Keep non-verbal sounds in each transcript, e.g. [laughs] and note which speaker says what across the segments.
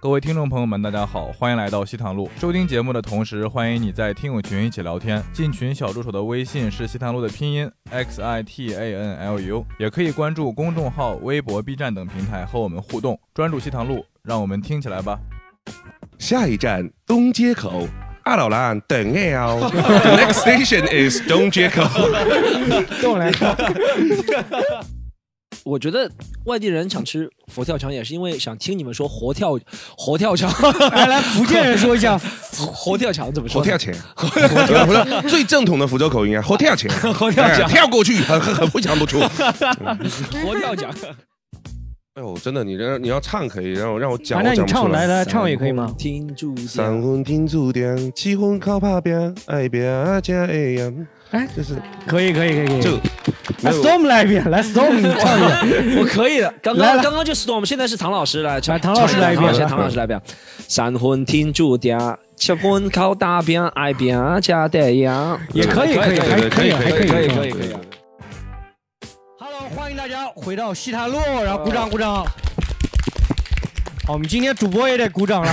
Speaker 1: 各位听众朋友们，大家好，欢迎来到西塘路。收听节目的同时，欢迎你在听友群一起聊天。进群小助手的微信是西塘路的拼音 x i t a n l u，也可以关注公众号、微博、B 站等平台和我们互动。专注西塘路，让我们听起来吧。
Speaker 2: 下一站东街口。阿老兰，等哎哦 [laughs] The next station is 东街 [laughs] 口。
Speaker 3: 跟我来说，
Speaker 4: 我觉得外地人想吃佛跳墙，也是因为想听你们说活跳活跳墙， [laughs]
Speaker 3: 来来，福建人说一下，
Speaker 4: 活跳墙怎么
Speaker 2: 活
Speaker 4: 说？
Speaker 2: 跳 [laughs] 钱，不是最正统的福州口音啊！活 [laughs] 跳钱，
Speaker 4: 活跳
Speaker 2: 哎
Speaker 4: 墙，
Speaker 2: 跳过去， [laughs] 很很很不想不出。
Speaker 4: 活跳墙。
Speaker 2: 哎呦，真的，你这你要唱可以，让我让我讲，
Speaker 3: 啊
Speaker 2: 我
Speaker 3: 那
Speaker 2: 讲
Speaker 3: 你
Speaker 2: 不出
Speaker 3: 唱来
Speaker 2: 来。
Speaker 3: 来唱也可以吗？
Speaker 4: 听住点，
Speaker 2: 三魂停住点，七魂靠怕边，爱边啊加哎呀，
Speaker 3: 哎
Speaker 2: 就是
Speaker 3: 可以可以可以可以。
Speaker 2: 这个
Speaker 3: 来 storm 来一遍，来 storm 你唱一遍。
Speaker 4: 我哦可以的。刚
Speaker 3: 来
Speaker 4: 刚
Speaker 3: 来
Speaker 4: 刚刚就 storm，现在是唐老师来唱，
Speaker 3: 来唐老师来一遍
Speaker 4: 先唐老师来一遍。三魂听住点，七魂靠打边，爱边加点呀。
Speaker 3: 也可以，可以，还可以，还可以，
Speaker 4: 可以
Speaker 3: 是吧
Speaker 4: 可以可以。
Speaker 3: Hello，欢迎大家回到西塔路，然后鼓掌鼓掌。好，我们今天主播也得鼓掌了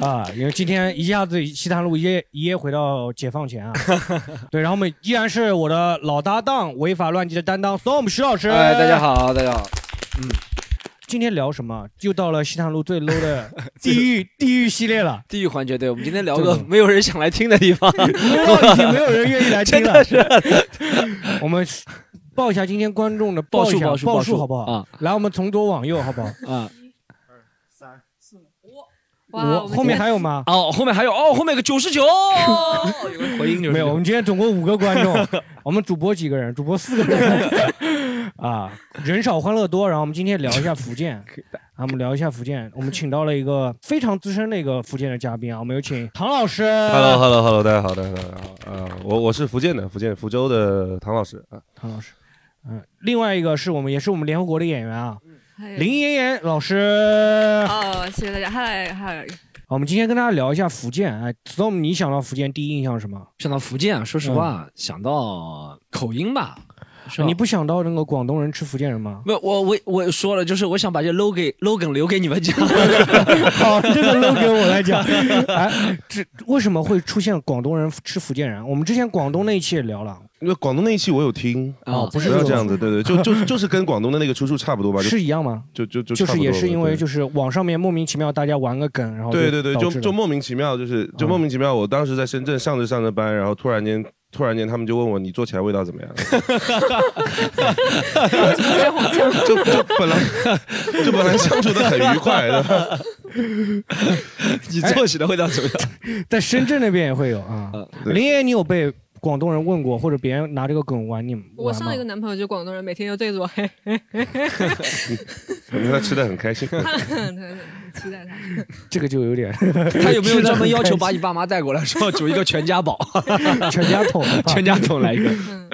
Speaker 3: 啊，因为今天一下子西塔路一夜一夜回到解放前啊。对，然后我们依然是我的老搭档，违法乱纪的担当 Storm 石老师。
Speaker 4: 哎，大家。好，大家好。
Speaker 3: 今天聊什么？又到了西塔路最 low
Speaker 4: [laughs]
Speaker 3: 的地狱地狱系列了，
Speaker 4: 地狱环节，对我们今天聊
Speaker 3: 对
Speaker 4: 个没有人想来听的地方。
Speaker 3: 因为到已经没有人愿意来听了。我们报一下今天观众的
Speaker 4: 报
Speaker 3: 一
Speaker 4: 数
Speaker 3: 下
Speaker 4: 报
Speaker 3: 报
Speaker 4: 数报数
Speaker 3: 好不好？
Speaker 4: 啊
Speaker 3: 来，我们从左往右，好不好？
Speaker 4: 啊！
Speaker 5: 哇，
Speaker 3: 我
Speaker 5: 我们
Speaker 3: 后面
Speaker 5: 这
Speaker 3: 还有吗？
Speaker 4: 哦，后面还有哦，后面有个九十九，有个回音就是
Speaker 3: 没有，我们今天总共五个观
Speaker 4: [laughs]
Speaker 3: 众，我们主播几个人？主播四个人 [laughs] 啊，人少欢乐多。然后我们今天聊一下福
Speaker 4: [laughs]
Speaker 3: 建，啊，我们聊一下福建。我们请到了一个非常资深的一个福建的嘉宾啊，我们有请唐老师。
Speaker 2: Hello Hello Hello，大家好，大家好，大家好啊！我我是福建的，福建福州的唐老师啊，
Speaker 3: 唐老师。嗯，另外一个是我们也是我们联合国的演员啊，
Speaker 5: 还有
Speaker 3: 林妍妍老师。
Speaker 5: 哦，谢谢大家，嗨嗨，
Speaker 3: 我们今天跟大家聊一下福建。哎，Storm，你想到福建第一印象是什么？
Speaker 4: 想到福建啊，说实话，想到口音吧，是
Speaker 2: 啊
Speaker 4: 吧
Speaker 3: 你不想到那个广东人吃福建
Speaker 2: [laughs]
Speaker 3: 人吗？
Speaker 4: 没有我我我说了，就是我想把这 logo 给 logo 留给你 [laughs] 们讲。
Speaker 3: 好，这个 low 给我来讲。哎，这为什么会出现广东人吃福建人？我们之前广东那一期也聊了，哦
Speaker 2: 因为广东那一期我有听，
Speaker 4: 啊
Speaker 3: 不是
Speaker 2: 要
Speaker 3: 那
Speaker 2: 啊这
Speaker 3: 种
Speaker 2: 样子，对对，就
Speaker 3: [laughs]
Speaker 2: 就就是跟广东的那个出处差不多吧，就是
Speaker 3: 一样吗？
Speaker 2: 就就就
Speaker 3: 就
Speaker 2: 差
Speaker 3: 是
Speaker 2: 不多
Speaker 3: 也
Speaker 2: 了
Speaker 3: 是因为
Speaker 2: 对
Speaker 3: 就是网上面莫名其妙大家玩个梗，然后
Speaker 2: 对对对，
Speaker 3: 导
Speaker 2: 就
Speaker 3: 致了
Speaker 2: 就莫名其妙，就是就
Speaker 3: 嗯
Speaker 2: 莫名其妙。我当时在深圳上着上着班，然后突然间突然间他们就问我你做起来味道怎么样？ [laughs] 就就本来 [laughs] 就本来相处的很愉快的，
Speaker 4: 你做起来味道怎么样？
Speaker 3: 在深圳那边也会有啊。
Speaker 2: 对
Speaker 3: 林爷，你有被广东人问过，或者别人拿这个梗玩你们
Speaker 5: 我
Speaker 3: 玩吗
Speaker 5: 上一个男朋友就广东人，每天就对着我， [laughs] 嘿，
Speaker 2: 可能他吃的很开
Speaker 3: [laughs]
Speaker 2: 心。
Speaker 3: 嗯
Speaker 5: 他很期待他。
Speaker 3: 这个就有点 [laughs]
Speaker 4: 他有没有专门要求把你爸妈带过来，说煮一个全家宝，
Speaker 3: 全家桶啊。
Speaker 4: [laughs] 全家桶来一个？
Speaker 5: 嗯，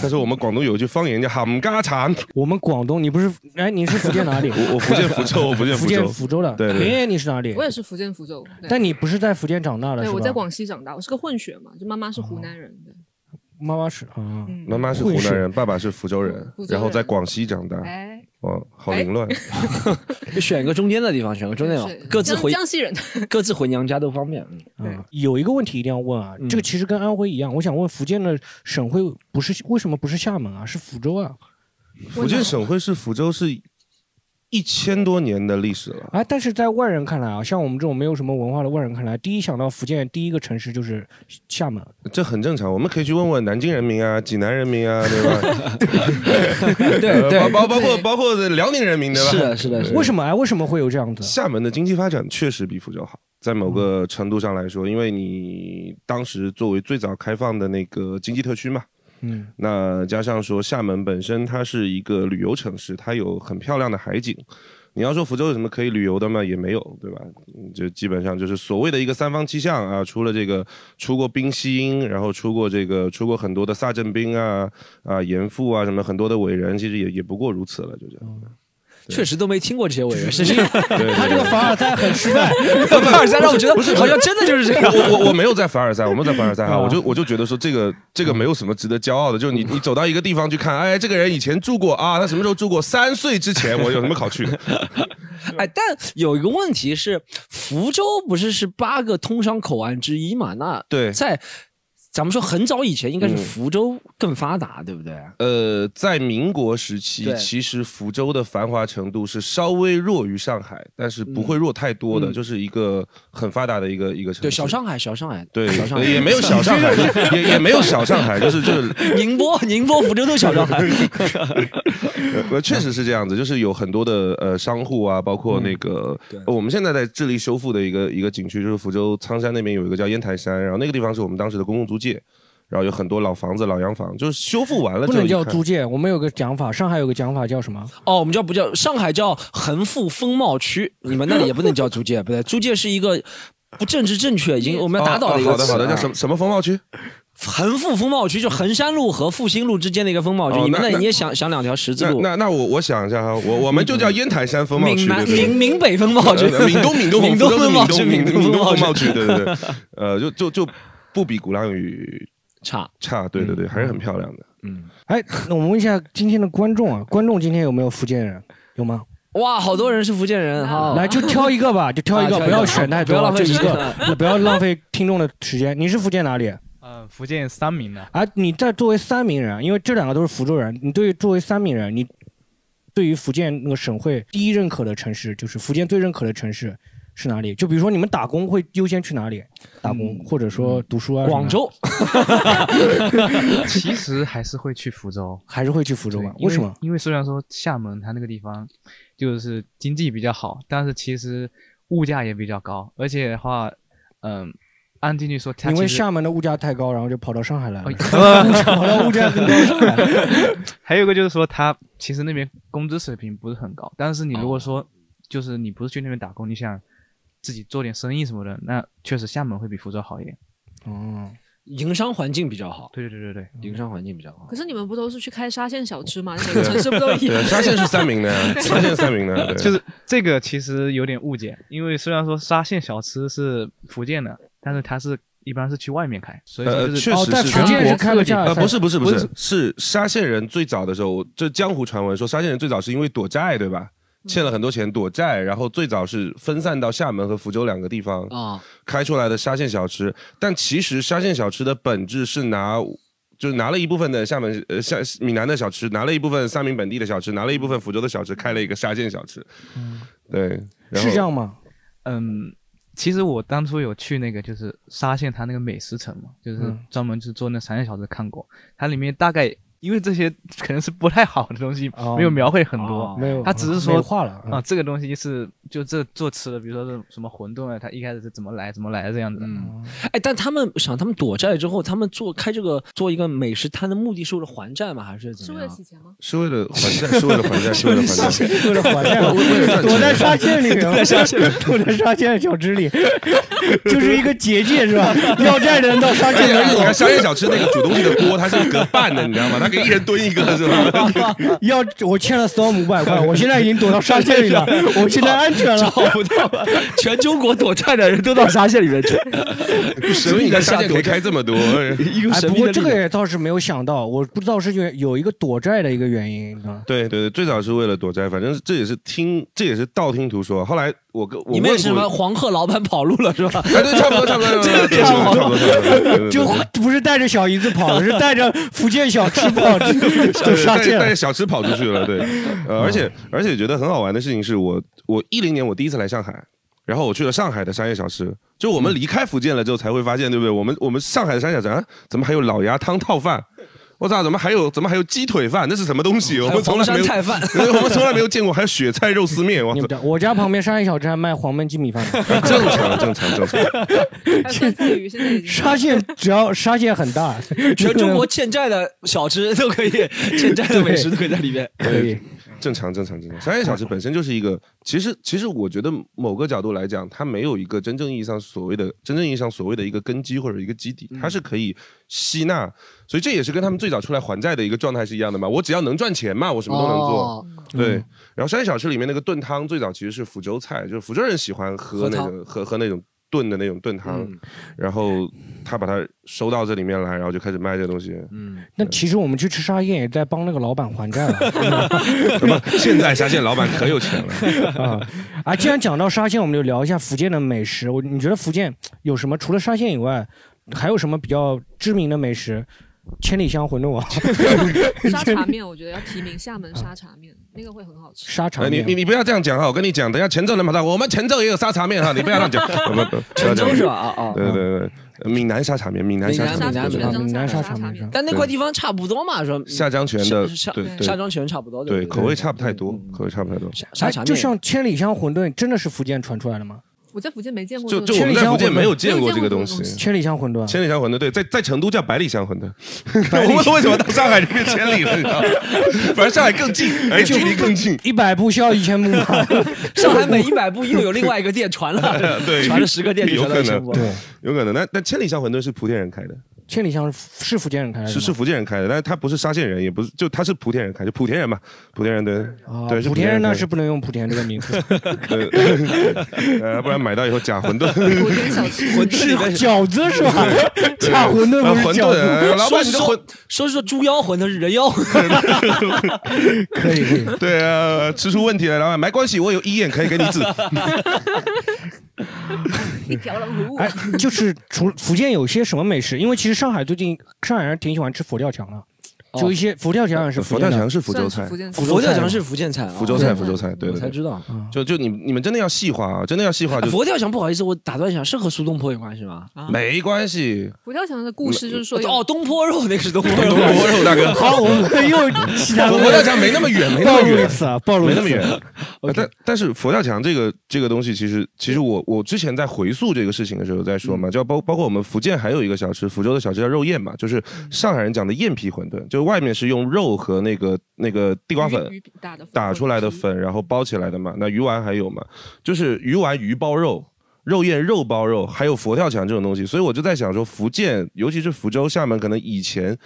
Speaker 2: 但是我们广东有一句方言叫“喊嘎肠
Speaker 3: 我们广东，你不是哎，你是福建哪里”，？
Speaker 2: 我我福建福州，我福建
Speaker 3: 福
Speaker 2: 福
Speaker 3: 建
Speaker 2: 州，
Speaker 3: 福州的。
Speaker 2: 对对对
Speaker 3: 林爷，你是哪里
Speaker 5: 我？也是福建福州，对
Speaker 3: 但你不是在福建长大的
Speaker 5: 对
Speaker 3: 是吧？
Speaker 5: 我在广西长大，我是个混血嘛，就妈妈是湖南人，对，
Speaker 3: 妈妈是啊。
Speaker 5: 嗯
Speaker 2: 妈妈啊是湖
Speaker 3: 会
Speaker 2: 南
Speaker 3: 是
Speaker 2: 人，爸爸是福州人
Speaker 5: 福，州
Speaker 2: 然后在
Speaker 5: 人
Speaker 2: 广西长大。
Speaker 5: 哎，
Speaker 2: 哇，好凌乱。
Speaker 4: [laughs]
Speaker 2: 啊
Speaker 4: 就选一个中间的地方，选个中间的地
Speaker 5: 是
Speaker 4: 方，各自
Speaker 5: 江
Speaker 4: 回
Speaker 5: 江西人，
Speaker 4: 各自回娘家都方便。嗯
Speaker 5: 对
Speaker 3: 啊，有一个问题一定要问啊，
Speaker 4: 嗯
Speaker 3: 这个其实跟安徽一样，我想问福建的省会不是为什么不是厦门啊，是福州啊？
Speaker 2: 福建省会是福州是一千多年的历史了。
Speaker 3: 啊，但是在外人看来啊，像我们这种没有什么文化的外人看来，第一想到福建第一个城市就是厦门，啊
Speaker 2: 这很正常，我们可以去问问南京人民啊、济南人民啊，对 [laughs] 吧？
Speaker 4: [laughs] 对
Speaker 2: 呃包包包
Speaker 4: 对，
Speaker 2: 括
Speaker 5: 对
Speaker 2: 包括辽宁人民，对吧？
Speaker 4: 是的，是的，是的
Speaker 3: 为什么哎？为什么会有这样子？
Speaker 2: 厦门的经济发展确实比福州好，在某
Speaker 3: 嗯
Speaker 2: 个程度上来说，因为你当时作为最早开放的那个经济特区嘛，
Speaker 3: 嗯
Speaker 2: 那加上说厦门本身它是一个旅游城市，它有很漂亮的海景。你要说福州有什么可以旅游的吗？也没有，对吧？嗯就基本上就是所谓的一个三方七巷啊，除了这个出过冰溪鹰，然后出过这个出过很多的萨镇冰啊啊严复啊什么很多的伟人，其实也也不过如此了，就这样。
Speaker 4: 确实都没听过这些委员， [laughs] 是这
Speaker 2: 对
Speaker 3: 哦 [laughs] 他这个凡尔赛很失败，
Speaker 4: 凡尔赛让我觉得好像真的就是这样。
Speaker 2: [laughs] 我我我没有在凡尔赛，我没有在凡尔赛
Speaker 4: 嗯
Speaker 2: 哈，
Speaker 3: 啊
Speaker 2: 我就我就觉得说这个这个没有什么值得骄傲的，就是你你走到一个地方去看，哎，这个人以前住过啊，他什么时候住过？三岁之前，我有什么好
Speaker 4: [laughs]
Speaker 2: 去的？
Speaker 4: 哎，但有一个问题是，福州不是是八个通商口岸之一嘛？那
Speaker 2: 对
Speaker 4: 在咱们说很早以前，应该是
Speaker 2: 嗯
Speaker 4: 福州更发达，对不对？
Speaker 2: 呃，在民国时期，
Speaker 4: 对
Speaker 2: 其实福州的繁华程度是稍微弱于上海，但是不会弱太多的，
Speaker 4: 嗯
Speaker 2: 就是一个很发达的一个一个城市。
Speaker 4: 对，小上海，小上海，
Speaker 2: 对
Speaker 4: 小上海
Speaker 2: 也没有小上海，也也没有小上海，就是就是
Speaker 4: [laughs] 宁波、宁波、福州都小
Speaker 2: [laughs]
Speaker 4: 上海。
Speaker 2: 呃，确实是这样子，就是有很多的呃商户啊，包括那个、
Speaker 4: 对
Speaker 2: 呃我们现在在致力修复的一个一个景区，就是福州苍山那边有一个叫烟台山，然后那个地方是我们当时的公共租界，然后有很多老房子、老洋房，就是修复完了
Speaker 3: 不
Speaker 2: 之后
Speaker 3: 能
Speaker 2: 一
Speaker 3: 叫
Speaker 2: 看，
Speaker 3: 租界。我们有个讲法，上海有个讲法叫什么？
Speaker 4: 哦，我们叫不叫上海叫恒富风貌区，你们那里也不能叫租
Speaker 2: [laughs]
Speaker 4: 界，不对，租界是一个不政治正确，已经我们要打倒
Speaker 2: 哦
Speaker 4: 的
Speaker 2: 哦
Speaker 4: 一个
Speaker 2: 好的
Speaker 4: 词
Speaker 2: 好的，
Speaker 4: 啊
Speaker 2: 叫什么什么风貌区？
Speaker 4: 横富风貌区，就衡山路和复兴路之间的一个风貌区，
Speaker 2: 哦
Speaker 4: 你们
Speaker 2: 那
Speaker 4: 那里
Speaker 2: 那
Speaker 4: 也想想两条十字
Speaker 2: 那
Speaker 4: 路，
Speaker 2: 那那我我想一下哈，我我们就叫烟台山风貌
Speaker 4: 闽
Speaker 2: 区，
Speaker 4: 南
Speaker 2: 对对对
Speaker 4: 闽闽北风貌区，
Speaker 2: 呃闽东闽东
Speaker 4: 闽东
Speaker 2: 福州是
Speaker 4: 风貌区，
Speaker 2: 闽
Speaker 4: 闽
Speaker 2: 东闽
Speaker 4: 风
Speaker 2: 东
Speaker 4: 貌
Speaker 2: 风貌
Speaker 4: 区
Speaker 2: 区，对对对，呃，就就就不比鼓浪屿
Speaker 4: 差。
Speaker 2: 差，对
Speaker 4: 嗯
Speaker 2: 对对，还是很漂亮的。
Speaker 3: 哎，那我们问一下今天的观众啊，观众今天有没有福建人？有吗？
Speaker 4: 哇，好多人是福建人哈，
Speaker 3: 来，就挑一个
Speaker 4: [laughs]
Speaker 3: 吧，就挑一个，
Speaker 4: 哦啊挑一个
Speaker 3: 不要选太多，
Speaker 4: 不要浪费
Speaker 3: 就一
Speaker 4: 时间
Speaker 3: 个， [laughs] 也不要浪费听众的时间。你是福建哪里？
Speaker 6: 嗯，福建三明的，
Speaker 3: 啊，你在作为三明人，因为这两个都是福州人，你对于作为三明人，你对于福建那个省会第一认可的城市，就是福建最认可的城市是哪里？就比如说你们打工会优先去哪里打
Speaker 2: 嗯
Speaker 3: 工，或者说读书啊？
Speaker 4: 广，州
Speaker 6: 其实还是会去福州。
Speaker 3: 还是会去福州
Speaker 6: 对
Speaker 3: 吧？
Speaker 6: 因
Speaker 3: 为什么？
Speaker 6: 因为虽然说厦门它那个地方就是经济比较好，但是其实物价也比较高，而且的话，嗯，按进去说，它
Speaker 3: 因为
Speaker 6: 其实
Speaker 3: 厦门的物价太高，然后就跑到上海来了， [laughs]
Speaker 6: 哦
Speaker 3: 跑到物价更高上海了。
Speaker 6: 还有一个就是说，它其实那边工资水平不是很高，但是你如果说就是你不是去那边打工，你想自己做点生意什么的，那确实厦门会比福州好一点。
Speaker 3: [laughs] 哦，
Speaker 4: 营商环境比较好，
Speaker 6: 对对对对对，
Speaker 4: 营商环境比较好
Speaker 5: 嗯可。是你们不都是去开沙县小吃吗？每个城市不都一
Speaker 2: 对，
Speaker 5: 样？
Speaker 2: 沙县是三明的呀，沙县是三明的，对
Speaker 6: 就是这个其实有点误解，因为虽然说沙县小吃是福建的，但是它是一般是去外面开，所以说
Speaker 2: 呃
Speaker 6: 就是、
Speaker 2: 确实
Speaker 3: 哦，在
Speaker 2: 是
Speaker 3: 福建
Speaker 6: 全
Speaker 3: 是
Speaker 6: 国
Speaker 3: 开了
Speaker 6: 各地
Speaker 3: 价，
Speaker 2: 呃，不是不是不
Speaker 6: 不
Speaker 2: 是，是沙县人最早的时候，这江湖传闻说沙县人最早是因为躲债，对吧？欠了很多钱躲债，然后最早是分散到厦门和福州两个地方
Speaker 4: 啊，
Speaker 2: 开出来的沙县小吃，但其实沙县小吃的本质是拿。就是拿了一部分的厦门呃厦闽南的小吃，拿了一部分三明本地的小吃，拿了一部分福州的小吃，开了一个沙县小吃。对，然后
Speaker 3: 是这样吗？
Speaker 6: 嗯，其实我当初有去那个就是沙县它那个美食城嘛，就是
Speaker 3: 嗯
Speaker 6: 专门就是做那沙县小吃看过，它里面大概因为这些可能是不太好的东西，
Speaker 3: 哦
Speaker 6: 没有描绘很多。
Speaker 4: 哦
Speaker 3: 没有，
Speaker 6: 他只是
Speaker 3: 美
Speaker 6: 说
Speaker 3: 化了
Speaker 6: 啊，。这个东西是就这做吃的，比如说是什么馄饨啊，它一开始是怎么来怎么来这样子的。
Speaker 4: 嗯，哎，但他们想，他们躲债之后，他们做开这个做一个美食摊的目的是为了还债吗？还是
Speaker 5: 是
Speaker 4: 怎么
Speaker 5: 为了
Speaker 4: 样？
Speaker 5: 洗钱吗？
Speaker 2: 是为了还债，是为了还债，是为了还债。
Speaker 3: [laughs] 为了还债， [laughs] 躲在沙县里面，躲在沙县， [laughs] 躲在沙县的小吃里， [laughs] 就是一个结界是吧？ [laughs] 要债的人到沙
Speaker 2: 而
Speaker 3: 县
Speaker 2: 且而且你
Speaker 3: 门
Speaker 2: 看
Speaker 3: 口，
Speaker 2: 沙县小吃那个煮东西的锅，它是隔半的，你知道吗？它给一人蹲一个，是吧？
Speaker 3: 哎 [laughs] 要我欠了三万五百块，我现在已经躲到沙县 [laughs] 里了，我现在安全了。
Speaker 4: 不 [laughs] 到，全中国躲债的人都到沙县里面去，
Speaker 2: 所以你在沙县可以开这么多。
Speaker 4: 一个
Speaker 3: 哎，
Speaker 4: [laughs] 神
Speaker 3: 不
Speaker 4: 秘
Speaker 3: 过
Speaker 4: 的
Speaker 3: 这
Speaker 4: 力
Speaker 3: 个
Speaker 4: 量。
Speaker 3: 也倒是没有想到，我不知道是有有一个躲债的一个原因，你知道吗？
Speaker 2: 对对对，最早是为了躲债，反正这也是听，这也是道听途说。后来我跟我
Speaker 4: 你
Speaker 2: 问
Speaker 4: 们也是什么
Speaker 2: 过，
Speaker 4: 黄鹤老板跑路了是吧？
Speaker 2: 哎，对，差不多，差不多，差不多，差不多，差不多，
Speaker 3: 就不是带着小姨子跑的，是带着福建小吃跑 [laughs] 去
Speaker 2: [laughs]
Speaker 3: 走沙
Speaker 2: 带带
Speaker 3: 县。
Speaker 2: 着小吃跑出去
Speaker 4: [laughs]
Speaker 2: 了，对。呃，而且而且觉得很好玩的事情是我我一零年我第一次来上海，然后我去了上海的商业小吃，就我们离开福建了之后才会发现，对不对？我们我们上海的商业小吃啊，怎么还有老鸭汤套饭？我操，怎么还有怎么还有鸡腿饭？那是什么东 [laughs] 西？我
Speaker 4: 还有
Speaker 2: 们从
Speaker 4: 黄
Speaker 2: 来没
Speaker 4: 山
Speaker 2: 有，[laughs]
Speaker 4: 菜饭，
Speaker 2: 对我们从来没有见过，还有雪菜肉丝面，我
Speaker 3: 你
Speaker 2: 操
Speaker 3: 不，知道，我家旁边沙县小吃还卖黄焖鸡米
Speaker 4: [laughs]
Speaker 3: 饭呢。
Speaker 2: 正常正常正常。
Speaker 5: 还有酸菜鱼现在已经
Speaker 3: 沙县只要沙县很大， [laughs]
Speaker 2: [laughs]
Speaker 4: 全中国欠债的小吃都可以，欠债的美食都可以在里面。
Speaker 3: 可以。
Speaker 2: 正常正常正常。商业小吃本身就是一个，其实其实我觉得某个角度来讲，它没有一个真正意义上所谓的真正意义上所谓的一个根基或者一个基底，它是可以吸纳，所以这也是跟他们最早出来还债的一个状态是一样的嘛。我只要能赚钱嘛，我什么都能做。
Speaker 4: 哦
Speaker 2: 对，然后山西小吃里面那个炖汤最早其实是福州菜，就是福州人喜欢喝
Speaker 4: 喝
Speaker 2: 那
Speaker 4: 汤
Speaker 2: 个喝喝那种炖的那种炖汤，然后他把它收到这里面来，然后就开始卖这个东西。
Speaker 3: 那其实我们去吃沙县也在帮那个老板还债啊了。
Speaker 4: [laughs]
Speaker 2: 什么？现在沙县老板可有钱了，
Speaker 3: 啊、啊！既然讲到沙县，我们就聊一下福建的美食。我你觉得福建有什么？除了沙县以外，还有什么比较知名的美食？千里香馄饨王、
Speaker 5: 沙茶面，我觉得要提名厦门沙茶面，那个会很好吃。
Speaker 3: 沙茶
Speaker 2: 哎你
Speaker 3: 面。
Speaker 2: 你你不要这样讲哈！我跟你讲，等一下泉州人跑到我们泉州也有沙茶面哈，你不要乱讲， [laughs] 不不不不要
Speaker 4: 泉
Speaker 2: 这
Speaker 4: 州
Speaker 2: 样
Speaker 4: 是
Speaker 2: 讲。
Speaker 4: 吧？啊啊，
Speaker 2: 对对对，呃闽南沙茶面，闽南沙茶
Speaker 5: 沙
Speaker 4: 闽
Speaker 2: 面
Speaker 4: 南
Speaker 2: 对对，
Speaker 5: 泉
Speaker 2: 对
Speaker 5: 州
Speaker 3: 闽南
Speaker 5: 沙
Speaker 3: 沙茶面
Speaker 5: 面，
Speaker 4: 但那块地方差不多嘛，说
Speaker 2: 下江泉的
Speaker 4: 下
Speaker 2: 对
Speaker 5: 下
Speaker 2: 对
Speaker 4: 下庄泉差不多，
Speaker 2: 对，嗯
Speaker 4: 不
Speaker 2: 口味差不太多，口味差不太多。
Speaker 4: 沙
Speaker 3: 哎
Speaker 4: 沙茶面
Speaker 3: 就像千里香馄饨，真的是福建传出来的吗？
Speaker 5: 我在福建没见过这
Speaker 2: 就
Speaker 5: 个
Speaker 2: 就
Speaker 5: 东西。
Speaker 2: 我们在福建没有见过
Speaker 5: 过
Speaker 2: 这个东
Speaker 5: 这个
Speaker 2: 西
Speaker 5: 东西。
Speaker 3: 千里香馄饨，
Speaker 2: 千里香馄饨，对，在在成都叫百里香馄饨。 [laughs] 我问为什么到上海就变千里了，你 [laughs] 知道吗？反正上海更近，哎，距离更近。，
Speaker 3: 一百步笑一千步嘛。
Speaker 4: 上海每一百步又有另外一个店传了
Speaker 2: [laughs] 对
Speaker 4: 传了十个
Speaker 2: 哎
Speaker 4: 店就传到全国。
Speaker 3: 对，
Speaker 2: 有可能，那那千里香馄饨是莆田人开的，
Speaker 3: [laughs] 千里香是是福建人开的吗，
Speaker 2: 是是福建人开的，但是他不是沙县人，也不是，就他是莆田人开，就莆田人嘛，莆田人对，
Speaker 3: 啊。
Speaker 2: 对，是
Speaker 3: 莆田人
Speaker 2: 开
Speaker 3: 呢
Speaker 2: 的
Speaker 3: 是不能用莆田这个名字，
Speaker 2: 对呃，不然买到以后假馄饨。
Speaker 5: 福
Speaker 3: [laughs] 是
Speaker 4: 馄饨
Speaker 5: 建小吃，
Speaker 4: 里面
Speaker 3: 饺子是吧？ [laughs] 假馄饨
Speaker 2: 啊
Speaker 3: 不
Speaker 2: 馄
Speaker 3: 是饺
Speaker 2: 饨，
Speaker 3: 子，
Speaker 2: 哎老
Speaker 4: 说
Speaker 2: 板，你的
Speaker 4: 说
Speaker 2: 馄
Speaker 4: 说说猪腰馄饨是
Speaker 2: [laughs]
Speaker 4: 人妖，
Speaker 3: 可以可以。
Speaker 2: 对啊，吃出问题了，老板，没关系，我有医院可以给你
Speaker 3: [laughs]
Speaker 2: 治。
Speaker 5: 一条龙服务。 [laughs]
Speaker 3: 哎，就是除福建有些什么美食？因为其实上海最近上海人挺喜欢吃佛跳墙的，
Speaker 4: 哦
Speaker 3: 就一些佛跳墙也是
Speaker 2: 呃佛
Speaker 3: 福
Speaker 2: 跳
Speaker 3: 建
Speaker 2: 墙
Speaker 3: 的。
Speaker 2: 是福州
Speaker 5: 算
Speaker 2: 菜
Speaker 5: 是，福建
Speaker 3: 福
Speaker 5: 菜
Speaker 3: 州
Speaker 4: 佛跳
Speaker 3: 菜吗
Speaker 4: 墙是福建菜啊，
Speaker 2: 福州菜，
Speaker 5: 对
Speaker 2: 福州菜，对
Speaker 4: 我
Speaker 2: 对
Speaker 4: 才
Speaker 2: 对。
Speaker 4: 知道。
Speaker 2: 就就你你们真的要细化啊，真的要细化就
Speaker 4: 佛跳墙不好意思，我打断一下，是和苏东坡有关系吗？啊
Speaker 2: 没关系，
Speaker 5: 佛跳墙的故事就是
Speaker 2: 嗯
Speaker 5: 说有，
Speaker 4: 哦，东坡肉那个是东坡
Speaker 2: 东
Speaker 4: 肉， [laughs]
Speaker 2: 坡肉大哥，
Speaker 3: [laughs] 好，我们又其他
Speaker 2: [laughs] 佛佛跳墙没那么远，没那么
Speaker 3: 暴露一
Speaker 2: 远，
Speaker 3: 次啊，暴露
Speaker 2: 没
Speaker 3: 一
Speaker 2: 那么
Speaker 3: 次
Speaker 2: 远。呃但但是佛跳墙这个这个东西，其实其实我我之前在回溯这个事情的时候在说嘛，就包包括我们福建还有一个小吃，福州的小吃叫肉燕嘛，就是上海人讲的燕皮馄饨，就是外面是用肉和那个那个地瓜粉
Speaker 5: 鱼鱼打的
Speaker 2: 打出来的粉，然后包起来的嘛。那鱼丸还有嘛，就是鱼丸、鱼包肉、肉燕、肉包肉，还有佛跳墙这种东西。所以我就在想说，福建，尤其是福州、厦门，可能以前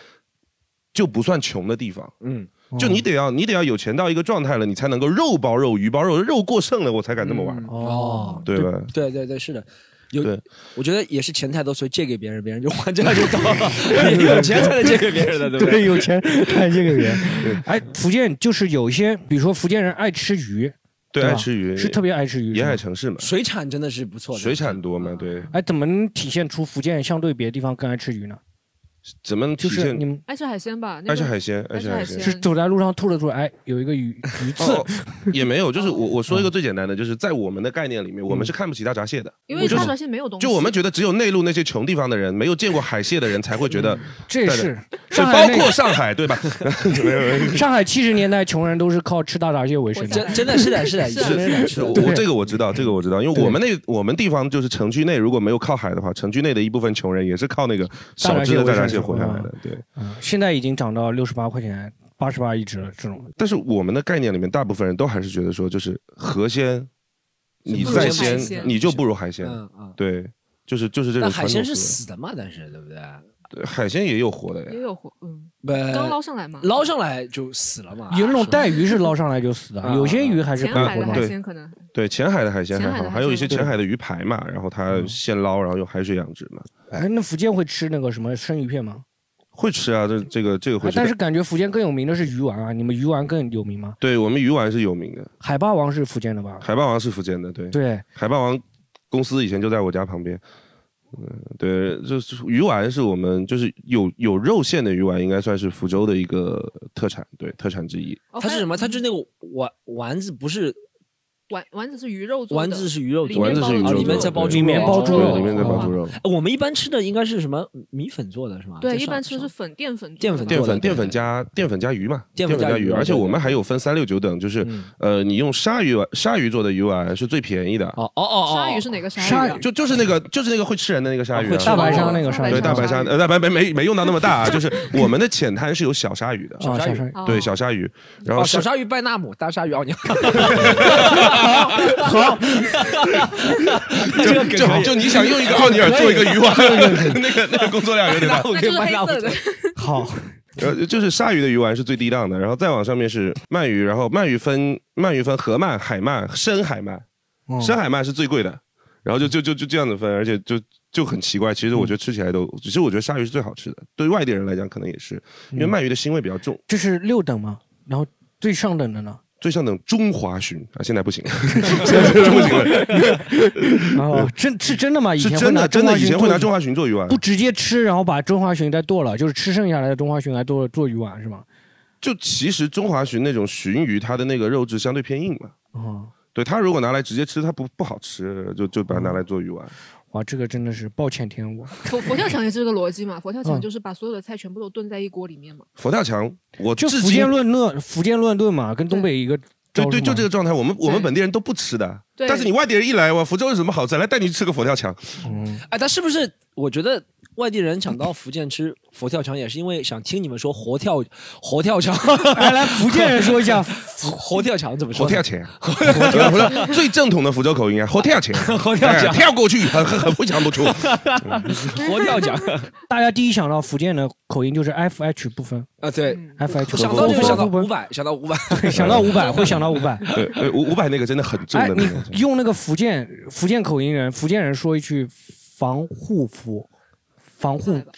Speaker 2: 就不算穷的地方。嗯。就你得要你得要有钱到一个状态了，你才能够肉包肉、鱼包肉，肉过剩了我才敢这么玩，
Speaker 4: 嗯
Speaker 3: 哦。
Speaker 2: 对吧？
Speaker 4: 对对对，是的。有
Speaker 2: 对，
Speaker 4: 我觉得也是钱太多，所以借给别人，别人就还债就
Speaker 2: [laughs]
Speaker 4: 到了。你 [laughs] 有钱才能借给别人的，对不对？
Speaker 3: 对，有钱看这个人。哎，福建就是有一些，比如说福建人爱吃鱼，
Speaker 2: 对，
Speaker 3: 对吧啊
Speaker 2: 爱吃鱼
Speaker 3: 是特别爱吃鱼。
Speaker 2: 沿海
Speaker 3: 是吗
Speaker 2: 城市嘛，
Speaker 4: 水产真的是不错的，
Speaker 2: 水产多嘛，对，
Speaker 3: 哎，怎么能体现出福建相对别的地方更爱吃鱼呢？
Speaker 2: 怎么体
Speaker 3: 就是
Speaker 2: 现
Speaker 3: 你们
Speaker 5: 爱吃海鲜吧？那
Speaker 2: 爱吃
Speaker 5: 个
Speaker 2: 海鲜，爱吃
Speaker 5: 爱
Speaker 2: 海
Speaker 5: 吃
Speaker 2: 鲜
Speaker 3: [laughs]
Speaker 5: 海。
Speaker 3: 是走在路上吐了吐，哎，有一个鱼鱼刺，
Speaker 2: 哦，也没有，就是我我说一个最简单的，就是在我们的概念里面，
Speaker 3: 嗯
Speaker 2: 我们是看不起大闸蟹的，
Speaker 5: 因为
Speaker 2: 就是
Speaker 5: 大闸蟹没有东西，
Speaker 2: 就我们觉得只有内陆那些穷地方的人，没有见过海蟹的人才会觉得，
Speaker 3: 这
Speaker 2: 对
Speaker 3: 是
Speaker 2: 就
Speaker 3: [laughs] 上
Speaker 2: 包
Speaker 3: 海那
Speaker 2: 括上海对吧？ [laughs] 没有没有
Speaker 3: 上海七十年代穷人都是靠吃大闸蟹为生的。
Speaker 4: 真真的是的，是的，
Speaker 5: 是啊
Speaker 4: 真的
Speaker 2: 是
Speaker 4: 的
Speaker 2: 我
Speaker 3: 对
Speaker 2: 我这个我知道，这个我知道，因为我们那我们地方就是城区内如果没有靠海的话，城区内的一部分穷人也是靠那个少只的大闸蟹活下来的，对。
Speaker 3: 现在已经涨到六十八块钱、八十八一只了，这种
Speaker 2: 但是我们的概念里面，大部分人都还是觉得说，就是河鲜，你
Speaker 5: 不如
Speaker 2: 再
Speaker 5: 海
Speaker 2: 鲜
Speaker 5: 鲜
Speaker 2: 你就不如海鲜，
Speaker 4: 嗯嗯。
Speaker 2: 对，就是就是这种传
Speaker 4: 但
Speaker 2: 统思维。
Speaker 4: 海鲜是死的嘛？但是对不对？
Speaker 2: 对，海鲜也有活的呀
Speaker 5: 也。有活，嗯，
Speaker 4: 不，
Speaker 5: 刚捞上来嘛，
Speaker 4: 呃捞上来就死了嘛？
Speaker 3: 有那种带鱼是捞上来就死的，
Speaker 4: 啊
Speaker 3: 有些鱼还是
Speaker 5: 前
Speaker 3: 可以
Speaker 5: 海
Speaker 3: 活
Speaker 5: 的
Speaker 3: 嘛
Speaker 5: 海。鲜可能
Speaker 2: 对，浅海的海鲜
Speaker 5: 浅
Speaker 2: 还
Speaker 5: 海的
Speaker 2: 好，
Speaker 5: 海
Speaker 2: 还有一些
Speaker 5: 鲜嗯
Speaker 2: 浅海的鱼排嘛，然后它现捞，然后用海水养殖嘛，
Speaker 3: 哎，那福建会吃那个什么生鱼片吗？
Speaker 2: 会吃啊，这这个这个会
Speaker 3: 哎
Speaker 2: 吃。
Speaker 3: 但是感觉福建更有名的是鱼丸啊，你们鱼丸更有名吗？
Speaker 2: 对我们鱼丸是有名的，
Speaker 3: 海霸王是福建的吧？啊
Speaker 2: 海霸王是福建的，对，
Speaker 3: 对，
Speaker 2: 海霸王公司以前就在我家旁边。嗯，对，就是鱼丸是我们就是有有肉馅的鱼丸，应该算是福州的一个特产，对，特产之一。
Speaker 5: 哦
Speaker 4: 它是
Speaker 5: 还
Speaker 4: 什么？它就是那个丸丸子，不是
Speaker 5: 丸丸子是鱼肉做的，
Speaker 4: 丸子是鱼肉做的，
Speaker 2: 丸子是鱼肉做的，
Speaker 4: 啊里面再包
Speaker 2: 对
Speaker 4: 猪肉，
Speaker 3: 里面包猪肉
Speaker 2: 对里面再包猪肉，
Speaker 4: 哎我们一般吃的应该是什么米粉做的是吗？
Speaker 5: 对，
Speaker 4: 在上
Speaker 5: 一般吃的是粉淀粉做的，
Speaker 4: 淀粉
Speaker 2: 淀
Speaker 4: 做
Speaker 2: 粉
Speaker 4: 的
Speaker 2: 淀粉加淀粉加鱼嘛，
Speaker 4: 淀
Speaker 2: 淀
Speaker 4: 粉
Speaker 2: 粉
Speaker 4: 加鱼
Speaker 2: 加鱼，
Speaker 4: 对
Speaker 2: 而且
Speaker 4: 对
Speaker 2: 我们
Speaker 4: 对
Speaker 2: 还有分三六九等，就是
Speaker 4: 嗯
Speaker 2: 呃，你用鲨鱼丸鲨鱼做的鱼丸是最便宜的，
Speaker 4: 哦哦哦，哦
Speaker 5: 鲨鱼是哪个鲨
Speaker 3: 鲨
Speaker 5: 鱼啊？
Speaker 2: 就就是那个就是那个会吃人的那个鲨鱼
Speaker 4: 会
Speaker 2: 啊，
Speaker 4: 吃
Speaker 3: 大白鲨
Speaker 5: 哦
Speaker 3: 那个鲨鱼，
Speaker 2: 对大白
Speaker 5: 白
Speaker 2: 鲨
Speaker 5: 鲨
Speaker 2: 呃大白没没没用到那么大啊，就是我们的浅滩是有小鲨
Speaker 4: [laughs]
Speaker 2: 鱼的，
Speaker 3: 啊，小鲨鱼，
Speaker 5: 哦
Speaker 2: 对小鲨鱼，然后
Speaker 4: 哦，
Speaker 2: 是
Speaker 4: 小鲨鱼拜纳姆，大鲨鱼奥尼尔。
Speaker 2: 就就就你想用一个奥尼尔做一个鱼丸，那个那个工作量有点大。
Speaker 5: 那就是黑色的，
Speaker 3: 好，
Speaker 2: 呃，就是鲨鱼的鱼丸是最低档的，然后再往上面是鳗鱼，然后鳗鱼分鳗鱼分河鳗、海鳗、深海鳗，
Speaker 3: 嗯
Speaker 2: 深海鳗是最贵的，然后就就就就这样子分，而且就就很奇怪。其实我觉得吃起来都，其实我觉得鲨鱼是最好吃的，对外地人来讲可能也是，因为鳗鱼的腥味比较重。
Speaker 3: 这是六等吗？然后最上等的呢？
Speaker 2: 最上等中华鲟啊，现在不行，现在真的不行了，
Speaker 3: 哦，真是真的吗？以
Speaker 2: 是
Speaker 3: 前
Speaker 2: 真
Speaker 3: 会拿
Speaker 2: 的真的，以前会拿
Speaker 3: 中
Speaker 2: 中
Speaker 3: 华鲟
Speaker 2: 华鲟做鱼丸
Speaker 3: 做，不直接吃，然后把中华鲟再剁了，就是吃剩下来的中华鲟来剁做鱼丸是吗？
Speaker 2: 就其实中华鲟那种鲟鱼，它的那个肉质相对偏硬嘛，
Speaker 3: 哦，
Speaker 2: 对它如果拿来直接吃，它不不好吃，就就把它拿来做鱼丸。
Speaker 3: 哇，这个真的是抱歉天我。
Speaker 5: 佛佛跳墙也是这个逻辑嘛？佛跳
Speaker 3: 嗯
Speaker 5: 墙就是把所有的菜全部都炖在一锅里面嘛。
Speaker 2: 佛跳墙，我
Speaker 3: 就
Speaker 2: 至
Speaker 3: 福
Speaker 2: 今
Speaker 3: 建乱炖，福建乱炖嘛，跟东北一个
Speaker 2: 对
Speaker 3: 招
Speaker 2: 对，
Speaker 3: 数
Speaker 2: 就
Speaker 3: 嘛
Speaker 2: 这
Speaker 3: [laughs]
Speaker 2: 个状态，我们我们
Speaker 5: 对
Speaker 2: 本地人都不吃的，
Speaker 5: 对
Speaker 2: 但是你外地人一来，哇，福州有什么好吃？来带你吃个佛跳墙，
Speaker 3: 嗯
Speaker 4: 哎，但是不是？我觉得外地人想到福建吃佛跳墙，也是因为想听你们说活跳活跳墙， [laughs]
Speaker 3: 哎来来，福建人说一下，
Speaker 4: 活跳墙怎么说
Speaker 2: 佛跳
Speaker 4: 呢？
Speaker 2: 墙，不是最正统的福州口音啊，佛跳墙，
Speaker 4: 佛跳
Speaker 2: 哎
Speaker 4: 墙，
Speaker 2: 跳过去，很很很不想不出。
Speaker 4: 活跳墙
Speaker 3: 大家第一想到福建的口音就是 F H 不分
Speaker 4: 啊！对，
Speaker 5: 嗯，
Speaker 3: ，F H
Speaker 4: 想到就
Speaker 2: 不
Speaker 4: 想到
Speaker 3: 不
Speaker 4: 五
Speaker 3: 分
Speaker 4: 百，想到五百，
Speaker 3: 对想到五百会想到五百。
Speaker 2: 对，呃五五百那个真的很重
Speaker 3: 哎
Speaker 2: 的，那个。
Speaker 3: 你用那个福建福建口音人，福建人说一句防护服，防护 [laughs]
Speaker 5: 来吧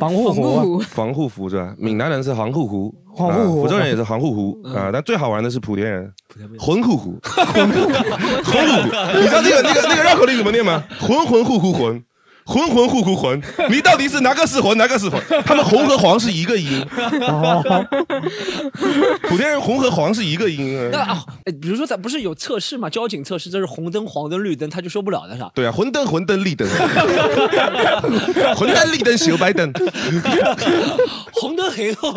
Speaker 3: 防护
Speaker 2: 哦
Speaker 5: 红
Speaker 3: 服，啊
Speaker 5: 菇糊
Speaker 2: 防护服是吧？闽南人是防护服，
Speaker 3: 防护
Speaker 2: 啊
Speaker 3: 服哦
Speaker 2: 福州人也是防护服啊。但最好玩的是莆田人，浑乎 [laughs] 乎，浑乎乎， [laughs] 你知道那个那个那个绕口令怎么念 [laughs] 吗？浑浑乎乎浑。浑浑乎乎浑，你到底是哪个是浑，哪个 [laughs] 是浑？他们红和黄是一个音，
Speaker 3: 哦，
Speaker 2: 莆田人红和黄是一个音
Speaker 4: 那
Speaker 2: 啊。
Speaker 4: 啊，哎比如说咱不是有测试嘛，交警测试，这是红灯、黄灯、绿灯，他就受不了的啥？
Speaker 2: 对啊，混灯混灯绿 [laughs] 灯，混灯绿灯小白灯，
Speaker 4: 红灯、黑灯，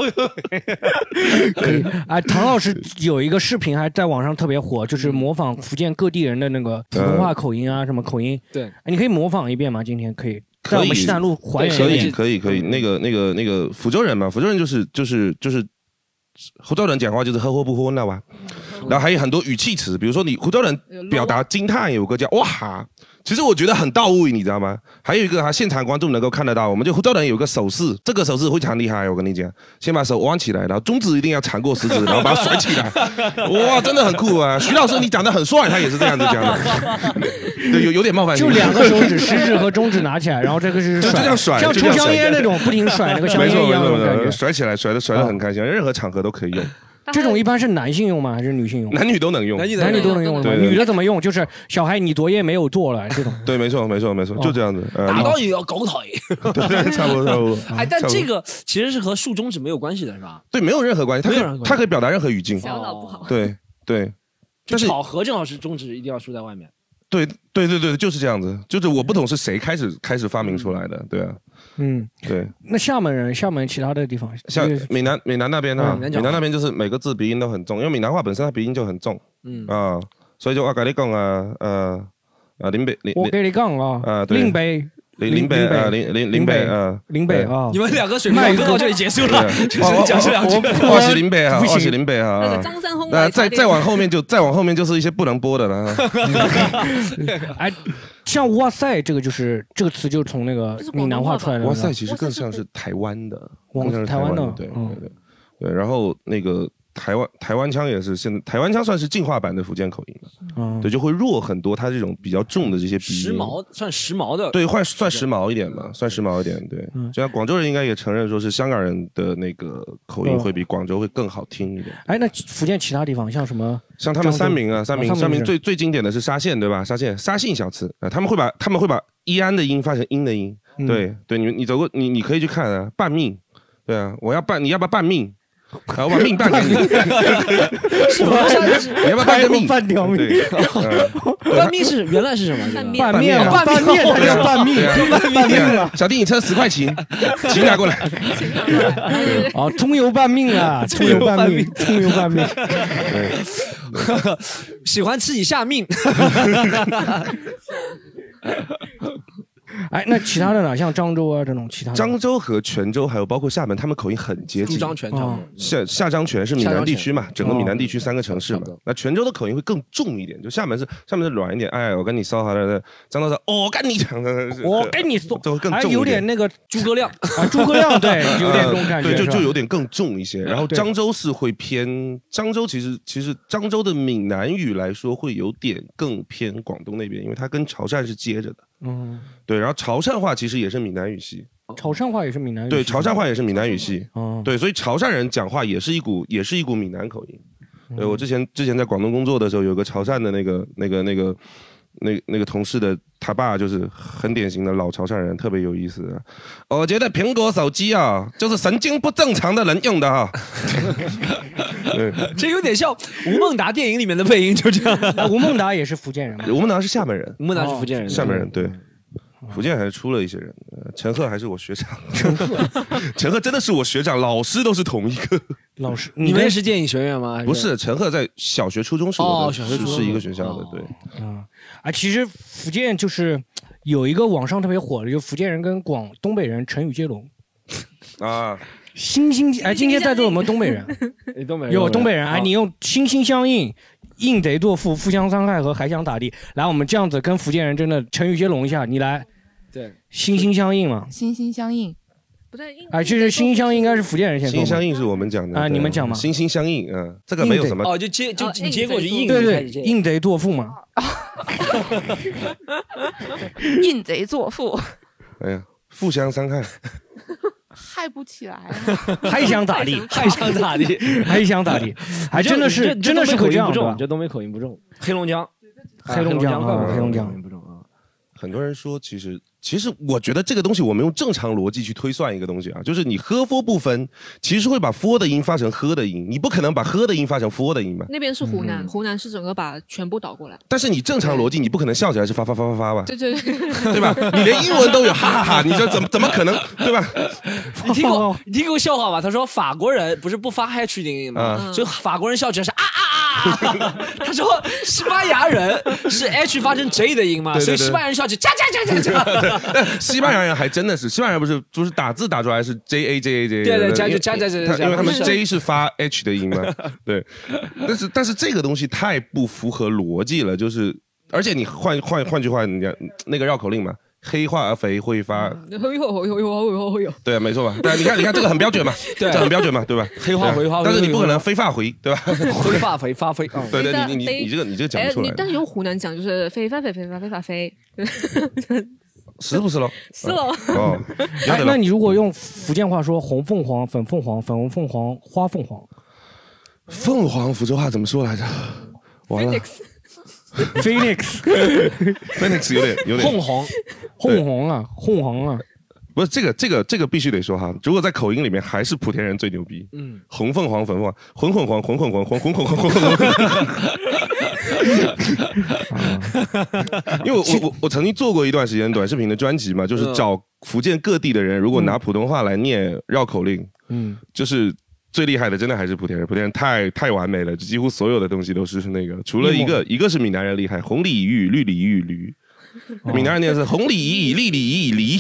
Speaker 4: [laughs]
Speaker 3: 可以。哎，唐老师有一个视频还在网上特别火，就是模仿福建各地人的那
Speaker 2: 嗯
Speaker 3: 个普通话口音啊，什么口音。
Speaker 4: 对
Speaker 3: 哎，你可以模仿一遍吗？今天可以
Speaker 2: 可以
Speaker 3: 在我们西南路还
Speaker 4: 对
Speaker 2: 可
Speaker 3: 原一
Speaker 2: 以
Speaker 3: 遍。
Speaker 2: 可以可以，那个那个那个福州人嘛，福州人就是就是就是，福州人讲话就是呵呵不呵那哇，然后还有很多语气词，比如说你福州人表达惊叹有个叫哇哈，其实我觉得很到位，你知道吗？还有一个哈，现场观众能够看得到，我们就福州人有个手势，这个手势非常厉害，我跟你讲，先把手弯起来，然后中指一定要长过食指，然后把它甩起来，哇，真的很酷啊！徐老师你长得很帅，他也是这样子讲的， [laughs] 对，有有点冒犯性，
Speaker 3: 就两个手指，食指和中指拿起来，然后这个是
Speaker 2: 就
Speaker 3: 甩
Speaker 2: 这样甩
Speaker 3: 像
Speaker 2: 就
Speaker 3: 抽
Speaker 2: 这样
Speaker 3: 香
Speaker 2: 甩
Speaker 3: 烟那种，不停甩那个香
Speaker 2: [laughs] 没错
Speaker 3: 烟一
Speaker 2: 没
Speaker 3: 样
Speaker 2: 错
Speaker 3: 那种
Speaker 2: 没
Speaker 3: 感
Speaker 2: 错，
Speaker 3: 觉。
Speaker 2: 甩起来甩的啊甩的很开心，任何场合都可以用，
Speaker 5: 但它
Speaker 3: 这种一般是男性用吗？还是女性
Speaker 2: [laughs]
Speaker 3: 用？
Speaker 2: 男女都能用。
Speaker 4: 男女
Speaker 3: 男女都能用的吗？
Speaker 2: 对对对
Speaker 3: 女的怎么用？就是小孩，你昨夜没有做了
Speaker 2: [laughs]
Speaker 3: 这种。
Speaker 2: [laughs] 对，没错没错没错，就这样子。呃
Speaker 4: 打到也要狗腿。
Speaker 2: 对对，差不多差不多。
Speaker 4: [laughs] 哎，但
Speaker 2: 嗯差不多
Speaker 4: 这个其实是和竖中指没有关系的，是吧？
Speaker 2: 对没有任何关系，它
Speaker 4: 没有
Speaker 2: 可
Speaker 4: 任
Speaker 2: 以
Speaker 4: 何关系
Speaker 2: 它可以表达任何语境。
Speaker 5: 小脑不好，
Speaker 2: 对对
Speaker 4: 就
Speaker 2: 但是
Speaker 4: 巧合正好是中指一定要竖在外面。
Speaker 2: 对对对对，就是这样子。就是我不懂是谁开始开始发明出来的，对啊
Speaker 3: 嗯，
Speaker 2: 对。
Speaker 3: 那厦门人，厦门其他的地方，
Speaker 2: 像
Speaker 3: 就是
Speaker 2: 闽南闽南那边呢，
Speaker 4: 嗯闽南
Speaker 2: 闽
Speaker 4: 讲话
Speaker 2: 南那边就是每个字鼻音都很重，因为闽南话本身它鼻音就很重
Speaker 4: 嗯，
Speaker 2: 啊，所以就我跟你讲啊，呃啊林北林
Speaker 3: 我跟你讲啊
Speaker 2: 啊，对
Speaker 3: 岭北，
Speaker 2: 林林北
Speaker 3: 林北
Speaker 2: 啊林林
Speaker 3: 林
Speaker 2: 林
Speaker 3: 北
Speaker 2: 北啊，
Speaker 3: 岭北
Speaker 2: 对
Speaker 3: 啊
Speaker 4: 你，们两个水平要到这里结束了，
Speaker 3: [laughs]
Speaker 4: 只
Speaker 2: 哦
Speaker 4: 是讲这两句。
Speaker 2: 二十林北啊，
Speaker 3: 不行
Speaker 2: 二十林北啊
Speaker 5: 那个
Speaker 2: 啊。
Speaker 5: 张三丰
Speaker 2: 那
Speaker 5: 奶
Speaker 2: 再
Speaker 5: 茶店
Speaker 2: 再往后面就再往后面就是一些不能播的
Speaker 3: [laughs]
Speaker 2: 了啊。
Speaker 3: 哎，像哇塞这个就是这个词，就是从那个
Speaker 5: 这是广东
Speaker 3: 闽南话
Speaker 5: 话吧
Speaker 3: 出来的。
Speaker 2: 哇塞，其实更像是台湾的，
Speaker 3: 往
Speaker 2: 更像是
Speaker 3: 台
Speaker 2: 湾
Speaker 3: 湾的
Speaker 2: 对
Speaker 3: 嗯
Speaker 2: 对对对。然后那个台湾台湾腔也是现在台湾腔算是进化版的福建口音了，
Speaker 3: 嗯，
Speaker 2: 对，就会弱很多，它这种比较重的这些鼻
Speaker 4: 时
Speaker 2: 音。
Speaker 4: 髦算时髦的，
Speaker 2: 对，换算时髦一点吧，算时髦一点。对，
Speaker 3: 嗯
Speaker 2: 就像广州人应该也承认，说是香港人的那个口音
Speaker 3: 嗯
Speaker 2: 会比广州会更好听一点。
Speaker 3: 哎，那福建其他地方像
Speaker 2: [laughs]
Speaker 3: 什么？
Speaker 2: 像他们
Speaker 3: 漳州
Speaker 2: 三明啊，三明
Speaker 3: 啊三明
Speaker 2: 三明
Speaker 3: 是
Speaker 2: 最最经典的是沙县，对吧？沙县沙县小吃啊，他们会把他们会把一安的音发成音的音，
Speaker 3: 嗯
Speaker 2: 对对，你你走过你你可以去看啊，拌命，对啊，我要拌，你要不要拌命？啊，我把命办给你，
Speaker 4: 是吗？
Speaker 2: [laughs] 你要不要办个命？
Speaker 3: 半条 [laughs] 命，
Speaker 2: 对，嗯
Speaker 4: 拌面是原来是什么？这
Speaker 5: 拌
Speaker 4: 个
Speaker 5: 面
Speaker 2: 面
Speaker 3: 半面嘛，半面
Speaker 2: [laughs]
Speaker 3: 它叫半命，半命
Speaker 2: 对啊
Speaker 3: 了。
Speaker 2: 小弟，你车十块钱，
Speaker 3: [laughs]
Speaker 2: 请拿过来。 [laughs]
Speaker 5: 请拿过来
Speaker 3: 啊，葱油拌面啊，葱油拌面，葱油拌面。
Speaker 2: [laughs] 对，
Speaker 4: [laughs] 喜欢吃以下命，
Speaker 3: 哎，那其他的呢？像漳州啊这种其他的
Speaker 2: 漳州和泉州还有包括厦门，他们口音很接
Speaker 4: 主
Speaker 2: 近。
Speaker 4: 张全场。
Speaker 2: 下下漳泉是闽南地区嘛，整个闽南地
Speaker 3: 哦
Speaker 2: 区三个城市嘛
Speaker 4: 差不多，
Speaker 2: 那泉州的口音会更重一点，就厦门是厦门是软一点，哎，我跟你说好了，漳州是我跟你讲的，
Speaker 3: 哦我跟你
Speaker 2: [laughs]
Speaker 3: 说，
Speaker 2: 都更
Speaker 3: 哎，
Speaker 2: 重
Speaker 3: 有
Speaker 2: 一
Speaker 3: 点
Speaker 2: 点。呃
Speaker 3: 那个
Speaker 4: 诸葛
Speaker 2: [laughs]
Speaker 4: 亮，
Speaker 3: 啊，诸葛亮对，有点这种感觉，
Speaker 2: 啊对，就是
Speaker 3: 吧啊
Speaker 2: 就有点更重一些。然后
Speaker 3: 对
Speaker 2: 漳州是会偏，漳州其实其实漳州的闽南语来说会有点更偏广东那边，因为它跟潮汕是接着的。
Speaker 3: 嗯，
Speaker 2: 对，然后潮汕话其实也是闽南语系，
Speaker 3: 潮汕话也哎是闽南语，
Speaker 2: 哦对，潮汕，话也是闽南语系，
Speaker 3: 嗯，
Speaker 2: 对，所以潮汕人讲话也是一股也是一股闽南口音。对我之前之前在广东工作的时候，有个潮汕的那个那个那个那那个同事的他爸就是很典型的老潮汕人，特别有意思。啊我觉得苹果手机啊，就是神经不正常的人用的啊。 [laughs] 对，
Speaker 4: 这有点像吴孟达电影里面的配音，就
Speaker 2: 哦
Speaker 4: 这样。
Speaker 3: 哎，吴孟达也是福建
Speaker 2: [laughs]
Speaker 3: 人嘛，
Speaker 2: 我们当是厦门人，
Speaker 4: 吴孟达是福建人，
Speaker 2: 厦门人对。福建还是出了一些人，呃陈赫还是我学长， [laughs] 陈赫真的是我学长，老师都是同一个。
Speaker 3: 老师，
Speaker 4: 你们
Speaker 3: 跟
Speaker 4: 也是电影学院吗？还
Speaker 2: 不，是，陈赫在小学、初中是
Speaker 4: 哦
Speaker 2: 我的，
Speaker 4: 小学
Speaker 2: 是
Speaker 4: 初中
Speaker 2: 是一个学校的，
Speaker 4: 哦
Speaker 2: 对。
Speaker 3: 啊啊，其实福建就是有一个网上特别火的，就是福建人跟广东北人成语接龙。
Speaker 4: 哦
Speaker 2: 啊，
Speaker 3: 心心哎，今天在座有没有东北
Speaker 2: [laughs]
Speaker 3: 人？
Speaker 4: 东北
Speaker 3: 有东北人哎，你用心心相印，印贼作父，互相伤害和还想咋地？来，我们这样子跟福建人真的成语接龙一下，你来
Speaker 4: 对
Speaker 3: 心心相印嘛？
Speaker 7: 心心相印，
Speaker 5: 不对，应
Speaker 3: 哎，其实心心相印应该是福建人先
Speaker 2: 心心
Speaker 3: 说嘛。
Speaker 2: 相印是我们讲的
Speaker 3: 啊
Speaker 2: 对
Speaker 3: 你们讲吗
Speaker 2: 心心相印，嗯，这个没有什么，
Speaker 4: 哦，就接就
Speaker 5: 哦
Speaker 4: 你接过去硬
Speaker 5: 硬
Speaker 3: 对对，
Speaker 4: 硬 [laughs]
Speaker 3: 印贼作父嘛。
Speaker 7: 印贼作父，
Speaker 2: 哎呀，互相伤害，
Speaker 7: 嗨不起来啊。
Speaker 3: 还想咋地？
Speaker 2: [laughs]
Speaker 4: 还想咋 [laughs] 地？
Speaker 3: 还想咋地？还真的是，真的是会这样的。
Speaker 4: 东北口音不重，啊黑龙江，
Speaker 3: 啊黑龙江
Speaker 4: 怪不
Speaker 3: 啊，
Speaker 4: 得
Speaker 3: 黑龙
Speaker 4: 口
Speaker 3: 江
Speaker 4: 音不重啊。
Speaker 2: 很多人说，其实其实我觉得这个东西，我们用正常逻辑去推算一个东西啊，就是你喝佛不分，其实会把佛的音发成喝的音，你不可能把喝的音发成佛的音吧？
Speaker 5: 那边是湖
Speaker 2: 嗯
Speaker 5: 南，湖南是整个把全部倒过来。
Speaker 2: 但是你正常逻辑，你不可能笑起来是发发发发发吧？
Speaker 5: 对对对， [laughs]
Speaker 2: 对吧？你连英文都有哈哈哈，你这怎么怎么可能对吧？
Speaker 4: [laughs] 你听 [laughs] 过你听过笑话吗？他说法国人不是不发 h 音吗？
Speaker 5: 嗯
Speaker 4: 所以法国人笑起来是啊啊啊啊 [laughs] 啊！他说西班牙人是 h 发成 j 的音嘛，
Speaker 2: 对对
Speaker 4: 所以
Speaker 2: 对
Speaker 4: 西班牙人笑起加加加加加，
Speaker 2: [laughs] 西班牙人还真的是，西班牙人不是就是打字打出来是 J A J A J，
Speaker 4: 对对加
Speaker 2: 因为
Speaker 4: 加加加
Speaker 2: 他
Speaker 4: 加
Speaker 2: 因为他们
Speaker 4: [laughs] 不是
Speaker 2: J 是发 H 的音嘛，对，但是但是这个东西太不符合逻辑了，就是而且你换换换句话，你讲那个绕口令嘛。黑化而肥会发，
Speaker 4: 嗯
Speaker 5: 哎呦哎呦哎呦哎呦哎呦，
Speaker 2: 对啊，没错吧？但你看，你看这个很标准嘛，
Speaker 4: [laughs] 对啊
Speaker 2: 这很标准嘛，对吧？
Speaker 4: 黑化
Speaker 2: 对啊
Speaker 4: 回化
Speaker 2: 但是
Speaker 4: 回
Speaker 2: 你不可能非发回，对吧？ [laughs]
Speaker 4: 飞发肥发飞。嗯
Speaker 2: 对对，你你
Speaker 5: 非
Speaker 2: 你你这个你这个讲
Speaker 5: 哎
Speaker 2: 不出，来
Speaker 5: 你，但是用湖南讲就是飞发飞飞发飞发飞，
Speaker 2: 是不是咯？
Speaker 5: 是喽， [laughs]
Speaker 2: 哦，要
Speaker 3: 哎
Speaker 2: 得，嗯
Speaker 3: 那
Speaker 2: 了。
Speaker 3: 你如果用福建话说红凤凰、粉凤凰、粉红凤凰、花凤凰、
Speaker 2: 凤凰福州话怎么说来着？完了
Speaker 3: Phoenix、
Speaker 2: [laughs] ，Phoenix 有点有点
Speaker 4: 碰红，
Speaker 3: [laughs] 凤凰啊、凤凰啊，
Speaker 2: 不是这个，这个，这个必须得说哈。如果在口音里面，还是莆田人最牛逼。
Speaker 4: 嗯，
Speaker 2: 红凤凰、粉凤凰，混混黄、混混黄、混混混混混混。因为我我我我曾经做过一段时间短视频的专辑嘛，就是找福建各地的人，如果拿普通话来念绕口令，
Speaker 3: 嗯，
Speaker 2: 就是最厉害的，真的还是莆田人。莆田人太太完美了，几乎所有的东西都是那个，除了一个一个是闽南人厉害，红鲤鱼、绿鲤鱼、驴。闽南人念的是红鲤鱼、绿鲤鱼、梨。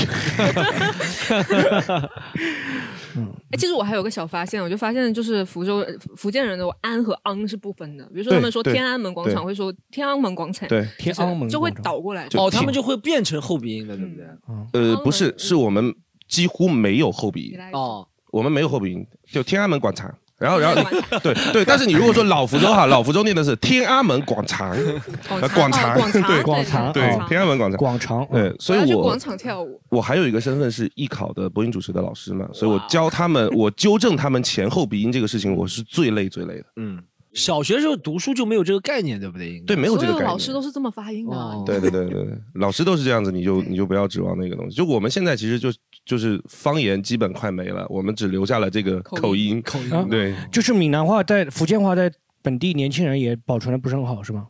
Speaker 5: 哎，其实我还有个小发现，我就发现就是福州福建人的安和昂是不分的，比如说他们说
Speaker 2: 对对
Speaker 5: 天安门广场会说天安门广
Speaker 2: [laughs]
Speaker 5: 场，
Speaker 2: 对，
Speaker 3: 天
Speaker 5: 就是
Speaker 3: 安门
Speaker 5: 就会
Speaker 3: 广场
Speaker 5: 倒过来。
Speaker 2: 就
Speaker 4: 哦，他
Speaker 2: 挺
Speaker 4: 们就会变成后鼻音的，对不对？
Speaker 2: 呃
Speaker 5: 哦，
Speaker 2: 不是
Speaker 5: 我，
Speaker 2: 是我们几乎没有后鼻
Speaker 5: 你
Speaker 2: 音，
Speaker 5: 来一次
Speaker 4: 哦，
Speaker 2: 我们没有后鼻音，就天安门广场。然后，然 [laughs] 后
Speaker 5: 广，
Speaker 2: 对对，但是你如果说老福州哈，老福州念的是天安门广场，
Speaker 5: 场
Speaker 2: 广场
Speaker 5: 哦广场
Speaker 2: 对
Speaker 3: 广
Speaker 2: [laughs]
Speaker 3: 场
Speaker 2: 对
Speaker 3: 哦，
Speaker 2: 天安门广场。
Speaker 3: 广场，嗯
Speaker 2: 对，所以
Speaker 5: 去
Speaker 2: 我
Speaker 5: 广场跳舞，
Speaker 2: 我还有一个身份是艺考的播音主持的老师嘛，所以我教他们，我纠正他们前后鼻音这个事情，我是最累最累的。
Speaker 4: 嗯，小学时候读书就没有这个概念，对不对？应该
Speaker 2: 对，没有这个
Speaker 5: 所
Speaker 2: 概
Speaker 5: 有
Speaker 2: 念。
Speaker 5: 老师都是这么发音的啊。
Speaker 4: 哦
Speaker 2: 对对对对，对，老师都是这样子，你就你就不要指望那个东西。就我们现在其实就就是方言基本快没了，我们只留下了这个口音。
Speaker 4: 口音
Speaker 3: 啊
Speaker 2: 对，
Speaker 3: 就是闽南话在福建话在本地年轻人也保存的不是很好，是吗？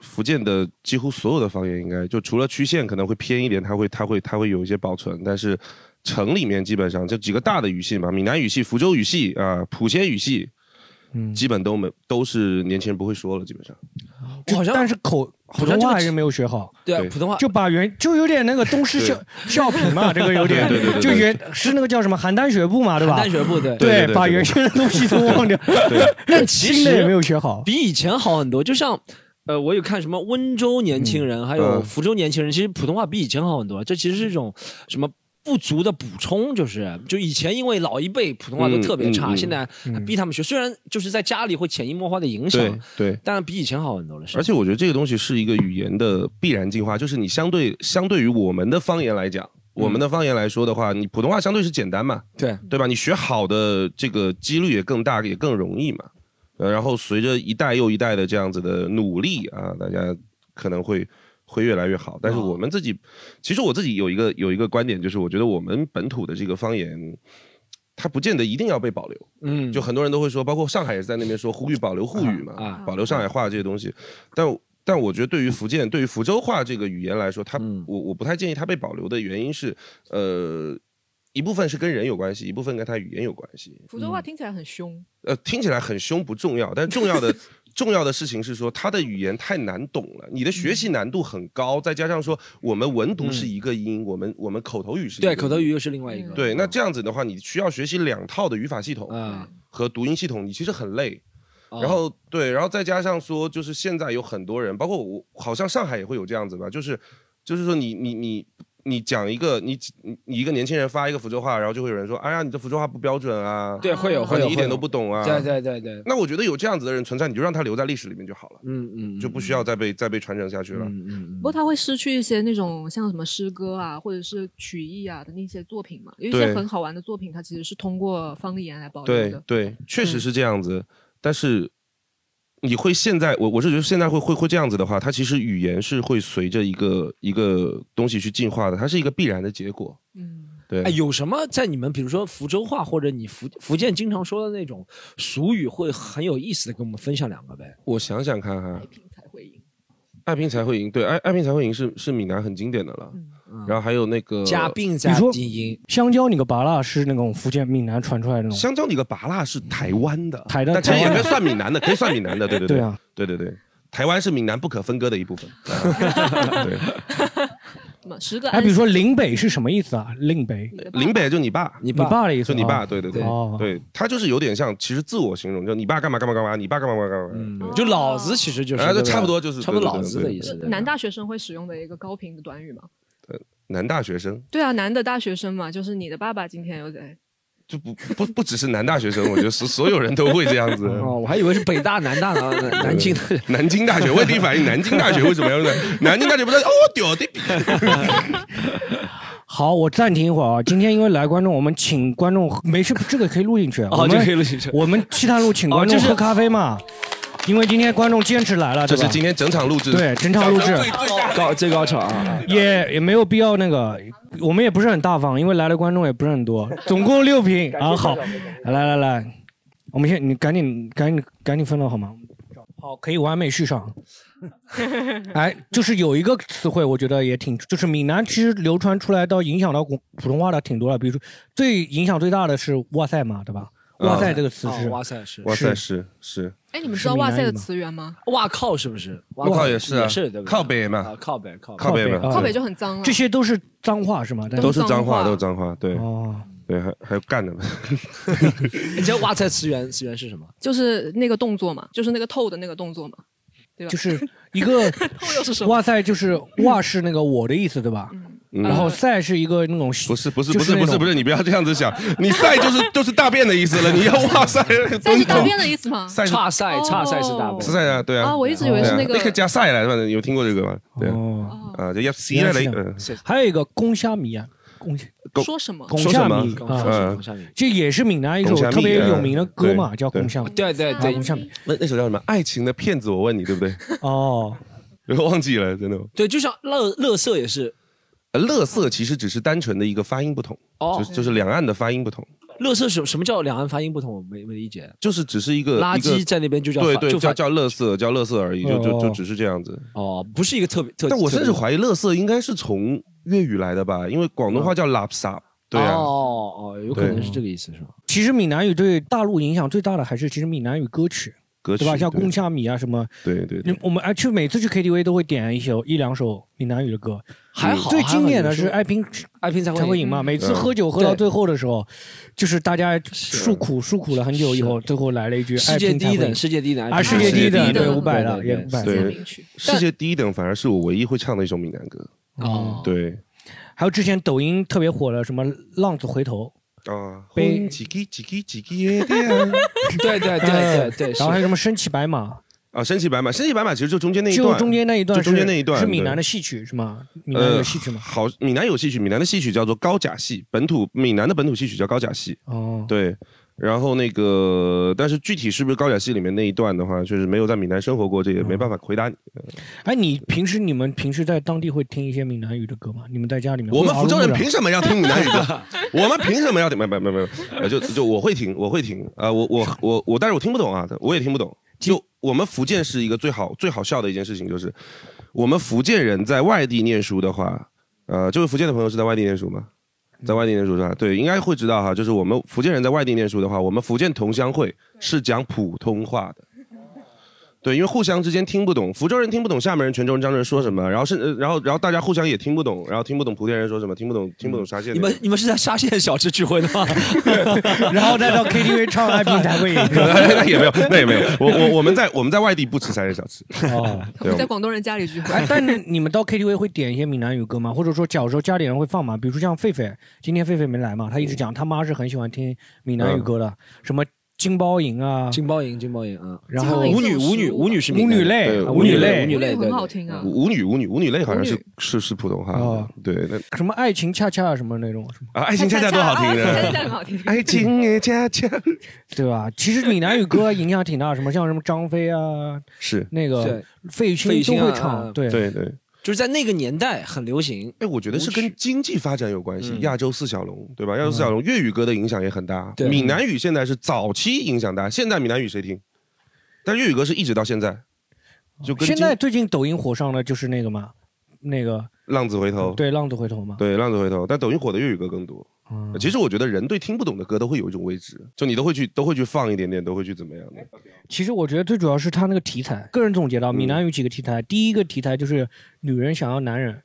Speaker 2: 福建的几乎所有的方言，应该就除了区县可能会偏一点，它会它会它会有一些保存，但是城里面基本上就几个大的语系嘛，闽南语系、福州语系啊、普仙语系，
Speaker 3: 嗯，
Speaker 2: 基本都没都是年轻人不会说了，基本上。
Speaker 4: 我好像
Speaker 3: 但是口
Speaker 4: 好
Speaker 3: 普
Speaker 4: 像
Speaker 3: 通
Speaker 4: 这个
Speaker 3: 话还是没有学好，
Speaker 4: 对啊
Speaker 2: 对
Speaker 4: 普通话
Speaker 3: 就把原就有点那个东施效效颦 [laughs] 嘛，这个有点
Speaker 2: 对对对对
Speaker 3: 就
Speaker 2: 对
Speaker 3: 原是那个叫什么邯郸学步嘛，对吧
Speaker 4: 邯郸？学步对。
Speaker 2: 对对对
Speaker 3: 把
Speaker 2: 对
Speaker 3: 原先的东西都忘掉，
Speaker 4: [laughs] 但其
Speaker 3: 新的也没
Speaker 4: 实
Speaker 3: 有学好。
Speaker 4: 比以前好很多，就像。呃，我有看什么温州年轻人，还有
Speaker 2: 嗯
Speaker 4: 福州年轻人，其实普通话比以前好很多。这其实是一种什么不足的补充，就是就以前因为老一辈普通话都
Speaker 2: 嗯
Speaker 4: 特别差，
Speaker 2: 嗯嗯
Speaker 4: 现在
Speaker 3: 嗯
Speaker 4: 逼他们学，虽然就是在家里会潜移默化的影响，
Speaker 2: 对对。
Speaker 4: 但比以前好很多了。是
Speaker 2: 而且我觉得这个东西是一个语言的必然进化，就是你相对相对于我们的方言来讲，我们的方言来说的话，你普通话相对是简单嘛，
Speaker 4: 嗯对
Speaker 2: 对吧？你学好的这个几率也更大，也更容易嘛。呃，然后随着一代又一代的这样子的努力啊，大家可能会会越来越好。但是
Speaker 4: 哦
Speaker 2: 我们自己，其实我自己有一个有一个观点，就是我觉得我们本土的这个方言。它不见得一定要被保留，
Speaker 4: 嗯，
Speaker 2: 就很多人都会说，包括上海也是在那边说呼吁保留沪语嘛，
Speaker 4: 啊
Speaker 2: 保留上海话这些东西。但但我觉得对于福建、对于福州话这个语言来说，它、
Speaker 4: 嗯
Speaker 2: 我我不太建议它被保留的原因是，呃，一部分是跟人有关系，一部分跟它语言有关系。
Speaker 5: 福
Speaker 3: 嗯
Speaker 5: 州话听起来很凶，
Speaker 2: 呃，听起来很凶不重要，但重要
Speaker 4: [laughs]
Speaker 2: 的重要的事情是说，它的语言太难懂了，你的学
Speaker 4: 嗯
Speaker 2: 习难度很高，再加上说我们文读是一个音，我们我们口头语是一个
Speaker 4: 对
Speaker 2: 音
Speaker 4: 口头语。又是另外一个。
Speaker 2: 嗯对，那这样子的话，你需要学习两套的语法系统
Speaker 4: 啊，
Speaker 2: 和读音系统，你其实很累。
Speaker 4: 哦
Speaker 2: 然后对，然后再加上说，就是现在有很多人，包括我，好像上海也会有这样子吧，就是就是说你你你你讲一个你你你一个年轻人发一个福州话，然后就会有人说，哎呀，你这福州话不标准啊，
Speaker 4: 对会有
Speaker 2: 啊
Speaker 4: 会有
Speaker 2: 你一点都
Speaker 4: 不。
Speaker 2: 不懂啊。
Speaker 4: 对对对对，
Speaker 2: 那我觉得有这样子的人存在，你就让他留在历史里面就好了，
Speaker 4: 嗯嗯，
Speaker 2: 就不需要再被再被传承下去了。
Speaker 4: 嗯嗯
Speaker 5: 不过它会失去一些那种像什么诗歌啊，或者是曲艺啊的那些作品嘛，有一些
Speaker 2: 对
Speaker 5: 很好玩的作品，它其实是通过方言来保留
Speaker 2: 哦对
Speaker 5: 的。
Speaker 2: 对，确实是这样子。
Speaker 4: 嗯
Speaker 2: 但是你会现在，我我是觉得现在会会会这样子的话，它其实语言是会随着一个一个东西去进化的，它是一个必然的结果。
Speaker 5: 嗯，
Speaker 2: 对，
Speaker 4: 哎，有什么在你们比如说福州话或者你福福建经常说的那种俗语，会很有意思的跟我们分享两个呗？
Speaker 2: 我想想看哈、
Speaker 5: 太平才会赢。
Speaker 2: 爱拼才会赢，对，爱爱拼才会赢是是闽南很经典的了。
Speaker 5: 嗯
Speaker 2: 然后还有那个
Speaker 4: 加并加
Speaker 3: 你说
Speaker 4: 精英，
Speaker 3: 香蕉你个拔辣是那种福建闽南传出来的那种，
Speaker 2: 香蕉，你个拔辣是台湾的，
Speaker 3: 台的
Speaker 2: 但其实
Speaker 3: 台
Speaker 2: 也
Speaker 3: 湾
Speaker 2: 可以算闽南的，可以算闽南的，对对
Speaker 3: 对啊，
Speaker 2: 对对对，台湾是闽南不可分割的一部分。对，
Speaker 5: 什么十个
Speaker 3: 哎，
Speaker 5: 安
Speaker 3: 比如说岭北是什么意思啊？岭北，
Speaker 5: 你的爸
Speaker 2: 林北就你爸，
Speaker 3: 你
Speaker 4: 你爸
Speaker 3: 爸的意思
Speaker 2: 就
Speaker 3: 啊？
Speaker 2: 你爸，对对对，
Speaker 3: 哦，
Speaker 2: 对他就是有点像，其实自我形容，就你爸干嘛干嘛干嘛，你爸干嘛干嘛干嘛，
Speaker 4: 嗯
Speaker 5: 对，
Speaker 4: 就老子其实就是
Speaker 2: 哎
Speaker 4: 对
Speaker 2: 这
Speaker 4: 吧
Speaker 2: 差不多就是
Speaker 4: 差不多
Speaker 2: 对对
Speaker 4: 老
Speaker 2: 对
Speaker 4: 子
Speaker 2: 对
Speaker 4: 的意
Speaker 5: 哦就
Speaker 4: 思。对吧
Speaker 5: 男大学生会使用的一个高频的短语嘛？
Speaker 2: 男大学生
Speaker 5: 对啊，男的大学生嘛，就是你的爸爸今天又在
Speaker 2: 就不不不只是男大学生，我觉得所所有人都会这样子。
Speaker 4: 哦，我还以为是北大、南大、
Speaker 2: [laughs]
Speaker 4: 南南京的。
Speaker 2: 南京大学，我也第一反应，南京大学为什么 [laughs] 要用呢？南京大学不是哦屌的比，
Speaker 3: 好，我暂停一会儿啊。今天因为来观众，我们请观众没事，这个可以录进去。我
Speaker 4: [laughs] 哦，就可以
Speaker 3: 们
Speaker 4: 录进去。
Speaker 3: 我们西坛路请观
Speaker 4: 哦
Speaker 3: 众
Speaker 4: 这是
Speaker 3: 喝咖啡嘛，因为今天观众坚持来了，
Speaker 2: 这
Speaker 3: 对
Speaker 2: 是
Speaker 3: 吧？
Speaker 2: 今天整场录制，
Speaker 3: 对整场录制
Speaker 2: 掌声最最大
Speaker 4: 高最高潮啊！
Speaker 3: [laughs] 也也没有必要那个，我们也不是很大方，因为来的观众也不是很
Speaker 4: [laughs]
Speaker 3: 多，总共六瓶啊。好，来来来，我们先你赶紧赶紧赶紧分了好吗？好，可以完美续 [laughs] 上。哎，就是有一个词汇，我觉得也挺，就是闽南其实流传出来到影响到古普通话的挺多了，比如说最影响最大的是“哇塞”嘛，对吧？“
Speaker 2: 嗯
Speaker 3: 哇塞”这个词
Speaker 4: 哦
Speaker 3: 是，
Speaker 4: 哇塞是
Speaker 2: 哇塞，是是，
Speaker 5: 哎，你们知
Speaker 3: 是
Speaker 5: 道“哇
Speaker 3: 闽南
Speaker 5: 塞”的
Speaker 3: 语吗
Speaker 5: 词源吗？
Speaker 4: 哇靠是不是？哇
Speaker 2: 靠也是
Speaker 4: 是
Speaker 2: 啊
Speaker 4: 是对不对
Speaker 2: 靠北嘛
Speaker 4: 啊靠北靠北
Speaker 2: 靠北
Speaker 3: 啊
Speaker 2: 嘛，
Speaker 5: 靠北就很脏了。
Speaker 3: 这些都是脏话是吗？但
Speaker 2: 都是脏
Speaker 5: 都是脏话
Speaker 2: 话，都是脏话，对
Speaker 3: 哦，
Speaker 2: 对，还还有干的， [laughs]
Speaker 4: 你知道哎哇塞词源词源是什么？
Speaker 5: 就是那个动作嘛，就是那个透的那个动作嘛。
Speaker 3: 就是一 [laughs] 个
Speaker 5: 透又是什么？
Speaker 3: 哇塞，就是哇是那个我的意思对吧？
Speaker 2: 嗯
Speaker 3: 然
Speaker 5: 呃
Speaker 3: 后塞是一个那种
Speaker 2: 不是不是
Speaker 3: 就
Speaker 2: 不
Speaker 3: 是
Speaker 2: 是
Speaker 3: 那
Speaker 2: 不是
Speaker 3: 种
Speaker 2: 不是，你不要这样子想，你赛就是 [laughs] 就是大便的意思了，你要哇塞，
Speaker 5: 塞
Speaker 2: 蹲
Speaker 5: 是
Speaker 2: 头
Speaker 5: 大便的意思吗？
Speaker 2: 赛是
Speaker 4: 差赛
Speaker 5: 哦
Speaker 4: 差赛是大北
Speaker 2: 是赛啊，对啊，
Speaker 5: 啊，我一直以为是那
Speaker 2: 对啊那个
Speaker 5: 个。
Speaker 2: 加赛来的，反正有听过这个吧？对啊
Speaker 3: 哦，
Speaker 5: 哦
Speaker 2: 啊，就 F C
Speaker 3: 原来
Speaker 2: 来
Speaker 3: 是
Speaker 2: 的
Speaker 3: 这样
Speaker 2: 嗯，
Speaker 3: 还有一个公虾米啊，贡
Speaker 2: 贡
Speaker 5: 说什么？
Speaker 3: 贡
Speaker 2: 说
Speaker 3: 夏
Speaker 2: 什么
Speaker 3: 米
Speaker 4: 搞
Speaker 3: 啊，
Speaker 4: 笑
Speaker 2: 嗯
Speaker 4: 搞笑
Speaker 3: 这也是闽南一首
Speaker 2: 贡夏米
Speaker 3: 特别有名的歌嘛，
Speaker 2: 嗯
Speaker 3: 叫《贡夏米》
Speaker 4: 对对
Speaker 3: 啊，
Speaker 4: 对
Speaker 3: 贡夏米
Speaker 2: 那那首叫什么？爱情的骗子，我问你，对不对？ [laughs]
Speaker 3: 哦，
Speaker 2: 忘记了，真的。
Speaker 4: 对，就像乐乐色也是，
Speaker 2: 呃乐色其实只是单纯的一个发音不同，
Speaker 4: 哦
Speaker 2: 就是就是两岸的发音不同，
Speaker 4: 乐色什什么叫两岸发音不同？我没没理解。
Speaker 2: 就是只是一个
Speaker 4: 垃
Speaker 2: 呃一
Speaker 4: 圾
Speaker 2: 个
Speaker 4: 在那边就叫
Speaker 2: 对
Speaker 4: 发
Speaker 2: 对
Speaker 4: 就
Speaker 2: 叫
Speaker 4: 发
Speaker 2: 叫乐色叫乐色而已，就就
Speaker 3: 哦
Speaker 2: 就只是这样子。
Speaker 4: 哦，不是一个特别特。
Speaker 2: 但我甚至
Speaker 4: 怀
Speaker 2: 怀疑乐色应该是从粤语来的吧，因为广东话叫 lap s a 对啊，
Speaker 4: 哦哦，有可能是这个意思是吧？
Speaker 3: 其实闽南语对大陆影响最大的还是其实闽南语歌曲，
Speaker 2: 歌曲
Speaker 3: 对吧？像《
Speaker 2: 对
Speaker 3: 贡夏米》啊什么，
Speaker 2: 对对
Speaker 3: 你
Speaker 2: 对，
Speaker 3: 我们哎去每次去 KTV 都会点一首一两首闽南语的歌，嗯
Speaker 4: 还好
Speaker 3: 最经典的是《
Speaker 4: 爱
Speaker 3: 爱拼
Speaker 4: 爱拼才
Speaker 3: 才
Speaker 4: 会
Speaker 3: 会
Speaker 4: 赢。
Speaker 3: 赢嘛。
Speaker 5: 嗯
Speaker 3: 每次
Speaker 2: 嗯
Speaker 3: 喝酒喝到
Speaker 4: 对
Speaker 3: 最后的时候，就是大家诉苦诉苦了很久以后，最后来了一句“
Speaker 4: 世界第一等，
Speaker 3: 爱拼
Speaker 4: 世界第一等，
Speaker 3: 才会赢”，啊，世界第一等，对，五百的也五百
Speaker 2: 对
Speaker 3: 的。
Speaker 5: 三明区
Speaker 2: 世界第一等反而是我唯一会唱的一首闽南歌，
Speaker 4: 哦，
Speaker 2: 对
Speaker 3: 还有之前抖音特别火的什么“浪子回头
Speaker 2: 啊，
Speaker 3: 被
Speaker 2: 哼几几几几几几的呀
Speaker 4: 对对对对 [laughs] 对”，，
Speaker 3: 然后还有什么“身骑白马
Speaker 2: 啊，身骑白马，身骑白马其实就中间”，那一
Speaker 3: 就
Speaker 2: 段，
Speaker 3: 中间那一段，
Speaker 2: 就是中间那一段
Speaker 3: 是闽
Speaker 2: 对呃
Speaker 3: 南的戏曲是吗？闽南的戏曲吗？
Speaker 2: 好，闽南有戏曲，闽南的戏曲叫做高甲戏，本土闽南的本土戏曲叫高甲戏，
Speaker 3: 哦，
Speaker 2: 对。然后那个，但是具体是不是高甲戏里面那一段的话，确实没有在闽南生活过，这也没办法回答你。
Speaker 3: 哎，你平时你们平时在当地会听一些闽南语的歌吗？你们在家里面会
Speaker 2: 我们
Speaker 3: 耳
Speaker 2: 福州
Speaker 3: 濡
Speaker 2: 人
Speaker 3: 目染
Speaker 2: 凭什么要听闽南语 [laughs] 歌？我们凭什么要听？没没没没，呃就就我会听，我会听啊、呃我我我我，但是我听不懂啊，我也听不懂。就我们福建是一个最好最好笑的一件事情，就是我们福建人在外地念书的话，呃，这位福建的朋友是在外地念书吗？在外地念书是吧？对，应该会知道哈。就是我们福建人在外地念书的话，我们福建同乡会是讲普通话的。对，因为互相之间听不懂，福州人听不懂厦门人、泉州人、漳州人说什么，然后甚至，然后然后大家互相也听不懂，然后听不懂莆田人说什么，听不懂听不懂沙县
Speaker 4: 你
Speaker 2: 人。》
Speaker 4: 们你们是在沙县小吃聚会的 [laughs] 吗？
Speaker 3: 然后再到 KTV 唱《爱拼才会赢
Speaker 2: [laughs] 那也没有，那也没有。我我我们在我们在外地不吃沙县小吃，
Speaker 3: 哦。
Speaker 5: 他
Speaker 2: [laughs] 对
Speaker 5: 们在广东人家里聚会
Speaker 3: 哎，，但你们到 KTV 会点一些闽南语歌吗？或者说小时候家里人会放吗？比如说像狒狒，今天狒狒没来嘛，他一直讲他妈是很喜欢听闽南语歌
Speaker 2: 嗯
Speaker 3: 的，什么金包银啊，
Speaker 4: 金包银，金包银啊！
Speaker 3: 然后
Speaker 5: 金包
Speaker 4: 舞
Speaker 5: 银
Speaker 4: 女，舞女，舞女是
Speaker 3: 舞女类，
Speaker 2: 对
Speaker 3: 啊
Speaker 2: 舞
Speaker 3: 女
Speaker 2: 女类
Speaker 4: 舞女类
Speaker 5: 很好听啊
Speaker 2: 舞舞女舞女舞女类好像是
Speaker 5: 舞女
Speaker 2: 是是普通话
Speaker 3: 哦
Speaker 2: 的。对，那
Speaker 3: 什么爱情恰恰什么那种，
Speaker 2: 啊，爱情恰恰多好听
Speaker 5: [laughs] 恰恰
Speaker 2: [laughs] 的，
Speaker 5: 恰很好听。
Speaker 2: 爱情也恰恰
Speaker 3: 对吧？其实闽南语歌影响挺大，什么像什么张飞啊，
Speaker 2: 是
Speaker 3: 那个
Speaker 4: 对，
Speaker 3: 费玉
Speaker 4: 费
Speaker 3: 清
Speaker 4: 玉清
Speaker 3: 都会
Speaker 4: 啊
Speaker 3: 唱，
Speaker 4: 啊
Speaker 3: 对
Speaker 2: 对对。
Speaker 4: 就是在那个年代很流行。
Speaker 2: 哎，我觉得是
Speaker 4: 舞
Speaker 2: 跟
Speaker 4: 曲
Speaker 2: 经济发展有关系。
Speaker 4: 嗯
Speaker 2: 亚洲四小龙，对
Speaker 3: 嗯
Speaker 2: 吧？亚洲四小龙粤语歌的影响也很大。
Speaker 4: 对
Speaker 2: 闽南语现在是早期影响大，现在闽南语谁听？但粤语歌是一直到现在，就跟
Speaker 3: 哦现
Speaker 2: 经
Speaker 3: 在最近抖音火上的就是那个嘛，那个
Speaker 2: 浪子回头，
Speaker 3: 对《浪子回头》嘛。
Speaker 2: 哦对浪子回头。但抖音火的粤语歌更多。
Speaker 3: 嗯，
Speaker 2: 其实我觉得人对听不懂的歌都会有一种微执，就你都会去都会去放一点点，都会去怎么样的？
Speaker 3: 其实我觉得最主要是他那个题材。个人总结到
Speaker 2: 嗯
Speaker 3: 闽南语几个题材，第一个题材就是女人想要
Speaker 2: [laughs]
Speaker 3: 男人，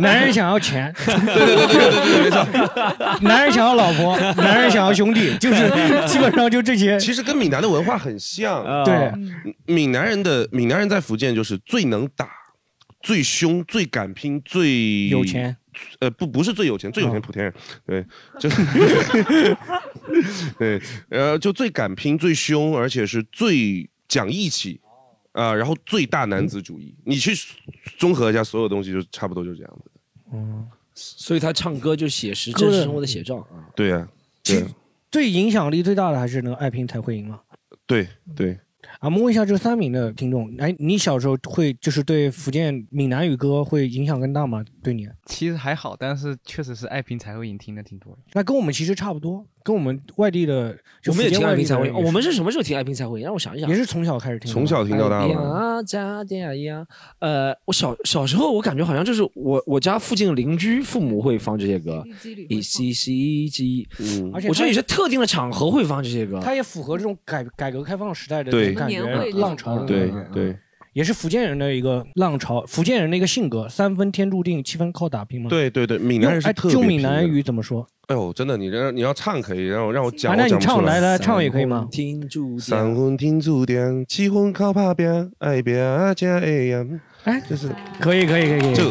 Speaker 3: 男人想要钱，
Speaker 2: 对对对对对对，没错。
Speaker 3: [laughs] 男人想要老婆，男人想要兄弟，就是基本上就这些。
Speaker 2: 其实跟闽南的文化很像，
Speaker 6: 啊
Speaker 3: 对，
Speaker 2: 闽南人的闽南人在福建就是最能打。最凶、最敢拼、最
Speaker 3: 有钱，
Speaker 2: 呃，不，不是最有钱，最有
Speaker 3: 嗯
Speaker 2: 钱莆田人，对，就是， [laughs] 对，呃，就最敢拼、最凶，而且是最讲义气，啊、然后最大男子主义，你去综合一下所有东西，就差不多就这样子。
Speaker 3: 嗯，
Speaker 4: 所以他唱歌就写实
Speaker 3: 歌
Speaker 4: 真
Speaker 3: 的
Speaker 4: 实生活的写照啊。
Speaker 2: 对呀、对
Speaker 3: 最影响力最大的还是那个《爱拼才会赢》嘛。
Speaker 2: 对对，
Speaker 3: 啊，我们问一下这三名的听众，哎，你小时候会就是对福建闽南语歌会影响更大吗？对你？
Speaker 6: 其实还好，但是确实是爱拼才会赢，听的挺多的。
Speaker 3: 那跟我们其实差不多，跟我们外地的，就
Speaker 4: 我们也
Speaker 3: 福建
Speaker 4: 听
Speaker 3: 外
Speaker 4: 爱
Speaker 3: 地
Speaker 4: 拼才
Speaker 3: 的
Speaker 4: 会
Speaker 3: 人
Speaker 4: 赢，
Speaker 3: 也
Speaker 4: 我们是什么时候听爱拼才会赢？让我想一想
Speaker 3: 也。是从小开始听的吧，
Speaker 2: 从小听到大吧。
Speaker 4: 哎呀，家呀呀，呃，我小小时候我感觉好像就是我我家附近邻居父母会放这些歌，
Speaker 5: 地基里
Speaker 4: 一
Speaker 5: 会放
Speaker 4: 西西鸡，
Speaker 2: 嗯
Speaker 3: 而，且
Speaker 4: 我觉得
Speaker 3: 他
Speaker 4: 有些特定的场合会放这些歌。
Speaker 3: 它也符合这种改改革开放时代的
Speaker 2: 对
Speaker 3: 这种感觉
Speaker 5: 年会，
Speaker 3: 浪潮的
Speaker 2: 对
Speaker 3: 感觉
Speaker 2: 对
Speaker 3: 也是福建人的一个浪潮，福建人的一个性格，三分天注定，七分靠打拼嘛。
Speaker 2: 对对对，闽南人是
Speaker 3: 哎
Speaker 2: 特别
Speaker 3: 就
Speaker 2: 拼
Speaker 3: 闽
Speaker 2: 的
Speaker 3: 南，语怎么说？
Speaker 2: 哎呦，真的，你让你要唱可以，让我让我讲，我
Speaker 3: 啊那你
Speaker 2: 讲不出
Speaker 3: 唱来来唱也可以
Speaker 4: 三
Speaker 3: 吗
Speaker 4: 红？听住
Speaker 2: 三魂天注定，七魂靠打拼，爱拼才会赢。
Speaker 3: 哎，
Speaker 2: 就是
Speaker 3: 可以可以可以可以。
Speaker 2: 就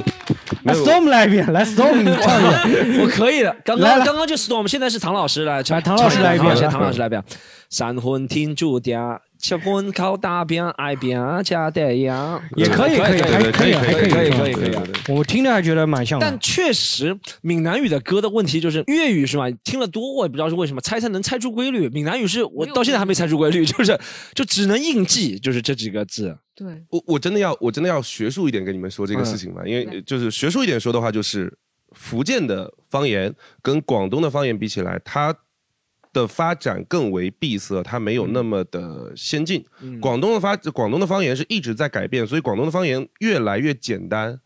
Speaker 3: 来
Speaker 2: 没有
Speaker 3: storm 来一遍，来 storm
Speaker 4: [laughs]
Speaker 3: 你唱一遍。
Speaker 4: 我可以的，刚
Speaker 3: 来
Speaker 4: 刚
Speaker 3: 来
Speaker 4: 刚刚就 storm，现在是唐老师来唱，
Speaker 3: 来唐老师来一遍
Speaker 4: 唱唐老师
Speaker 3: 来
Speaker 4: 唐老师来一遍。三魂天注定，吃饭靠大便，挨边啊加带羊，
Speaker 3: 也可以，
Speaker 4: 可
Speaker 3: 以，
Speaker 4: 可
Speaker 3: 还
Speaker 4: 以，
Speaker 3: 可
Speaker 4: 以，
Speaker 3: 还
Speaker 4: 可
Speaker 3: 以，
Speaker 4: 可
Speaker 3: 还
Speaker 4: 以，可以，可以。
Speaker 3: 我听着还觉得蛮像的
Speaker 4: 但。确实，闽南语的歌的问题就是粤语是吧？听了多，我也不知道是为什么，猜猜能猜出规律。闽南语是我到现在还没猜出规律，就是就只能硬记，就是这几个字。
Speaker 5: 对，
Speaker 2: 我我真的要我真的要学术一点跟你们说这个事情嘛，因为就是学术一点说的话，就是福建的方言跟广东的方言比起来，它的发展更为闭塞，它没有那么的先进。广东的发广东的方言是一直在改变，所以广东的方言越来越简单。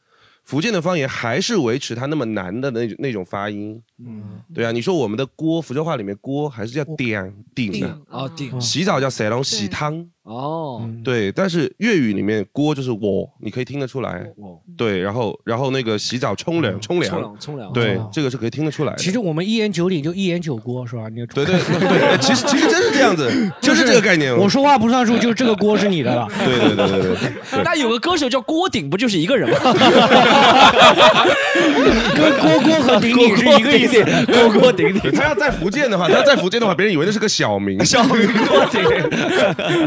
Speaker 2: 福建的方言还是维持它那么难的那种那种发音，嗯，对啊，你说我们的锅，福州话里面锅还是叫点顶的，
Speaker 4: [laughs]
Speaker 5: 嗯
Speaker 4: 哦，顶
Speaker 2: 洗澡叫塞龙洗汤，
Speaker 4: 哦，
Speaker 3: 嗯
Speaker 2: 对，但是粤语里面锅就是我，你可以听得出来。
Speaker 4: 嗯
Speaker 2: 对，然后然后那个洗澡冲凉冲
Speaker 4: 哦冲
Speaker 2: 凉
Speaker 4: 凉，，冲凉。
Speaker 2: 对
Speaker 3: 哦，
Speaker 2: 这个是可以听得出来的。
Speaker 3: 其实我们一言九鼎就一言九锅是吧？你
Speaker 2: 对对对对，其实其实真是这样子，就是这个概念。
Speaker 3: 我说话不算数，就是这个锅是你的了。
Speaker 2: 对对对对对对，
Speaker 4: 那有个歌手叫郭顶，不就是一个人吗？
Speaker 3: 跟锅锅和鼎鼎是一个意思。
Speaker 4: 郭郭顶顶，
Speaker 2: 他要在福建的话，他要在福建的话，别人以为那是个小名。
Speaker 4: 小
Speaker 2: [laughs]
Speaker 4: 明郭顶。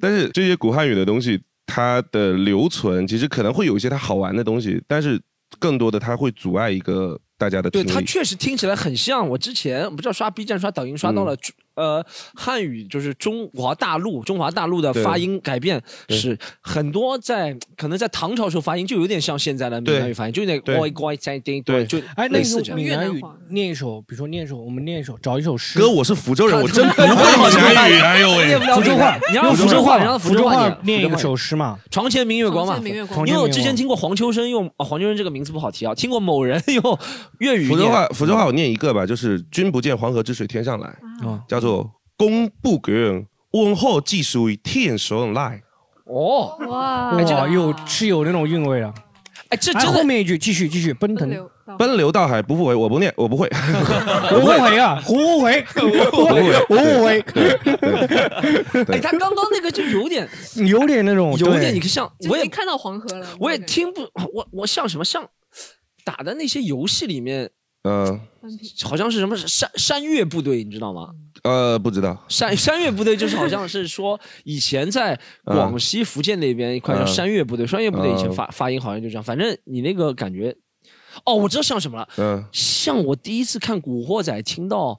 Speaker 2: 但是这些古汉语的东西，它的留存其实可能会有一些它好玩的东西，但是更多的它会阻碍一个大家的听
Speaker 4: 对
Speaker 2: 力。
Speaker 4: 他确实听起来很像。我之前不知道刷 B 站、刷抖音刷到了，呃，汉语就是中华大陆，中华大陆的
Speaker 2: 对
Speaker 4: 发音改变
Speaker 2: 对
Speaker 4: 是很多在可能在唐朝时候发音就有点像现在的闽南语发音，就有点
Speaker 2: 对
Speaker 4: 乖乖在叮
Speaker 2: 对
Speaker 4: 就
Speaker 3: 哎，那
Speaker 4: 类似
Speaker 3: 你
Speaker 4: 这
Speaker 3: 用闽
Speaker 4: 样。
Speaker 5: 越
Speaker 3: 南
Speaker 5: 南
Speaker 3: 语
Speaker 5: 话
Speaker 3: 念一首，比如说念一首，我们念一首，找一首诗。
Speaker 2: 哥，我是福州人，我真不会闽南语，哎呦
Speaker 4: [laughs]
Speaker 2: 喂！
Speaker 3: 福州话，
Speaker 4: 你让福州话，你让
Speaker 3: 福
Speaker 4: 州
Speaker 3: 州
Speaker 4: 话
Speaker 3: 话
Speaker 4: 念
Speaker 3: 念一
Speaker 4: 福
Speaker 3: 个
Speaker 4: 州话
Speaker 3: 首诗嘛。
Speaker 4: 床前明月光嘛
Speaker 5: 床前明月。光
Speaker 3: 床
Speaker 4: 因
Speaker 3: 前
Speaker 4: 为我
Speaker 3: 明月
Speaker 4: 之前
Speaker 3: 光
Speaker 4: 听过黄秋生用啊，黄秋生这个名字不好提啊，听过某人用粤语
Speaker 2: 福州
Speaker 4: 念
Speaker 2: 话，福州话我念一个吧，就是“君不见黄河之水天上来”，
Speaker 3: 啊
Speaker 2: 叫做“公不卷，温厚寄属于天上来
Speaker 4: 哦，
Speaker 5: 哇
Speaker 3: 哇，有
Speaker 5: 啊
Speaker 3: 是有那种韵味的。
Speaker 4: 哎，这
Speaker 3: 哎，
Speaker 4: 真
Speaker 3: 后
Speaker 4: 的
Speaker 3: 面一句继续继续奔腾，
Speaker 5: 流到”，
Speaker 2: 奔流到海不复回。我不念，我不会，
Speaker 3: 我不回啊，胡回，胡回，胡回，
Speaker 4: 哎，他刚刚那个就有点
Speaker 3: 有点那种，
Speaker 4: 有
Speaker 3: 哦对
Speaker 4: 点，你像
Speaker 5: 就
Speaker 4: 我
Speaker 5: 已
Speaker 4: 也
Speaker 5: 经看到黄河了，
Speaker 4: 我也
Speaker 5: 那个
Speaker 4: 听不，我我像什么像打的那些游戏里面，
Speaker 2: 呃
Speaker 5: 翻篇
Speaker 4: 好像是什么山山岳部队，你知道吗？
Speaker 2: 呃，不知道，
Speaker 4: 山山岳部队就是好像是说以前在广西、福建那边一块叫
Speaker 2: 嗯
Speaker 4: 山岳部队，山岳部队以前
Speaker 2: 嗯
Speaker 4: 发发音好像就这样，反正你那个感觉，哦，我知道像什么了，
Speaker 2: 嗯，
Speaker 4: 像我第一次看《古惑仔》，听到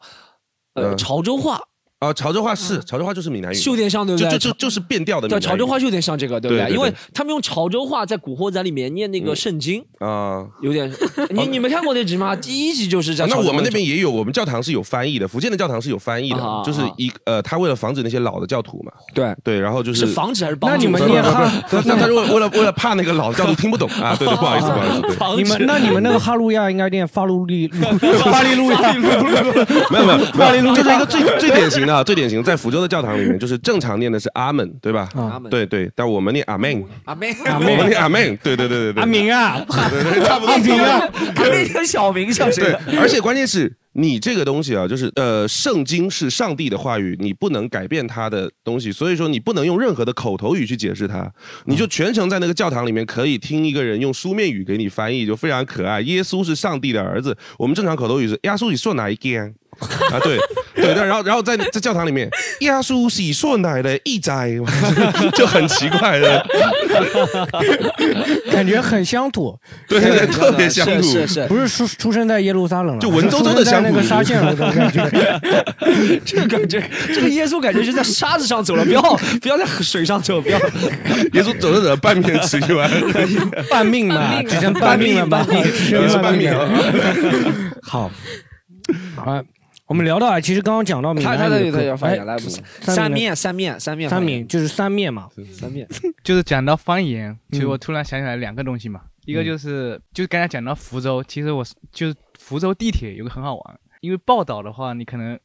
Speaker 4: 呃
Speaker 2: 嗯
Speaker 4: 潮州话，
Speaker 2: 啊，潮州话是潮州话就是闽南语，
Speaker 4: 是
Speaker 2: 就
Speaker 4: 有点像，对不对？
Speaker 2: 就就就是变调的闽
Speaker 4: 对
Speaker 2: 南语。
Speaker 4: 潮州话就有点像这个，对不
Speaker 2: 对对对嗯
Speaker 4: 因为他们用潮州话在《古惑仔》里面念那个圣经，
Speaker 2: 啊，
Speaker 4: 有点，你你们看过那集吗？第一集就是在
Speaker 2: 哦那
Speaker 4: 朝
Speaker 2: 我
Speaker 4: 圣
Speaker 2: 们
Speaker 4: 的
Speaker 2: 那
Speaker 4: 时候
Speaker 2: 边也有，我们教堂是有翻译的，福建的教堂是有翻译
Speaker 4: 啊啊
Speaker 2: 的，就是一呃，他为了防止那些老的教徒嘛，对，然后就
Speaker 4: 对
Speaker 2: 是
Speaker 4: 是。防止还是帮
Speaker 3: 那
Speaker 4: 助？
Speaker 3: 你们
Speaker 2: 不不
Speaker 4: [laughs]
Speaker 3: 念
Speaker 2: 不
Speaker 3: 哈，
Speaker 2: 那 [laughs] 那他是为为了为了怕那个老的教徒听不懂啊，对，对不好意思，不好意思，对。
Speaker 4: 防
Speaker 3: 你
Speaker 4: 止
Speaker 3: 们那你们那个哈路亚应该念发路利，发利路亚，
Speaker 2: 没 [laughs] 有没有没有，这是一个最最典型的啊，最典型的在福州的教堂里面，就是正常念的是阿门，对吧？
Speaker 4: 阿门
Speaker 2: 对对，但我们念阿门，
Speaker 4: 阿妹
Speaker 2: 我们 [laughs] 念阿门，对对对对对，
Speaker 3: 阿，明啊，
Speaker 2: 对对，差不多
Speaker 3: 阿明啊， [laughs]
Speaker 4: 阿妹跟小明像谁
Speaker 2: 对？，而且关键是你这个东西啊，就是呃，圣经是上帝的话语，你不能改变它的东西，所以说你不能用任何的口头语去解释它，你就全程在那个教堂里面可以听一个人用书面语给你翻译，就非常可爱。耶稣是上帝的儿子，我们正常口头语是耶稣你说哪一间？啊，对对，但然后然后在在教堂里面，耶稣喜说奶的一斋， [laughs] 就很奇怪的，
Speaker 3: 感觉很乡土，
Speaker 2: 对对对，特别乡
Speaker 4: 是
Speaker 2: 土，
Speaker 4: 是是，
Speaker 3: 不是出出生在耶路撒冷了，啊
Speaker 2: 就文绉绉的
Speaker 3: 出生在那
Speaker 2: 乡
Speaker 3: 个
Speaker 2: 土
Speaker 3: 沙县了，这种感觉。
Speaker 4: 这个感觉，这个耶稣感 [laughs] 觉是在沙子上走了，不要不要在水上走，不要
Speaker 2: 耶稣走着走着半面吃一
Speaker 4: [laughs]
Speaker 2: 碗，
Speaker 3: 半命嘛，只剩半命了，半命，只
Speaker 2: 也是
Speaker 3: 剩
Speaker 2: 半面
Speaker 3: 了。
Speaker 2: 啊。
Speaker 3: 好，啊，我们聊到啊，其实刚刚讲到闽
Speaker 4: 他
Speaker 3: 南
Speaker 4: 他
Speaker 3: 语的
Speaker 4: 他他
Speaker 3: 歌
Speaker 4: 要发言
Speaker 3: 哎
Speaker 4: 来不是
Speaker 3: 三
Speaker 4: 三
Speaker 3: 面
Speaker 4: 面三面三面
Speaker 3: 三面就是三面嘛，
Speaker 4: 三面，
Speaker 6: 就是讲到方言，其
Speaker 3: 嗯
Speaker 6: 实我突然想起来两个东西嘛，一个就是就刚才讲到福州，其实我是就是福州地铁有个很好玩，因为报道的话，你可能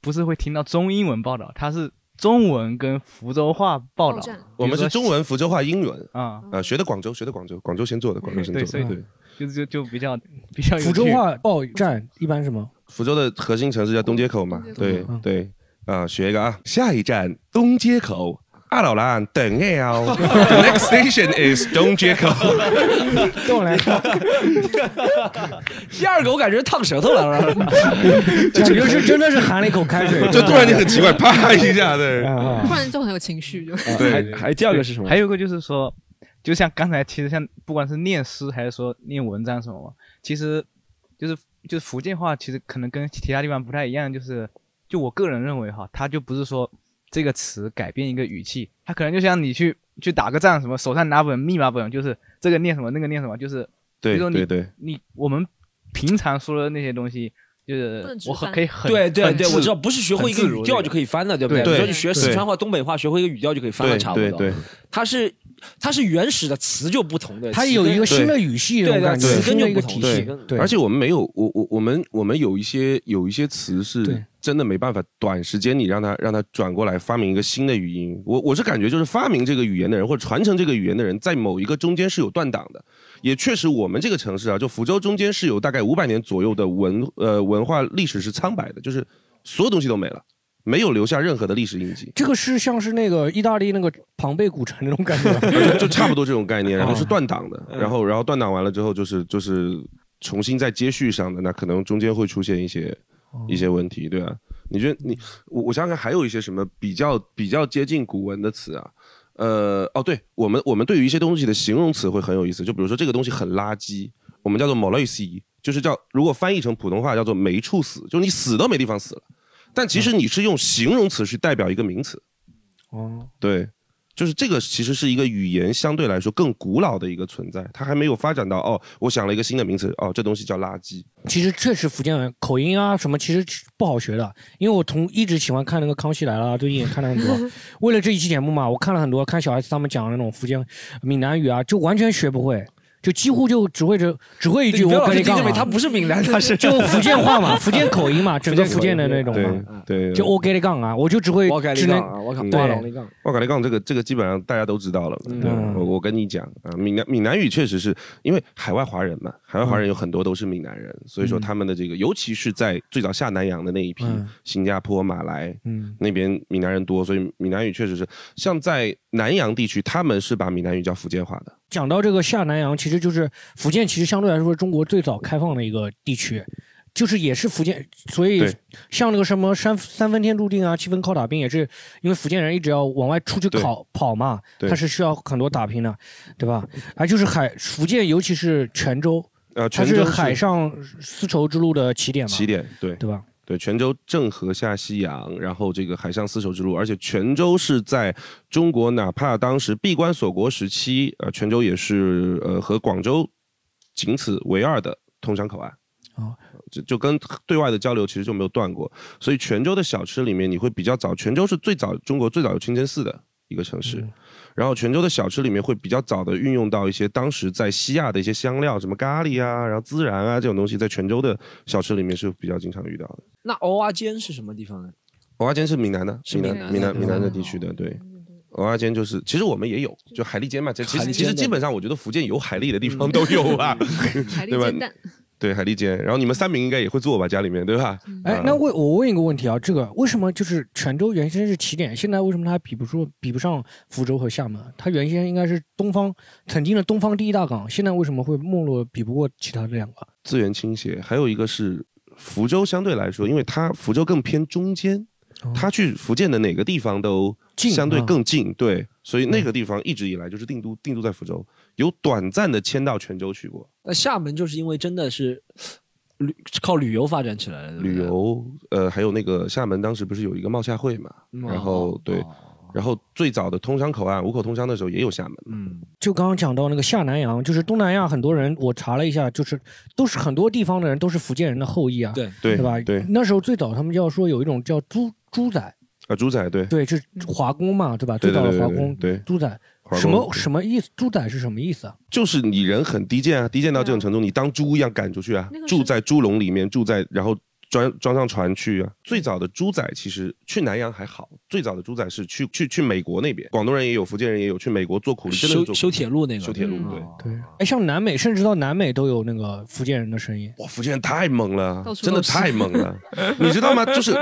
Speaker 6: 不是会听到中英文报道，它是中文跟福州话报道
Speaker 5: 报站。
Speaker 2: 我们是
Speaker 6: 中
Speaker 2: 中文福州话英文
Speaker 6: 啊、
Speaker 2: 啊，学的广州，学的广州，广州先做的，广州先
Speaker 6: 对
Speaker 2: 做
Speaker 6: 所以
Speaker 2: 的。对，
Speaker 6: 就就就比较比较有
Speaker 3: 福州
Speaker 6: 趣。
Speaker 3: 话报站一般什么？
Speaker 2: 福州的
Speaker 6: 嗯
Speaker 2: 核心城市叫东街口嘛，
Speaker 5: 东街
Speaker 2: 对
Speaker 3: 口
Speaker 2: 对啊，学一个啊，下一站东街口。阿老兰，等哎啊哦，The next station is Don Jaco。
Speaker 3: 动来
Speaker 4: 第二个我感觉烫舌头了，
Speaker 3: 蒋刘是真的是含了一口开水，
Speaker 2: [laughs] 就突然间很奇怪，啪一下，对
Speaker 5: 突然就很有情绪，就
Speaker 2: 对，
Speaker 4: 还第二个是什么？
Speaker 6: 还有一个就是说，就像刚才，其实像不管是念诗还是说念文章什么嘛，其实就是就是福建话，其实可能跟其他地方不太一样，就是就我个人认为哈，它就不是说这个词改变一个语气，它可能就像你去去打个仗什么，手上拿本密码本，就是这个念什么那个念什么，就是
Speaker 2: 对
Speaker 6: 比如说你
Speaker 2: 对对，
Speaker 6: 你我们平常说的那些东西，就是
Speaker 5: 不能直
Speaker 6: 我很
Speaker 5: 翻
Speaker 6: 可以很
Speaker 4: 对对
Speaker 6: 很
Speaker 4: 对，
Speaker 6: 自
Speaker 4: 我知道，不是学会一个语调就可以翻的，对不对？
Speaker 2: 对
Speaker 4: 比如说你学四
Speaker 2: 对
Speaker 4: 川话、东北话，学会一个语调就可以翻了，
Speaker 2: 对
Speaker 4: 差不
Speaker 2: 对
Speaker 4: 多。
Speaker 2: 对，
Speaker 4: 它是它是原始的词就不同的，
Speaker 3: 他
Speaker 4: 词
Speaker 3: 有
Speaker 4: 根
Speaker 3: 一个新的语系，
Speaker 4: 对
Speaker 3: 那种感觉
Speaker 4: 对对
Speaker 3: 新的一个
Speaker 4: 词
Speaker 3: 体
Speaker 4: 根
Speaker 3: 系
Speaker 4: 就不同，
Speaker 3: 对，
Speaker 2: 而且我们没有，我我我们我们有一些有一些词
Speaker 3: 对
Speaker 2: 是真的没办法，短时间你让它让它转过来发明一个新的语音。我我是感觉就是发明这个语言的人或者传承这个语言的人，在某一个中间是有断档的。也确实，我们这个城市啊，就福州中间是有大概五百年左右的文呃文化历史是苍白的，就是所有东西都没了，没有留下任何的历史印记。
Speaker 3: 这个是像是那个意大利那个庞贝古城那种感觉，
Speaker 2: 就就差不多这种概念，然后是断档的，然后然后断档完了之后就是就是重新再接续上的，那可能中间会出现一些一些问题，对吧、你觉得你我我想想还有一些什么比较比较接近古文的词啊？呃，哦，对我们我们对于一些东西的形容词会很有意思，就比如说这个东西很垃圾，我们叫做 m o l a s y 就是叫如果翻译成普通话叫做没处死，就是你死都没地方死了。但其实你是用形容词去代表一个名词，
Speaker 3: 哦，
Speaker 2: 对，就是这个其实是一个语言相对来说更古老的一个存在，它还没有发展到哦，我想了一个新的名词，哦，这东西叫垃圾。
Speaker 3: 其实确实福建人口音啊什么其实不好学的，因为我从一直喜欢看那个《康熙来了》，最近也看了很多。为了这一期节目嘛，我看了很多，看小孩子他们讲的那种福建、闽南语啊，就完全学不会，就几乎就只会这只会一句
Speaker 4: 你不要
Speaker 3: 我
Speaker 4: 老
Speaker 3: 跟
Speaker 4: 是
Speaker 3: 你
Speaker 4: 盯
Speaker 3: 讲
Speaker 4: 着
Speaker 3: 啊
Speaker 4: 美， [laughs] 他不是闽南，他是
Speaker 3: 就福建话嘛，福建口音嘛，整个福
Speaker 4: 福
Speaker 3: 建
Speaker 4: 建
Speaker 3: 的
Speaker 4: 口
Speaker 3: 那
Speaker 4: 音
Speaker 3: 种嘛
Speaker 2: 对，对，
Speaker 3: 就我跟你讲啊，我就只会
Speaker 4: 我改了
Speaker 3: 只
Speaker 4: 一
Speaker 3: 能
Speaker 4: 杠啊，我靠，
Speaker 2: 嗯
Speaker 4: 挂了一杠。
Speaker 2: 我跟你讲，这个这个基本上大家都知道了。对，
Speaker 3: 嗯
Speaker 2: 我我跟你讲啊，闽南闽南语确实是因为海外华人嘛，海外华
Speaker 3: 嗯
Speaker 2: 人有很多都是闽南人，所以说他们的这个，尤其是在最早下南洋的那一批，
Speaker 3: 嗯
Speaker 2: 新加坡、马来。
Speaker 3: 嗯
Speaker 2: 那边闽南人多，所以闽南语确实是像在南洋地区，他们是把闽南语叫福建话的。
Speaker 3: 讲到这个下南洋，其实就是福建，其实相对来说是中国最早开放的一个地区，就是也是福建，所以
Speaker 2: 对
Speaker 3: 像那个什么三三分天注定啊，七分靠打拼，也是因为福建人一直要往外出去
Speaker 2: 对
Speaker 3: 考跑嘛，
Speaker 2: 对
Speaker 3: 他是需要很多打拼的，对吧？啊，就是海福建，尤其是泉州，
Speaker 2: 呃，
Speaker 3: 它
Speaker 2: 泉州
Speaker 3: 海上丝绸之路的起点嘛，
Speaker 2: 起点，对，
Speaker 3: 对吧？
Speaker 2: 对，泉州郑和下西洋，然后这个海上丝绸之路，而且泉州是在中国，哪怕当时闭关锁国时期，呃，泉州也是呃和广州仅此为二的通商口岸。
Speaker 3: 哦
Speaker 2: 呃，就就跟对外的交流其实就没有断过，所以泉州的小吃里面你会比较早，泉州是最早中国最早有清真寺的一个城市，然后泉州的小吃里面会比较早的运用到一些当时在西亚的一些香料，什么咖喱啊，然后孜然啊这种东西，在泉州的小吃里面是比较经常遇到的。
Speaker 4: 那蚵仔煎是什么地方呢？
Speaker 2: 蚵仔煎是闽南的，
Speaker 4: 是
Speaker 2: 闽
Speaker 5: 闽
Speaker 2: 南
Speaker 5: 南
Speaker 2: 闽南
Speaker 5: 的对啊
Speaker 2: 闽南的
Speaker 5: 吧
Speaker 2: 地区的，对。蚵仔煎就是，其实我们也有，就海蛎煎嘛。其实
Speaker 4: 海蛎
Speaker 2: 其实
Speaker 4: 煎的
Speaker 2: 基本上，我觉得福建有海蛎的地方都有
Speaker 6: 嗯
Speaker 2: 吧。
Speaker 5: 嗯海蛎
Speaker 2: 对吧
Speaker 5: 煎蛋，
Speaker 2: [laughs] 对，海蛎煎。然后你们三明应该也会做吧，家里面对吧？
Speaker 3: 哎
Speaker 2: 啊，
Speaker 3: 那为我问一个问题啊，这个为什么就是泉州原先是起点，现在为什么它比不住、比不上福州和厦门？啊它原先应该是东方曾经的东方第一大港，现在为什么会没落，比不过其他这两个？
Speaker 2: 资源倾斜，还有一个是福州相对来说，因为它福州更偏中间，它去福建的哪个地方都
Speaker 3: 近
Speaker 2: 相对
Speaker 3: 啊
Speaker 2: 更近，对，所以那个地方一直以来就是定都，定都在福州，有短暂的迁到泉州去过。
Speaker 4: 那厦门就是因为真的是旅靠旅游发展起来的，对不对
Speaker 2: 旅游，呃，还有那个厦门当时不是有一个贸洽会嘛，
Speaker 4: 嗯
Speaker 5: 哦
Speaker 2: 然后对，然后最早的通商口岸，五口通商的时候也有厦门，
Speaker 4: 嗯，
Speaker 3: 就刚刚讲到那个下南洋，就是东南亚很多人，我查了一下，就是都是很多地方的人都是福建人的后裔啊，
Speaker 4: 对，
Speaker 2: 对
Speaker 3: 吧？
Speaker 2: 对，
Speaker 3: 那时候最早他们要说有一种叫猪猪仔，
Speaker 2: 啊，猪仔对，
Speaker 3: 对，就是华工嘛，对吧？
Speaker 2: 对
Speaker 3: 最
Speaker 2: 对
Speaker 3: 早
Speaker 2: 对
Speaker 3: 的华
Speaker 2: 对
Speaker 3: 工
Speaker 2: 对，对，
Speaker 3: 猪仔
Speaker 2: 华
Speaker 3: 什么
Speaker 2: 工
Speaker 3: 什么意思？猪仔是什么意思啊？
Speaker 2: 就是你人很低贱啊，低贱到这种程度，你当猪一样赶出去啊
Speaker 5: 那，个
Speaker 2: 住
Speaker 5: 是
Speaker 2: 在猪笼里面，住在然后装装上船去啊。最早的猪仔其实去南洋还好，最早的猪仔是去去去美国那边，广东人也有，福建人也有，去美国做苦力，真的是
Speaker 4: 修
Speaker 2: 做
Speaker 4: 修铁路那个，
Speaker 2: 修铁路
Speaker 5: 嗯
Speaker 2: 对。
Speaker 3: 对，哎，像南美，甚至到南美都有那个福建人的声音。
Speaker 2: 哇，福建人太猛了
Speaker 5: 到，处
Speaker 2: 真的
Speaker 5: 都是
Speaker 2: 太猛
Speaker 5: [laughs]
Speaker 2: 了，你知道吗？就是，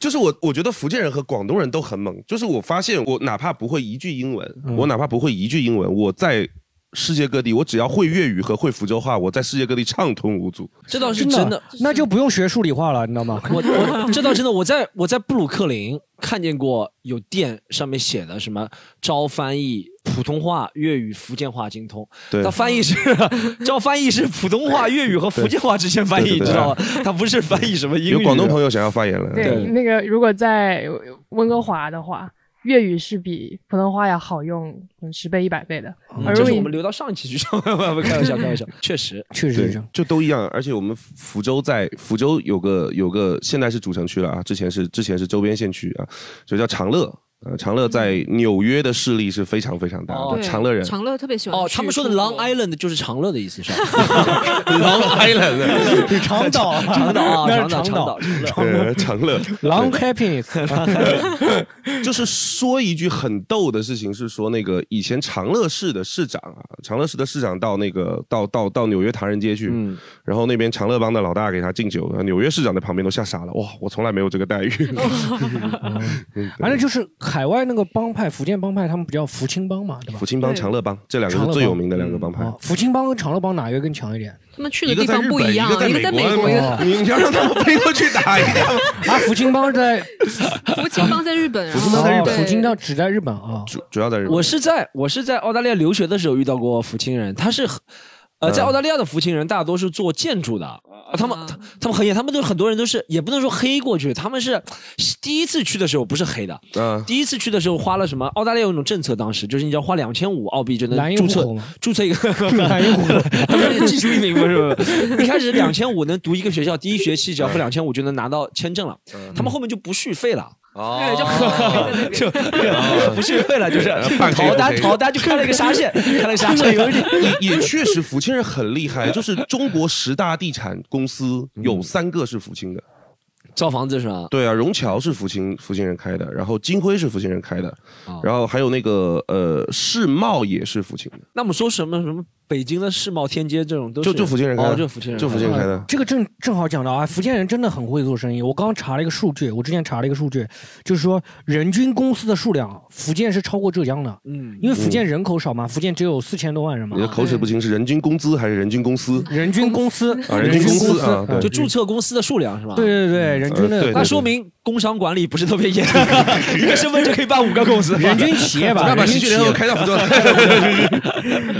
Speaker 2: 就是我，我觉得福建人和广东人都很猛。就是我发现，我哪怕不会一句英文，
Speaker 3: 嗯
Speaker 2: 我哪怕不会一句英文，我在世界各地，我只要会粤语和会福州话，我在世界各地畅通无阻。
Speaker 4: 这哦倒是真的。啊
Speaker 3: 那就不用学数理化了，你知道吗？
Speaker 4: 我我这倒真的，我在我在布鲁克林看见过有店上面写的什么招翻译普通话、粤语、福建话精通，
Speaker 2: 对
Speaker 4: 他，翻译是招翻译是普通话、粤语和福建话之间翻
Speaker 2: 对对
Speaker 4: 译，你
Speaker 2: 对
Speaker 4: 知道吗？他不是翻译什么英语。
Speaker 2: 有广东朋友想要发言了，
Speaker 4: 对
Speaker 8: 对，那个如果在温哥华的话，粤语是比普通话要好用十倍一百倍的。
Speaker 4: 嗯
Speaker 8: 而
Speaker 4: 这
Speaker 8: 如
Speaker 4: 是
Speaker 8: 果
Speaker 4: 我
Speaker 8: 你
Speaker 4: 们留到上一 [laughs] 期去讲，不 [laughs] 开玩笑，开玩笑，确实。
Speaker 3: [laughs] 确实是
Speaker 2: 对
Speaker 3: 这样。，
Speaker 2: 就都一样。而且我们福州在福州有个有个现在是主城区了啊，之前是之前是周边县区啊，就叫长乐。呃，长乐在纽约的势力是非常非常大
Speaker 4: 哦
Speaker 2: 的，
Speaker 5: 对
Speaker 2: 长乐人。
Speaker 5: 长乐特别喜
Speaker 4: [laughs]
Speaker 5: 欢
Speaker 4: 哦，
Speaker 5: 去
Speaker 4: 他们说的
Speaker 5: 中
Speaker 4: Long
Speaker 5: 国
Speaker 4: Island 就是长乐的意
Speaker 2: [laughs]
Speaker 4: 思是吧？
Speaker 2: Long
Speaker 3: [laughs]
Speaker 2: Island，
Speaker 3: 长岛，
Speaker 4: [laughs] 长岛啊，
Speaker 3: 那
Speaker 4: 长
Speaker 3: 是
Speaker 4: 岛，
Speaker 3: 长岛。
Speaker 4: 长岛，长岛。
Speaker 2: [laughs] 对，长乐
Speaker 3: [laughs] Long
Speaker 4: [laughs]
Speaker 3: happiness，
Speaker 2: 就是说一句很逗的事情，是说那个以前长乐市的市长啊，长乐市的市长到那个到到到纽约唐人街去，
Speaker 4: 嗯，
Speaker 2: 然后那边长乐帮的老大给他敬酒，纽约市长在旁边都吓傻了，哇，我从来没有这个待 [laughs] 遇。嗯
Speaker 3: 反
Speaker 2: 哦 [laughs]
Speaker 3: 正就是海外那个帮派，福建帮派，他们不叫福清帮嘛，对吧
Speaker 2: 福？清帮、
Speaker 5: 对
Speaker 2: 长乐帮这两个
Speaker 3: 长
Speaker 2: 是
Speaker 3: 乐
Speaker 2: 最有
Speaker 3: 帮
Speaker 2: 名的两个帮派。
Speaker 3: 哦福清帮跟长乐帮哪一个更强一点？
Speaker 5: 他们去
Speaker 2: 一
Speaker 5: 的
Speaker 2: 个
Speaker 5: 地
Speaker 2: 在
Speaker 5: 方
Speaker 2: 日
Speaker 5: 不
Speaker 2: 本，
Speaker 5: 一样，一个哦在
Speaker 2: 美
Speaker 5: 美
Speaker 2: 国，哦
Speaker 5: 国，一个
Speaker 2: 你 [laughs] 你要让他们飞过去打一架吗？
Speaker 3: 啊，福清帮在
Speaker 5: 福清帮在日本，然
Speaker 2: 福清
Speaker 5: 后
Speaker 2: 帮在日
Speaker 3: 哦，
Speaker 2: 本
Speaker 5: 对
Speaker 3: 福清帮只在日本啊。
Speaker 4: 哦
Speaker 2: [laughs] 主主要在日本
Speaker 4: [laughs] 我是在我是在澳大利亚留学的时候遇到过福清人，他是很。呃，在
Speaker 2: 嗯
Speaker 4: 澳大利亚的福清人大多是做建筑的，啊他们
Speaker 5: 啊
Speaker 4: 他他们很严，他们都很多人都是也不能说黑过去，他们是第一次去的时候不是黑的，
Speaker 2: 嗯，
Speaker 4: 第一次去的时候花了什么？澳大利亚有一种政策，当时就是你只要花两千五澳币就
Speaker 3: 蓝
Speaker 4: 能
Speaker 3: 印
Speaker 4: 注
Speaker 3: 户
Speaker 4: 册
Speaker 3: [laughs] 口吗？
Speaker 4: 注册一个， [laughs]
Speaker 3: 蓝印户口，
Speaker 4: 他们 [laughs] 是技术移民嘛是吧？
Speaker 2: [laughs]
Speaker 4: 一开始两千五能读一个学校，第一学期只要
Speaker 2: 哎
Speaker 4: 付两千五就能拿到签证
Speaker 2: 嗯
Speaker 4: 了，他们后面就不续费了。
Speaker 2: 哦
Speaker 5: 对，就
Speaker 7: [laughs]
Speaker 5: 很
Speaker 4: 就 [laughs] 不续费了，就是
Speaker 2: [laughs] 半个月
Speaker 4: 逃
Speaker 2: 不
Speaker 4: 单
Speaker 2: 赔
Speaker 4: 逃单就开了一个
Speaker 2: [laughs]
Speaker 4: 沙县，开了个沙县，有一点
Speaker 2: 也也确实，福清人很厉害，就是中国十大地产公司有三个是福清的。
Speaker 4: 造房子是吧？
Speaker 2: 对啊，融桥是福清福清人开的，然后金辉是福清人开的
Speaker 4: 哦，
Speaker 2: 然后还有那个呃世贸也是福清的，
Speaker 4: 那我们说什么什么北京的世贸天街这种都是
Speaker 2: 就就福建人开的
Speaker 4: 哦，就福建人开
Speaker 2: 就
Speaker 4: 的，
Speaker 2: 福建人开的。
Speaker 3: 啊这个正正好讲到啊，福建人真的很会做生意。我刚刚查了一个数据，我之前查了一个数据，就是说人均公司的数量，福建是超过浙江的，
Speaker 4: 嗯，
Speaker 3: 因为福建人口少嘛，福建只有四千多万人嘛啊
Speaker 2: 你的。口齿不清是人均工资还是人均公司？
Speaker 3: 人均公司
Speaker 2: 啊人均
Speaker 3: 均
Speaker 2: 公司
Speaker 3: 司呃
Speaker 2: 啊对
Speaker 4: 就注册公司的数量是吧？
Speaker 3: 对。对对，人均
Speaker 2: 呃对
Speaker 3: 的
Speaker 4: 那说明工商管理不是特别严，
Speaker 2: [laughs]
Speaker 4: 一个身份证可以办五个公司。
Speaker 3: 人均企业吧，
Speaker 2: 那把
Speaker 3: 人
Speaker 2: 喜剧
Speaker 3: 均企
Speaker 2: 联合
Speaker 3: 业，
Speaker 2: 开到福州来。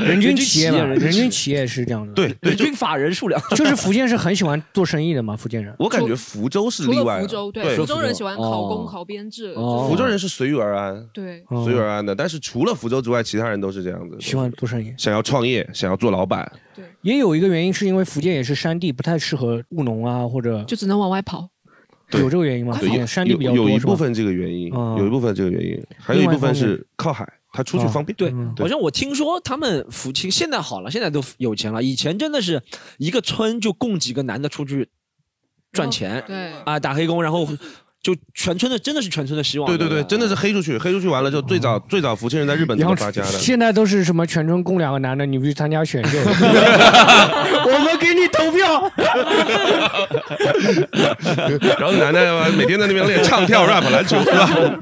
Speaker 3: 人均企业吧，
Speaker 4: 人均企业
Speaker 3: 人均企业是这样的。
Speaker 2: 对，对，
Speaker 4: 人
Speaker 2: 就
Speaker 4: 均法人数量，
Speaker 3: 就是福建是很喜欢做生意的嘛，福建人。
Speaker 2: 我感觉福州是
Speaker 5: 除
Speaker 2: 例
Speaker 5: 了
Speaker 2: 外
Speaker 5: 福
Speaker 2: 的，
Speaker 5: 州，
Speaker 2: 对
Speaker 5: 福州人喜欢考公
Speaker 4: 哦
Speaker 5: 考编制，
Speaker 4: 哦
Speaker 5: 就是
Speaker 2: 福州人是随遇而安，
Speaker 5: 对，
Speaker 3: 嗯
Speaker 2: 随遇而安的。但是除了福州之外，其他人都是这样子，
Speaker 3: 喜欢做生意，
Speaker 2: 想要创业，想要做老板，
Speaker 3: 也有一个原因是因为福建也是山地，不太适合务农啊，或者
Speaker 5: 就只能往外跑。
Speaker 2: 对
Speaker 3: 有这个原因吗？福
Speaker 2: 对，有
Speaker 3: 建山地比较
Speaker 2: 有有
Speaker 3: 多
Speaker 2: 一
Speaker 3: 是吧
Speaker 2: 部？分这个原因，
Speaker 3: 嗯
Speaker 2: 有一部分这个原因，还有一部分是靠海，他出去方便。
Speaker 4: 对
Speaker 3: 嗯，
Speaker 4: 好像我听说他们福清现在好了，现在都有钱了。以前真的是一个村就供几个男的出去赚钱
Speaker 5: 对，
Speaker 4: 啊，打黑工，然后就全村的真的是全村的希望。
Speaker 2: 对对对，
Speaker 4: 吧
Speaker 2: 真的是黑出去，黑出去完了就最早最早福清人在日本怎
Speaker 3: 嗯然
Speaker 2: 么
Speaker 3: 后
Speaker 2: 发家的？
Speaker 3: 现在都是什么全村供两个男的，你不去参加选
Speaker 2: [laughs]
Speaker 3: 秀，我们给你投票。
Speaker 2: 然后男
Speaker 3: [laughs]
Speaker 2: 的每天在那边练唱跳、rap、篮球，是吧？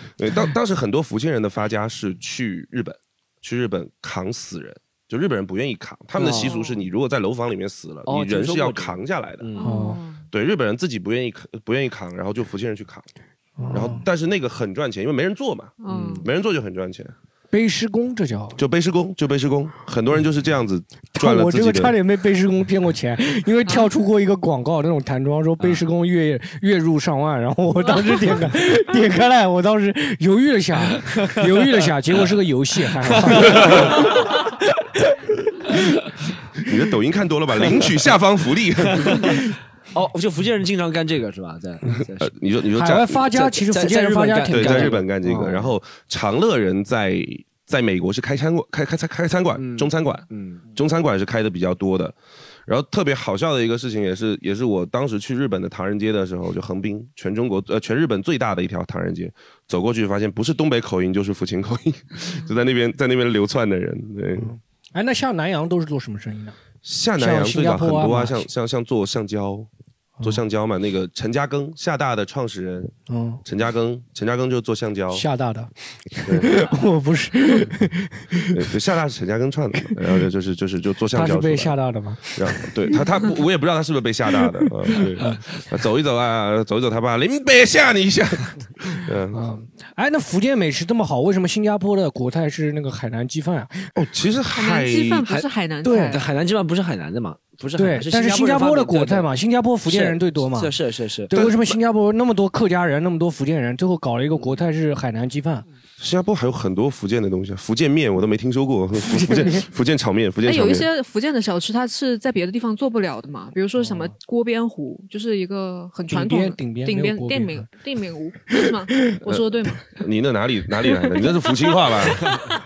Speaker 2: [laughs] 对，当当时很多福清人的发家是去日本，去日本扛死人，就日本人不愿意扛，他们的习
Speaker 3: 哦
Speaker 2: 俗是你如果在楼房里面死了，
Speaker 4: 哦
Speaker 2: 你人
Speaker 4: 听说
Speaker 2: 是
Speaker 4: 过
Speaker 2: 要
Speaker 4: 这个
Speaker 2: 扛下来的。
Speaker 4: 嗯，
Speaker 3: 哦，
Speaker 2: 对，日本人自己不愿意扛，不愿意扛，然后就福清人去扛，
Speaker 3: 哦
Speaker 2: 然后但是那个很赚钱，因为没人做嘛，
Speaker 5: 嗯，
Speaker 2: 没人做就很赚钱，
Speaker 3: 背师公这叫。
Speaker 2: 就背师工，就背师工，很多人就是这样
Speaker 3: [laughs]
Speaker 2: 子赚了
Speaker 3: 我
Speaker 2: 自
Speaker 3: 这
Speaker 2: 己
Speaker 3: 个差
Speaker 2: 的。
Speaker 3: 点被背师公骗过钱，因为跳出过一个广告，那种弹窗说背师公月
Speaker 2: 嗯
Speaker 3: 月入上万，然后我当时点开点开来，我当时犹豫了一下，犹豫了一下，结果是个游戏，还好。
Speaker 2: 你的抖音看多了吧？领取下方福
Speaker 3: [laughs]
Speaker 2: 利。
Speaker 4: 哦，就福建人经常干这个是吧？在
Speaker 3: [laughs]
Speaker 4: 在
Speaker 2: 呃，你说你说
Speaker 3: 海
Speaker 2: 这
Speaker 3: 外发家，其实
Speaker 4: 在
Speaker 3: 福建人发家
Speaker 4: 在日本干
Speaker 3: 挺
Speaker 2: 对，
Speaker 3: 干
Speaker 2: 在
Speaker 3: 的
Speaker 2: 日本干这个。
Speaker 3: 哦
Speaker 2: 然后长乐人在在美国是开餐馆，开开餐开餐馆，
Speaker 4: 嗯
Speaker 2: 中餐馆，
Speaker 4: 嗯，
Speaker 2: 中餐馆是开的比较多的。然后特别好笑的一个事情，也是也是我当时去日本的唐人街的时候，就横滨，全中国呃全日本最大的一条唐人街，走过去发现不是东北口音就是福清口音， [laughs] 就在那边在那边流窜的人，对。
Speaker 3: 哎，那下南洋都是做什么生意的？
Speaker 2: 下南洋
Speaker 3: 像新
Speaker 2: 最
Speaker 3: 加
Speaker 2: 早
Speaker 3: 坡
Speaker 2: 很多
Speaker 3: 啊
Speaker 2: 啊，像像像做橡胶，做橡胶嘛，那个陈嘉庚，厦大的创始人，
Speaker 3: 嗯，
Speaker 2: 陈嘉庚，陈嘉庚就是做橡胶，
Speaker 3: 厦大的，
Speaker 2: 对
Speaker 3: 我不是，
Speaker 2: 对，就厦大是陈嘉庚创的嘛，然后就就是就是就做橡
Speaker 3: 他
Speaker 2: 胶
Speaker 3: 是
Speaker 2: 出来
Speaker 3: 被
Speaker 2: 的，
Speaker 3: 吓到的吗？
Speaker 2: 然后对他他不我也不知道他是不是被吓大的，嗯，对，啊走一走啊，走一走他爸，林北吓你一
Speaker 3: [laughs]
Speaker 2: 下，嗯，
Speaker 3: 嗯，哎，那福建美食这么好，为什么新加坡的国泰是那个海南鸡饭啊？
Speaker 2: 哦，其实
Speaker 5: 海南
Speaker 2: 海
Speaker 5: 鸡饭不
Speaker 4: 海
Speaker 5: 是海南
Speaker 3: 对
Speaker 5: 菜
Speaker 4: 对，，海南鸡饭不是海南的嘛，不是海
Speaker 3: 对
Speaker 4: 南，
Speaker 3: 但是新
Speaker 4: 新
Speaker 3: 加坡
Speaker 4: 坡
Speaker 3: 的国泰，嘛，新加坡福建人最多嘛
Speaker 4: 是。是是是，
Speaker 3: 对，为什么新加坡那么多客家人，那么多福建人，最后搞了一个国泰是海南鸡饭？
Speaker 2: 新加坡还有很多福建的东西，啊福建面我都没听说过，
Speaker 5: [laughs]
Speaker 2: 福福建福建炒面，福建
Speaker 5: 哎，
Speaker 2: 炒
Speaker 5: 有一
Speaker 2: 面。
Speaker 5: 些福建的小吃，它是在别的地方做不了的嘛，比如说什么锅边糊，就是一个很传统的
Speaker 3: 哦顶边顶边
Speaker 5: 顶
Speaker 3: 没有
Speaker 5: 边
Speaker 3: 锅边
Speaker 5: 店名店名屋
Speaker 2: [laughs]
Speaker 5: 是吗？我说的对吗？
Speaker 2: 你那哪里哪里来的？你那是福清话吧？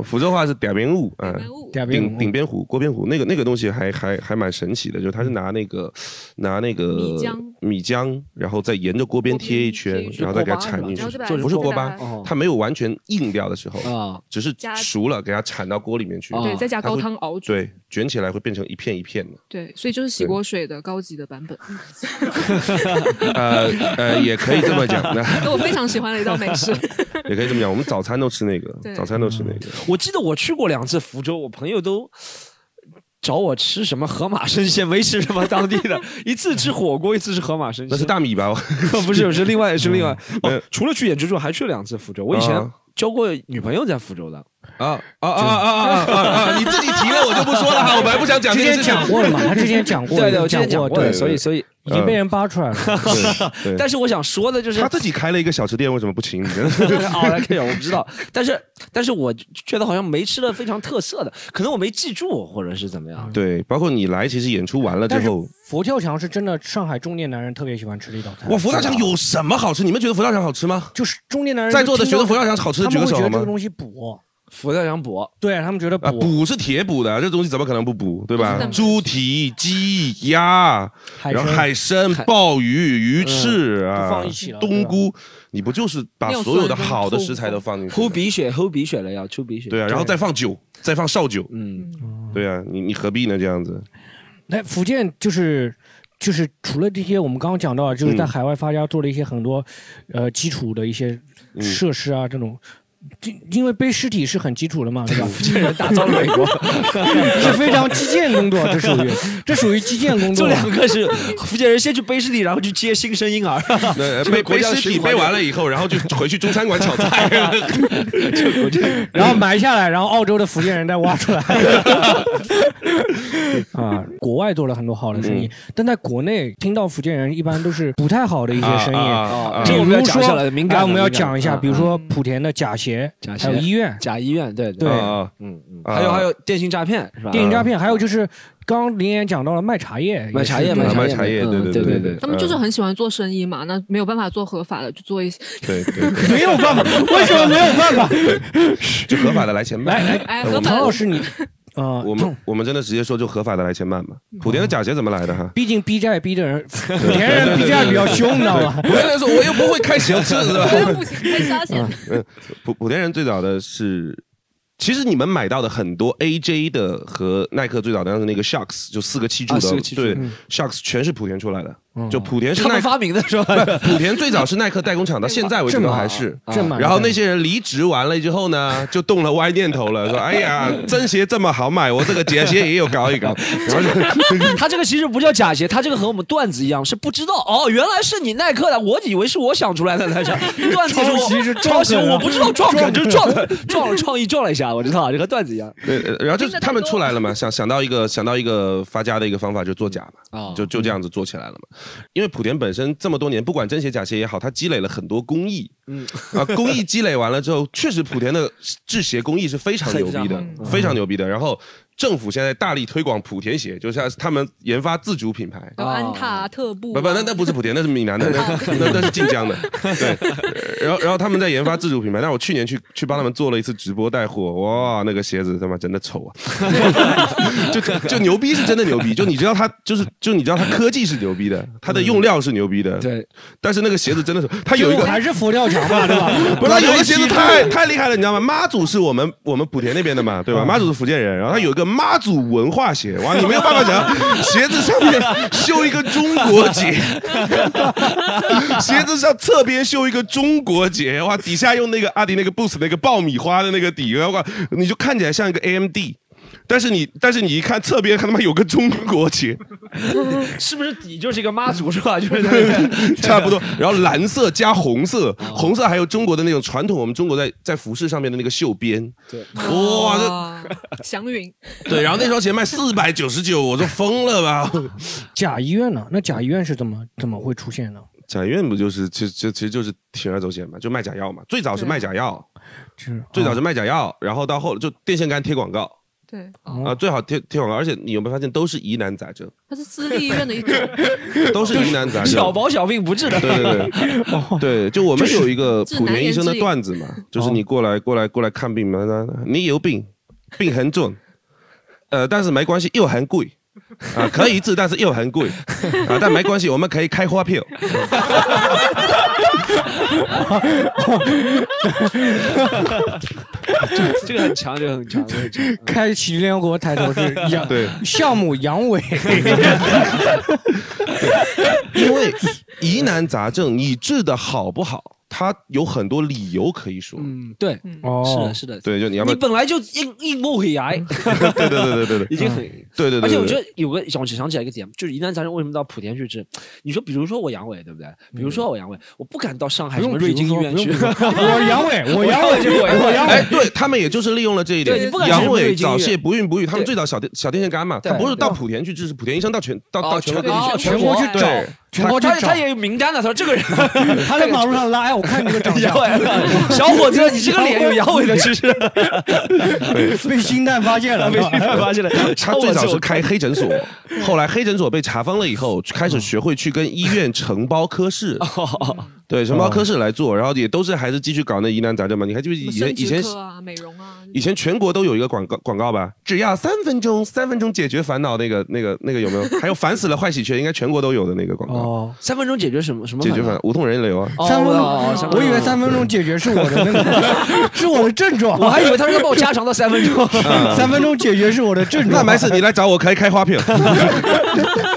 Speaker 5: [laughs]
Speaker 2: 福州话是嗲边雾啊，
Speaker 5: 顶边屋
Speaker 3: 嗲饼
Speaker 2: 顶顶边糊、锅边糊，那个那个东西还还还蛮神奇的，就是它是拿那个拿那个
Speaker 5: 米浆
Speaker 2: 米浆，然后再沿着锅边贴一
Speaker 5: 贴
Speaker 2: 圈
Speaker 5: 一，圈
Speaker 2: 然后再给它
Speaker 4: 锅巴
Speaker 2: 铲进
Speaker 4: 是
Speaker 2: 去
Speaker 4: 吧
Speaker 5: 然后就，把
Speaker 4: 做
Speaker 2: 不是锅
Speaker 5: 把它
Speaker 4: 哦
Speaker 2: 它没有完全硬掉的时候，
Speaker 4: 啊，
Speaker 2: 只是
Speaker 5: 加
Speaker 2: 熟了给它铲到锅里面去，
Speaker 4: 哦
Speaker 5: 对，再加
Speaker 2: 它
Speaker 5: 高
Speaker 2: 会
Speaker 5: 汤熬煮，
Speaker 2: 对，卷起来会变成一片一片的。
Speaker 5: 对，所以就是洗锅水的高级的版本。 [laughs]
Speaker 2: 呃呃，也可以这
Speaker 5: [laughs]
Speaker 2: 么讲，那
Speaker 5: 那我非常喜欢的一道美食，
Speaker 2: 也可以这么讲，我们早餐都吃那个，
Speaker 5: 对嗯
Speaker 2: 早餐都吃那个。
Speaker 4: 我记得我去过两次福州，我朋友都找我吃什么河马生鲜，没吃什么当地
Speaker 2: [laughs]
Speaker 4: 的，一次吃火锅，一次吃河马生
Speaker 2: 那是
Speaker 4: 鲜。
Speaker 2: 大米吧？
Speaker 4: [laughs] 不是，是另外是另外。
Speaker 2: 嗯
Speaker 4: 哦，除了去演蜘蛛，还去了两次福州。我以前
Speaker 2: 啊
Speaker 4: 交过女朋友在福州的。
Speaker 2: [laughs] 啊啊啊啊啊啊！你自己提了，我就不说了哈，我本来不想讲
Speaker 3: 之
Speaker 2: 这件事情。
Speaker 3: 前讲过了嘛，他之前讲过，
Speaker 4: 对对，
Speaker 3: 已
Speaker 4: 我之
Speaker 3: 经
Speaker 4: 前讲
Speaker 3: 过，
Speaker 4: 过
Speaker 2: 对
Speaker 4: 的，
Speaker 2: 对
Speaker 4: 所以所以，
Speaker 3: 已
Speaker 2: 嗯
Speaker 3: 经被人扒出来了。 [laughs]
Speaker 2: [laughs] 对
Speaker 4: 但是我想说的就是
Speaker 2: 他，自己开了一个小吃店，为什么不请你呢？
Speaker 4: [laughs] 好了，可以，我不知道，但是但是我觉得好像没吃的非常特色的，可能我没记住或者是怎么
Speaker 2: [laughs]
Speaker 4: 样。
Speaker 2: 对，包括你来，其实演出完了之
Speaker 3: 但是
Speaker 2: 后，
Speaker 3: 佛跳墙是真的，上海中年男人特别喜欢吃的一道菜。
Speaker 2: 哇，佛跳墙有什么好吃？你们觉得佛跳墙好吃吗？
Speaker 3: 就是中年男人
Speaker 2: 在座的觉得佛跳
Speaker 3: 墙
Speaker 2: 墙好吃的举个手
Speaker 3: 他
Speaker 2: 好
Speaker 3: 们会觉
Speaker 2: 吗？
Speaker 3: 得这个东西补，
Speaker 4: 佛跳墙补，
Speaker 3: 对他们觉得补。
Speaker 2: 啊，补是铁补的，这东西怎么可能不补，对吧
Speaker 5: 是的？
Speaker 2: 猪蹄、鸡、鸭，
Speaker 3: 海
Speaker 2: 然后
Speaker 3: 参
Speaker 2: 海参、
Speaker 4: 海
Speaker 2: 鲍鱼、鱼翅
Speaker 3: 都
Speaker 2: 啊，
Speaker 3: 放一起了
Speaker 2: 冬菇，你不就是把
Speaker 5: 没有
Speaker 2: 所有的
Speaker 5: 蒜蓉
Speaker 2: 好的
Speaker 5: 醋
Speaker 2: 食材都放进去
Speaker 4: 抽
Speaker 2: 吗？
Speaker 4: 鼻血，抽鼻血了要抽鼻血。
Speaker 2: 对啊，然后再放酒，再放绍酒，
Speaker 4: 嗯，
Speaker 2: [laughs] 对啊，你你何必呢？这样子，
Speaker 3: 那福建就是就是除了这些，我们刚刚讲到，就是在
Speaker 2: 嗯
Speaker 3: 海外发家做了一些很多、呃基础的一些
Speaker 2: 嗯
Speaker 3: 设施啊，这种。这因为背尸体是很基础的嘛，
Speaker 4: [laughs]
Speaker 3: 对吧？福建人
Speaker 4: 打造了美国，
Speaker 3: 是非常基建工作，这属于这属于基建
Speaker 4: [laughs]
Speaker 3: 工
Speaker 4: 这
Speaker 3: 作。
Speaker 4: 两个是福建人先去背尸体，然后去接新生婴儿， [laughs]
Speaker 2: 那
Speaker 4: 这个
Speaker 2: 背
Speaker 4: 国
Speaker 2: 背
Speaker 4: 家
Speaker 2: 尸体
Speaker 4: 循环
Speaker 2: 背
Speaker 4: 的
Speaker 2: 完了以后，然后就啊回去中餐馆炒 [laughs] 菜。
Speaker 3: 然后埋下来，然后澳洲的福建人再挖出来。 [laughs] 啊，国外做了很多好的生
Speaker 4: 嗯
Speaker 3: 意，但在国内听到福建人一般都是不太好的
Speaker 2: [laughs]
Speaker 3: 一些生意。
Speaker 2: 啊
Speaker 4: 哦
Speaker 2: 啊
Speaker 3: 比
Speaker 4: 这个我
Speaker 3: 如
Speaker 4: 们
Speaker 3: 说，
Speaker 4: 要讲一下了敏感
Speaker 3: 哎
Speaker 4: 的
Speaker 3: 我们要
Speaker 4: 敏感的
Speaker 3: 讲一下，
Speaker 4: 嗯
Speaker 3: 比如说
Speaker 5: 嗯
Speaker 3: 莆田的假鞋，
Speaker 4: 假鞋
Speaker 3: 还有医院，
Speaker 4: 假医院，对
Speaker 3: 对
Speaker 2: 啊
Speaker 4: 嗯嗯，
Speaker 2: 啊
Speaker 4: 还有还有电信诈骗是吧？
Speaker 3: 电影诈骗，还有就是刚刚林岩讲到了卖茶叶，
Speaker 4: 嗯卖茶
Speaker 3: 也
Speaker 4: 叶，
Speaker 3: 是
Speaker 2: 卖
Speaker 4: 茶
Speaker 2: 茶叶
Speaker 4: 叶，
Speaker 2: 对
Speaker 4: 嗯
Speaker 2: 对
Speaker 4: 对
Speaker 2: 对
Speaker 4: 对
Speaker 5: 他们就是很喜欢做生意嘛，那没有办法做合法的，就做
Speaker 2: [laughs]
Speaker 5: 一些。
Speaker 2: 对对，对
Speaker 3: 没有办法，为什么没有办法？
Speaker 2: 就合法的来钱办。来
Speaker 5: 哎，
Speaker 2: 我
Speaker 5: 合
Speaker 3: 唐
Speaker 5: 法
Speaker 3: 老
Speaker 5: 的
Speaker 3: 师，你啊，
Speaker 2: 我
Speaker 4: 嗯
Speaker 2: 们我们真的直接说就合法的来钱办吧。莆田的假鞋怎么来的哈？
Speaker 3: 毕竟逼债逼的人，莆田人逼债比较凶，你知道吧？
Speaker 2: 莆田人说我又不会开小吃是 [laughs] 吧？
Speaker 5: 不行，太杀
Speaker 2: 嗯
Speaker 5: 钱。
Speaker 2: 莆莆田人最早的是，其实你们买到的很多 AJ 的和耐克最早的是那个 Shucks，就四个气柱
Speaker 4: 啊
Speaker 2: 的，
Speaker 4: 四个气柱
Speaker 2: 对
Speaker 4: 嗯
Speaker 2: Shucks 全是�莆田出来的，就莆田是
Speaker 4: 他
Speaker 2: 耐
Speaker 4: 们
Speaker 2: 克。
Speaker 4: 发明的是吧？
Speaker 2: 莆田最早是耐克代工厂，到现在为止都还
Speaker 4: 啊
Speaker 2: 是。
Speaker 3: 这么
Speaker 2: 啊然后那些人离职完了之后呢， [laughs] 就动了歪念头了，说：“哎呀，真鞋这么好买，我这个假鞋也有搞一 [laughs] 搞。”然后就
Speaker 4: 他这个其实不叫假鞋，他这个和我们段子一样，是不知道哦，原来是你耐克的，我以为是我想出来的，那是段子
Speaker 3: 抄袭是
Speaker 4: 我
Speaker 3: 撞
Speaker 4: 抄袭，
Speaker 3: 梗啊
Speaker 4: 我不知道撞梗就是撞的，撞了创意撞了一下，我知道就和段子一样
Speaker 2: 对，呃然后就是他们出来了嘛，想想到一个想到一个发家的一个方法，就做假嘛。
Speaker 4: 啊
Speaker 2: 就就这样子做起来了嘛。因为莆田本身这么多年，不管真鞋假鞋也好，它积累了很多工艺，
Speaker 4: 嗯，
Speaker 2: 啊，工艺积累完了之后，确实莆田的制鞋工艺是 [laughs] 非常牛逼的，
Speaker 4: 嗯
Speaker 2: 非常牛逼的。然后政府现在大力推广莆田鞋，就像他们研发自主品牌。
Speaker 5: 然后安踏、特步啊，
Speaker 2: 哦不不，那那不是莆田，那是闽南的，那那那是晋江的。对，然后然后他们在研发自主品牌，但是我去年去去帮他们做了一次直播带货，哇，那个鞋子他妈真的丑啊！就就牛逼是真的牛逼，就你知道它就是就你知道它科技是牛逼的，它的用料是牛逼的，
Speaker 4: 对，
Speaker 2: 但是那个鞋子真的是它有一个
Speaker 3: 还是佛跳墙嘛，对吧？
Speaker 2: [laughs] 不是，他有个鞋子 [laughs] 太太厉害了，你知道吗？妈祖是我们我们莆田那边的嘛，对吧？妈祖是福建人，然后他有一个妈祖文化鞋，哇，你没有办法 [laughs] 想，鞋子上面绣一个中国结， [laughs] 鞋子上侧边绣一个中国结，哇，底下用那个阿迪那个 Boost 那个爆米花的那个底，哇，你就看起来像一个 AMD。但是你，但是你一看侧边，他妈有个中国结，
Speaker 5: 啊
Speaker 4: 是不是底就是一个妈祖是吧？就是那个 [laughs]
Speaker 2: [laughs] 差不多。然后蓝色加红色，红色还有中国的那种传统，我们中国在在服饰上面的那个绣边。
Speaker 4: 对，
Speaker 2: 哇，
Speaker 5: 哦
Speaker 2: 这
Speaker 5: 祥云
Speaker 2: 对，然后那双鞋卖四百九十九，我说疯了 [laughs] 吧？
Speaker 3: 假医院呢？那假医院是怎么怎么会出现呢？
Speaker 2: 假医院不就是其其其实就是铤而走险嘛，就卖假药嘛。最早是卖假药，
Speaker 3: 就是啊
Speaker 2: 最早是卖假药，然后到后就电线杆贴广告
Speaker 5: 对，
Speaker 2: 啊、最好贴贴广告。而且你有没有发现，都是疑难杂症，
Speaker 5: 它是私立医院
Speaker 2: [laughs]
Speaker 5: 的一种，嗯
Speaker 2: 都是疑难杂
Speaker 4: 小
Speaker 2: 症。
Speaker 4: 毛小病不治的。
Speaker 2: 对对对，
Speaker 4: [laughs]
Speaker 2: 对，就我们有一个
Speaker 5: 就是
Speaker 2: 莆田医生的段子嘛，
Speaker 4: 哦
Speaker 2: 就是你过来过来过来看病嘛，那你有病，病很重，呃，但是没关系，又很贵。啊，可以治，但是又很
Speaker 4: [laughs]
Speaker 2: 贵，啊，但没关系，我们可以开发票。
Speaker 4: 这个很强，这个很强，这个很强。
Speaker 3: [laughs] 开启联合国抬头是杨
Speaker 2: 对，
Speaker 3: 项目阳痿，
Speaker 2: 因为疑难杂症，你治的好不好，它有很多理由可以说。
Speaker 4: 嗯，对，是
Speaker 3: 哦
Speaker 4: 的，，是的。
Speaker 2: 对，就你要不
Speaker 4: 你
Speaker 2: 要？
Speaker 4: 本来就硬硬不回癌，
Speaker 3: 嗯
Speaker 2: 对 [laughs] 对对对对对
Speaker 4: 已经很。
Speaker 2: 对对对。
Speaker 4: 而且我觉
Speaker 2: 得，
Speaker 4: 得有个想想起来一个点，就是疑难杂症为什么到莆田去治？你说，比如说我阳痿，对不对？比如说我阳痿，我不敢到上
Speaker 3: 嗯
Speaker 4: 海
Speaker 3: 哎不
Speaker 4: 什
Speaker 3: 用
Speaker 4: 么瑞金医院去。 [laughs]
Speaker 3: 我阳痿，我阳痿
Speaker 4: 就我
Speaker 3: 我阳
Speaker 2: 哎
Speaker 3: 痿，，
Speaker 2: 对他们也就是利用了这一点
Speaker 4: 对你不敢，
Speaker 2: 阳
Speaker 4: 去瑞
Speaker 2: 痿、
Speaker 4: 金
Speaker 2: 早
Speaker 4: 医院
Speaker 2: 泄、不孕不育，他们最
Speaker 4: 对
Speaker 2: 早小电小电线杆嘛，他
Speaker 4: 对
Speaker 2: 不是到莆田去治，是莆田医生到全到
Speaker 4: 哦
Speaker 2: 到全国给你
Speaker 4: 全
Speaker 2: 去
Speaker 4: 国
Speaker 2: 治
Speaker 4: 全国去
Speaker 2: 对
Speaker 3: 找全国去
Speaker 4: 他
Speaker 3: 找
Speaker 4: 他，也有名单的，他说
Speaker 3: [laughs]
Speaker 4: 这个人 [laughs]
Speaker 3: 他在马路上拉，哎，我看你这个长
Speaker 4: 阳 [laughs]
Speaker 3: 相，[laughs]
Speaker 4: 痿了，小伙子，你这个脸有阳痿的趋势，
Speaker 3: 被星探发
Speaker 4: [laughs]
Speaker 3: 现了，
Speaker 4: 被
Speaker 3: [laughs]
Speaker 4: 发现了。
Speaker 2: 他最早是开黑诊所，
Speaker 4: 哦
Speaker 2: [laughs] 后来黑诊所被查封了以后，开始学会去跟医院承包科室，
Speaker 4: 哦
Speaker 2: 对承包科室来做，然后也都是还是继续搞那疑难杂症嘛。你还记不记
Speaker 5: 什么
Speaker 2: 得以前以前
Speaker 5: 生殖科啊、美容啊，
Speaker 2: 以前全国都有一个广告广告吧，只要三分钟，三分钟解决烦恼那个那个那个有没有？还有烦死了坏喜鹊，应该全国都有的那个广告，
Speaker 3: 哦，
Speaker 4: 三分钟解决什么什么
Speaker 2: 解决烦
Speaker 4: 法
Speaker 2: 恼？无痛人流啊。
Speaker 4: 哦
Speaker 3: 三分钟
Speaker 4: 哦哦三
Speaker 3: 我以为
Speaker 4: 钟
Speaker 3: 三分钟解决是我的那个， [laughs] 是我的症状，
Speaker 4: 哦我还以为他说要把我加长到三分钟，
Speaker 3: [laughs] 三分钟解决是我的症
Speaker 2: [laughs] 那
Speaker 3: 状，
Speaker 2: 没事，你来找我可以开花票。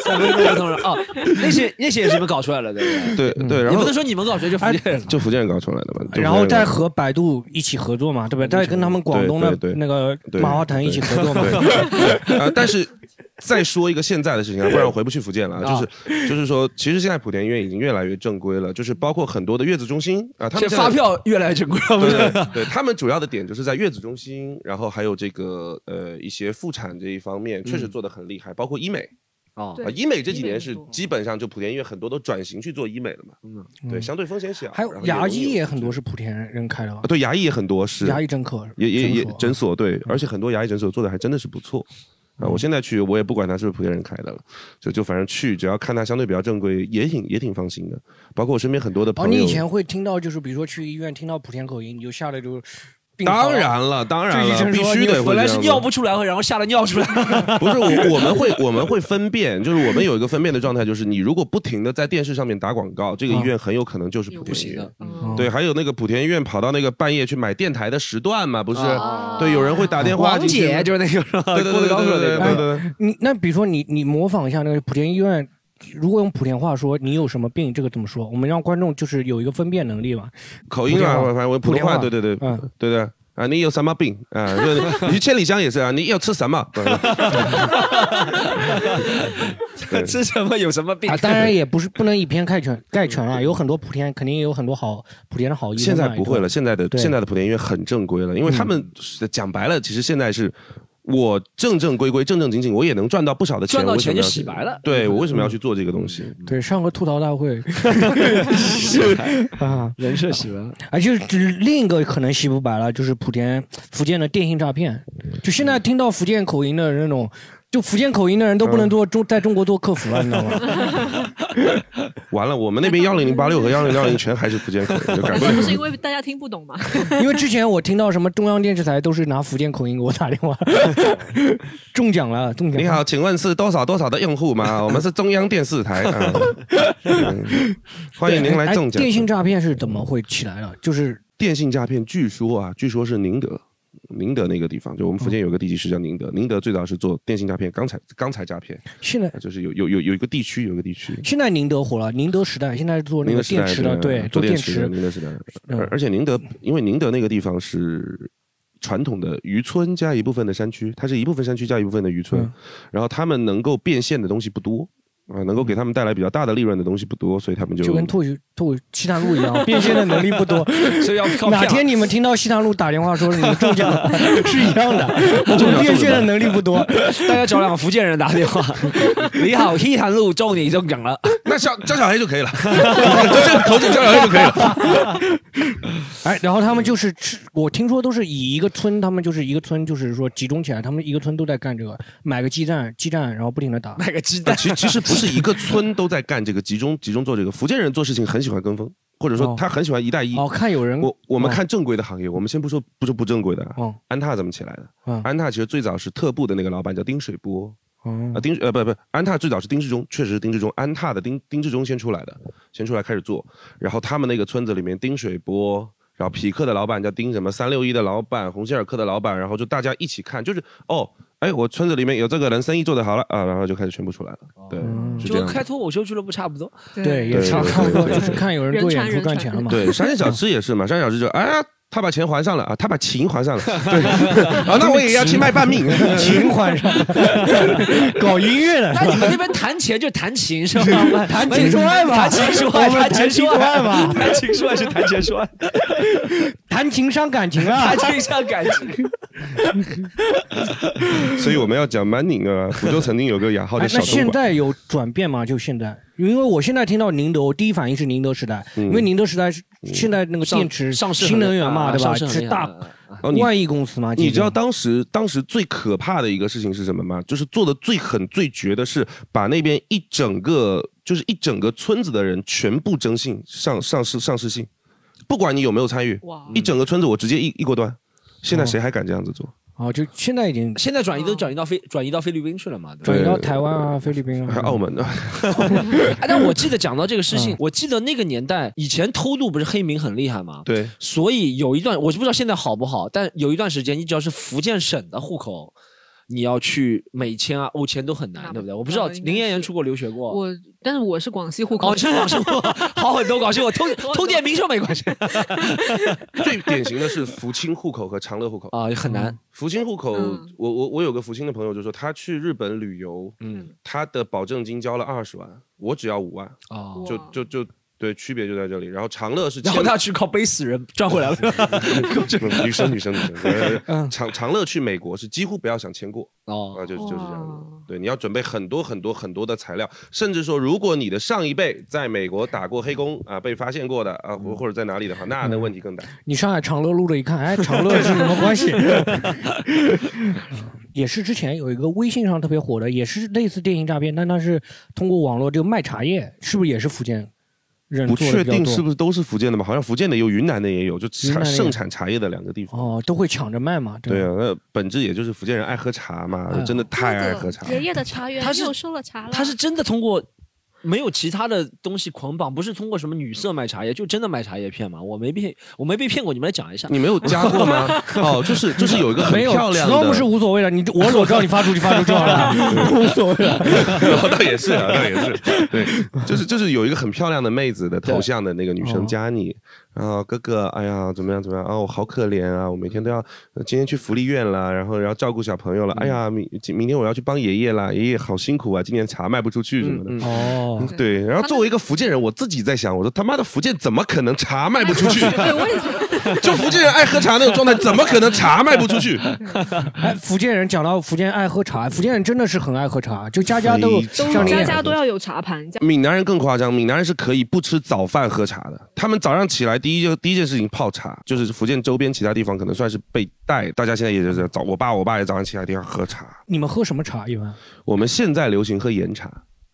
Speaker 4: 三分钟我同人啊，那些那些也是你们搞出来了的，对不
Speaker 2: [laughs] 对
Speaker 4: 对
Speaker 2: 对，然
Speaker 4: 你
Speaker 2: 后
Speaker 4: 不能说你们搞出来就
Speaker 3: 哎
Speaker 4: 福建人了。
Speaker 2: 就福建人搞出来的嘛。就福建人
Speaker 3: 然后
Speaker 2: 搞
Speaker 3: 再和百度一起合作嘛，对不对？再跟他们广东的
Speaker 2: 对对对
Speaker 3: 那个
Speaker 2: 对
Speaker 3: 马化腾一起合作嘛。
Speaker 2: 对，呃，但是再说一个现在的事情啊，不然我回不去福建了啊。
Speaker 4: 啊
Speaker 2: 就是就是说，其实现在莆田医院已经越来越正规了，就是包括很多的月子中心啊，他
Speaker 4: 这
Speaker 2: 们现在
Speaker 4: 发。票越来越正规了，不
Speaker 2: 对
Speaker 4: 是？
Speaker 2: 对对，他们主要的点就是在月子中心，然后还有这个呃一些妇产这一方面，确
Speaker 3: 嗯
Speaker 2: 实做的很厉害，包括医美
Speaker 4: 哦
Speaker 5: 对
Speaker 2: 啊，医美这几
Speaker 5: 医美
Speaker 2: 年
Speaker 5: 也
Speaker 2: 是
Speaker 5: 多
Speaker 2: 基本上就莆田医院很多都转型去做医美了嘛，
Speaker 4: 嗯
Speaker 2: 对，相对风险小。
Speaker 3: 还有
Speaker 2: 然后
Speaker 3: 牙
Speaker 2: 容易
Speaker 3: 医也很
Speaker 2: 这
Speaker 3: 多
Speaker 2: 个
Speaker 3: 是莆田人开的吧
Speaker 2: 啊，？对，牙医也很多是
Speaker 3: 牙医诊科
Speaker 2: 也也也
Speaker 3: 诊
Speaker 2: 诊所对，而且很多牙医诊所做的还真的是不错。啊，我现在去，我也不管他是不是莆田人开的了，就就反正去，只要看他相对比较正规，也挺也挺放心的。包括我身边很多的
Speaker 3: 所。哦，
Speaker 2: 朋
Speaker 3: 你
Speaker 2: 友，
Speaker 3: 以前会听到就是比如说去医院听到莆田口音，你就下来就病
Speaker 2: 当
Speaker 3: 好了
Speaker 2: 然了，当然
Speaker 3: 这医
Speaker 2: 了，
Speaker 3: 生
Speaker 2: 必
Speaker 3: 说
Speaker 2: 须
Speaker 3: 你
Speaker 2: 得会
Speaker 4: 本来
Speaker 2: 这
Speaker 4: 是
Speaker 2: 样
Speaker 4: 尿
Speaker 2: 子
Speaker 4: 不出来，然后吓得尿出来。
Speaker 2: 不是我我们会我们会分辨，就是我们有一个分辨的状态，就是你如果不停的在电视上面打广告，这个医院很有可能就是莆
Speaker 5: 不
Speaker 2: 田医
Speaker 5: 行
Speaker 2: 院
Speaker 5: 的。，
Speaker 3: 嗯
Speaker 2: 对，还有那个莆田医院跑到那个半夜去买电台的时段嘛，不是？
Speaker 4: 啊
Speaker 2: 对，有人会打电话
Speaker 4: 王
Speaker 2: 进去
Speaker 4: 姐
Speaker 2: 吗
Speaker 4: 就是那个是吧？
Speaker 2: 对对
Speaker 4: 郭
Speaker 2: 对对
Speaker 4: 德纲说
Speaker 2: 对
Speaker 4: 的
Speaker 2: 对
Speaker 4: 那
Speaker 2: 对
Speaker 4: 个。
Speaker 2: 对。
Speaker 3: 你那比如说你你模仿一下那个莆田医院，如果用莆田话说你有什么病，这个怎么说？我们让观众就是有一个分辨能力嘛。
Speaker 2: 口音
Speaker 3: 莆田
Speaker 2: 啊，
Speaker 3: 话
Speaker 2: 反正我普
Speaker 3: 莆
Speaker 2: 通
Speaker 3: 田
Speaker 2: 话，
Speaker 3: 话
Speaker 2: 对对对，
Speaker 3: 嗯
Speaker 2: 对对啊，你有什么病啊？
Speaker 3: [laughs]
Speaker 2: 对，你去千里香也是啊，你要吃什么？对
Speaker 4: 吃什么有什么病
Speaker 3: 啊，？当然也不是不能以偏概全概全啊，有很多莆田肯定也有很多好莆田的好医
Speaker 2: 现
Speaker 3: 生嘛。啊
Speaker 2: 在不会了，现在的
Speaker 3: 对嗯
Speaker 2: 现在的莆田医院很正规了，因为他们讲白了，其实现在是我正正规规、正正经经，我也能赚到不少的钱。
Speaker 4: 赚到
Speaker 2: 我为什么
Speaker 4: 钱就
Speaker 2: 要去
Speaker 4: 洗
Speaker 2: [laughs]
Speaker 4: 白了
Speaker 2: 对
Speaker 3: 嗯
Speaker 2: 我为什么要去做这个东西？
Speaker 3: 对，上个吐槽大会啊，
Speaker 4: 人设洗白。
Speaker 3: 而且只另一个可能洗不白了，就是莆田福建的电信诈骗。就现在听到福建口音的那种，就福建口音的人都不能做中在中国做客服了，你知道吗？
Speaker 2: 完了，我们那边幺零零八六和幺零幺零全还是福建口
Speaker 3: [laughs]
Speaker 2: 音，就改不
Speaker 5: 是不是因
Speaker 2: 了。
Speaker 5: 为大家听不懂嘛？
Speaker 2: [laughs]
Speaker 3: 因为之前我听到什么中央电视台都是拿福建口音给我打电话， [laughs] 中奖了，中奖了。
Speaker 2: 你好，请问是多少多少的用户吗？我们是中央电视台
Speaker 3: [laughs]
Speaker 2: 啊，嗯欢迎您来中
Speaker 3: 哎
Speaker 2: 奖。
Speaker 3: 电信诈骗是怎么会起来的？就是
Speaker 2: 电信诈骗，据说啊，据说是宁德，宁德那个地方，就我们福
Speaker 3: 嗯
Speaker 2: 建有个地级市叫宁德，宁德最早是做电信诈骗、钢材钢材诈骗，
Speaker 3: 现在
Speaker 2: 就是有有有有一个地区，有一个地区。
Speaker 3: 现在宁德火了，宁德时代现在是做那
Speaker 2: 宁德
Speaker 3: 个
Speaker 2: 时代
Speaker 3: 电池的，对，
Speaker 2: 做
Speaker 3: 做
Speaker 2: 电
Speaker 3: 电
Speaker 2: 池的，
Speaker 3: 池。
Speaker 2: 宁德时代的。
Speaker 3: 嗯
Speaker 2: 而而且宁德，因为宁德那个地方是传统的渔村加一部分的山区，它是一部分山区加一部分的渔村，
Speaker 3: 嗯
Speaker 2: 然后他们能够变现的东西不多。啊，能够给他们带来比较大的利润的东西不多，所以他们就
Speaker 3: 就跟吐吐西塘路一
Speaker 2: [laughs]
Speaker 3: 样，变现的能力不多。
Speaker 4: 所以要靠
Speaker 2: 啊
Speaker 3: 哪
Speaker 4: 骗啊
Speaker 3: 天你们听到西塘路打电话说你们中
Speaker 2: [laughs]
Speaker 3: 奖了，是一样的，我
Speaker 2: 中奖
Speaker 3: 们变现的能力不
Speaker 2: [laughs]
Speaker 3: 多。
Speaker 4: 大家找两个福建人打电话，你好，西塘路中你中奖了，
Speaker 2: 那
Speaker 3: [laughs]
Speaker 2: 小张小黑就可以了，就这个口径张小黑就可以了。
Speaker 3: 哎，然后他们就是吃，我听说都是以一个村，他们就是一个村，就是说集中起来，他们一个村都在干这个，买个基站，基站，然后不停的打。
Speaker 4: 买个鸡
Speaker 2: [laughs] 但
Speaker 4: 蛋。
Speaker 2: 其其实不是一个村都在干这个，集中集中做这个。福建人做事情很喜欢跟风，或者
Speaker 3: 哦
Speaker 2: 说他很喜欢一带一。
Speaker 3: 哦，看有人，
Speaker 2: 我我们
Speaker 3: 哦
Speaker 2: 看正规的行业，我们先不说不说不正规的啊，
Speaker 3: 哦
Speaker 2: 安踏怎么起来的？
Speaker 3: 嗯
Speaker 2: 安踏其实最早是特步的那个老板叫丁水波
Speaker 3: 哦
Speaker 2: 啊，丁呃不不，安踏最早是丁志中，确实是丁志中，安踏的丁丁志中先出来的，先出来开始做，然后他们那个村子里面丁水波。然后匹克的老板叫丁什么，三六一的老板，鸿星尔克的老板，然后就大家一起看，就是哦，哎，我村子里面有这个人，生意做得好了啊，然后就开始全部出来了，对，是
Speaker 3: 嗯
Speaker 4: 就
Speaker 2: 这
Speaker 4: 跟
Speaker 2: 样的。
Speaker 4: 开脱口秀俱乐部差不多，
Speaker 3: 对，也
Speaker 2: 对
Speaker 3: 差
Speaker 2: 对
Speaker 3: 差不多，
Speaker 2: 对
Speaker 3: 就
Speaker 2: 对
Speaker 3: 是看有人做演出赚钱了嘛。
Speaker 2: 对，山县小吃也是嘛，山县小吃就哎呀，他把钱还上了啊，他把情还
Speaker 3: [laughs]
Speaker 2: 上了，对，啊，那我也要去卖半命， [laughs]
Speaker 3: 情怀上，搞音乐
Speaker 4: [laughs]
Speaker 3: 的
Speaker 4: 那
Speaker 3: 是
Speaker 4: 你
Speaker 3: 吧？
Speaker 4: 们那边谈钱就谈情是吧？
Speaker 3: 谈情说爱吧
Speaker 4: 谈情说爱，
Speaker 3: 我们
Speaker 4: 谈情说爱
Speaker 3: 谈情说爱吧
Speaker 4: [laughs] 谈情说爱是谈钱说爱，
Speaker 3: 谈情伤感情啊
Speaker 4: [laughs] 谈！情像感情。
Speaker 2: 所以我们要讲蛮宁啊，福州曾经有个雅号
Speaker 3: 哎
Speaker 2: 叫小
Speaker 3: 那现
Speaker 2: 东莞，
Speaker 3: 在有转变吗？就现在，因为我现在听到宁德，我第一反应是宁德时代，
Speaker 2: 嗯
Speaker 3: 因为宁德时代是现在那个电池、
Speaker 4: 嗯上市
Speaker 3: 新能源嘛，对吧？
Speaker 4: 是
Speaker 3: 是大
Speaker 4: 嗯
Speaker 2: 哦你
Speaker 3: 万亿公
Speaker 4: 啊
Speaker 3: 司嘛？
Speaker 2: 你知道
Speaker 3: 今天
Speaker 2: 当时当时最可怕的一个事情是什么吗？就是做的最狠最绝的是把那边一整个就是一整个村子的人全部征信上上市上市信，不管你有没有参与，
Speaker 5: 哇，
Speaker 2: 一整个村子我直接一一锅端。现在谁还敢这样子做？
Speaker 3: 哦，就现在已经
Speaker 4: 现在转移都转移到菲转移到菲律宾去了嘛？对吧
Speaker 3: 转移到台湾啊、菲律宾
Speaker 2: 还
Speaker 3: 啊、
Speaker 4: 嗯
Speaker 2: 澳
Speaker 4: [laughs]
Speaker 2: 门的，
Speaker 4: 哎，但我记得讲到这个事情
Speaker 3: 嗯，
Speaker 4: 我记得那个年代以前偷渡不是黑名很厉害吗？
Speaker 2: 对，
Speaker 4: 所以有一段我是不知道现在好不好，但有一段时间，你只要是福建省的户口，你要去美签啊、欧签都很难，
Speaker 5: 那
Speaker 4: 对不对？
Speaker 5: 不
Speaker 4: 我不知道
Speaker 5: 那应该
Speaker 4: 林彦彦
Speaker 5: 是
Speaker 4: 出国留学过。
Speaker 5: 我但是我是广西户口
Speaker 4: 哦，，这样是我 [laughs] 好很多，搞笑我偷偷点名说没
Speaker 5: [laughs]
Speaker 4: 关系
Speaker 2: 最典型的是福清户口和长乐户口。
Speaker 4: 啊，很难，
Speaker 2: 福清户口，
Speaker 5: 嗯
Speaker 2: 我我我有个福清的朋友就说，他去日本旅游，
Speaker 4: 嗯
Speaker 2: 他的保证金交了二十万，我只要五万，
Speaker 4: 啊。
Speaker 5: 哇
Speaker 2: 就就就对，区别就在这里。然后长乐是
Speaker 4: 然
Speaker 2: 签
Speaker 4: 后他去靠背死人赚回来
Speaker 5: [laughs]
Speaker 4: 了。
Speaker 2: 女生女生女生
Speaker 3: [laughs]
Speaker 2: 对，
Speaker 3: 嗯
Speaker 2: 长长乐去美国是几乎不要想签过啊，
Speaker 4: 哦，
Speaker 2: 就就是这样
Speaker 5: 哇
Speaker 2: 的。对，你要准备很多很多很多的材料，甚至说，如果你的上一辈在美国打过黑工啊，被发现过的啊，
Speaker 3: 嗯
Speaker 2: 或或者在哪里的话，那那问题更大。
Speaker 3: 你上海长乐路了
Speaker 2: [laughs]
Speaker 3: 一看，哎，长乐是什么关系？ [laughs] 也是之前有一个微信上特别火的，也是类似电信诈骗，但它是通过网络就卖茶叶，是不是也是福建人
Speaker 2: 不
Speaker 3: 做的
Speaker 2: 确
Speaker 3: 比较
Speaker 2: 定
Speaker 3: 多？
Speaker 2: 是不是都是福建的吧？好像福建的有，云南的也有，就
Speaker 3: 云
Speaker 2: 茶
Speaker 3: 南的也有
Speaker 2: 盛产茶叶的两个地方。
Speaker 3: 哦，都会抢着卖嘛，
Speaker 2: 对
Speaker 3: 吧？
Speaker 2: 啊，那本质也就是福建人爱喝茶嘛，
Speaker 3: 哎呀
Speaker 2: 真的太爱喝茶了。
Speaker 9: 爷爷的茶园
Speaker 4: 他是
Speaker 9: 又收了茶了。
Speaker 4: 他是真的通过没有其他的东西捆绑，不是通过什么女色卖茶叶，就真的卖茶叶骗嘛？我没骗，我没被骗过，你们来讲一下。
Speaker 2: 你没有加过
Speaker 3: [laughs]
Speaker 2: 吗？哦，就是就是有一个很
Speaker 3: 没有
Speaker 2: 漂亮的，
Speaker 3: ，Storm 是无所谓的，你我裸照你发出去发出去就好了，
Speaker 2: [laughs]
Speaker 3: 无所谓了。
Speaker 2: 哦， [laughs] 倒也是
Speaker 4: [laughs] 哦
Speaker 2: 啊，倒也是，对，就是就是有一个很漂亮的妹子的头像的那个女生加你，啊，哥哥，哎呀，怎么样怎么样啊？我好可怜啊！我每天都要，呃今天去福利院了，然后然后照顾小朋友了。哎呀，明今明天我要去帮爷爷啦，爷爷好辛苦啊，今年茶卖不出去什么的。
Speaker 4: 嗯嗯
Speaker 3: [laughs]
Speaker 2: 嗯
Speaker 3: 哦
Speaker 2: 对，然后作为一个福建人，我自己在想，我说他妈的福建怎么可能茶卖不出去？
Speaker 5: [laughs]
Speaker 2: [laughs]
Speaker 5: 对，我也觉得，
Speaker 2: 就福建人爱喝茶那种状态，怎么可能茶卖不出去？
Speaker 3: 哎，福建人讲到福建爱喝茶，福建人真的是很爱喝茶，就家家都有
Speaker 2: 非常
Speaker 3: 像
Speaker 5: 都
Speaker 3: 你
Speaker 5: 家
Speaker 3: 也
Speaker 5: 家都要有茶盘，家
Speaker 2: 闽南人更夸张，闽南人是可以不吃早饭喝茶的。他们早上起来第一就第一件事情泡茶，就是福建周边其他地方可能算是被带，大家现在也就是早，我爸我爸也早上起来一定要喝茶。
Speaker 3: 你们喝什么茶一般？
Speaker 2: 我们现在流行喝岩茶，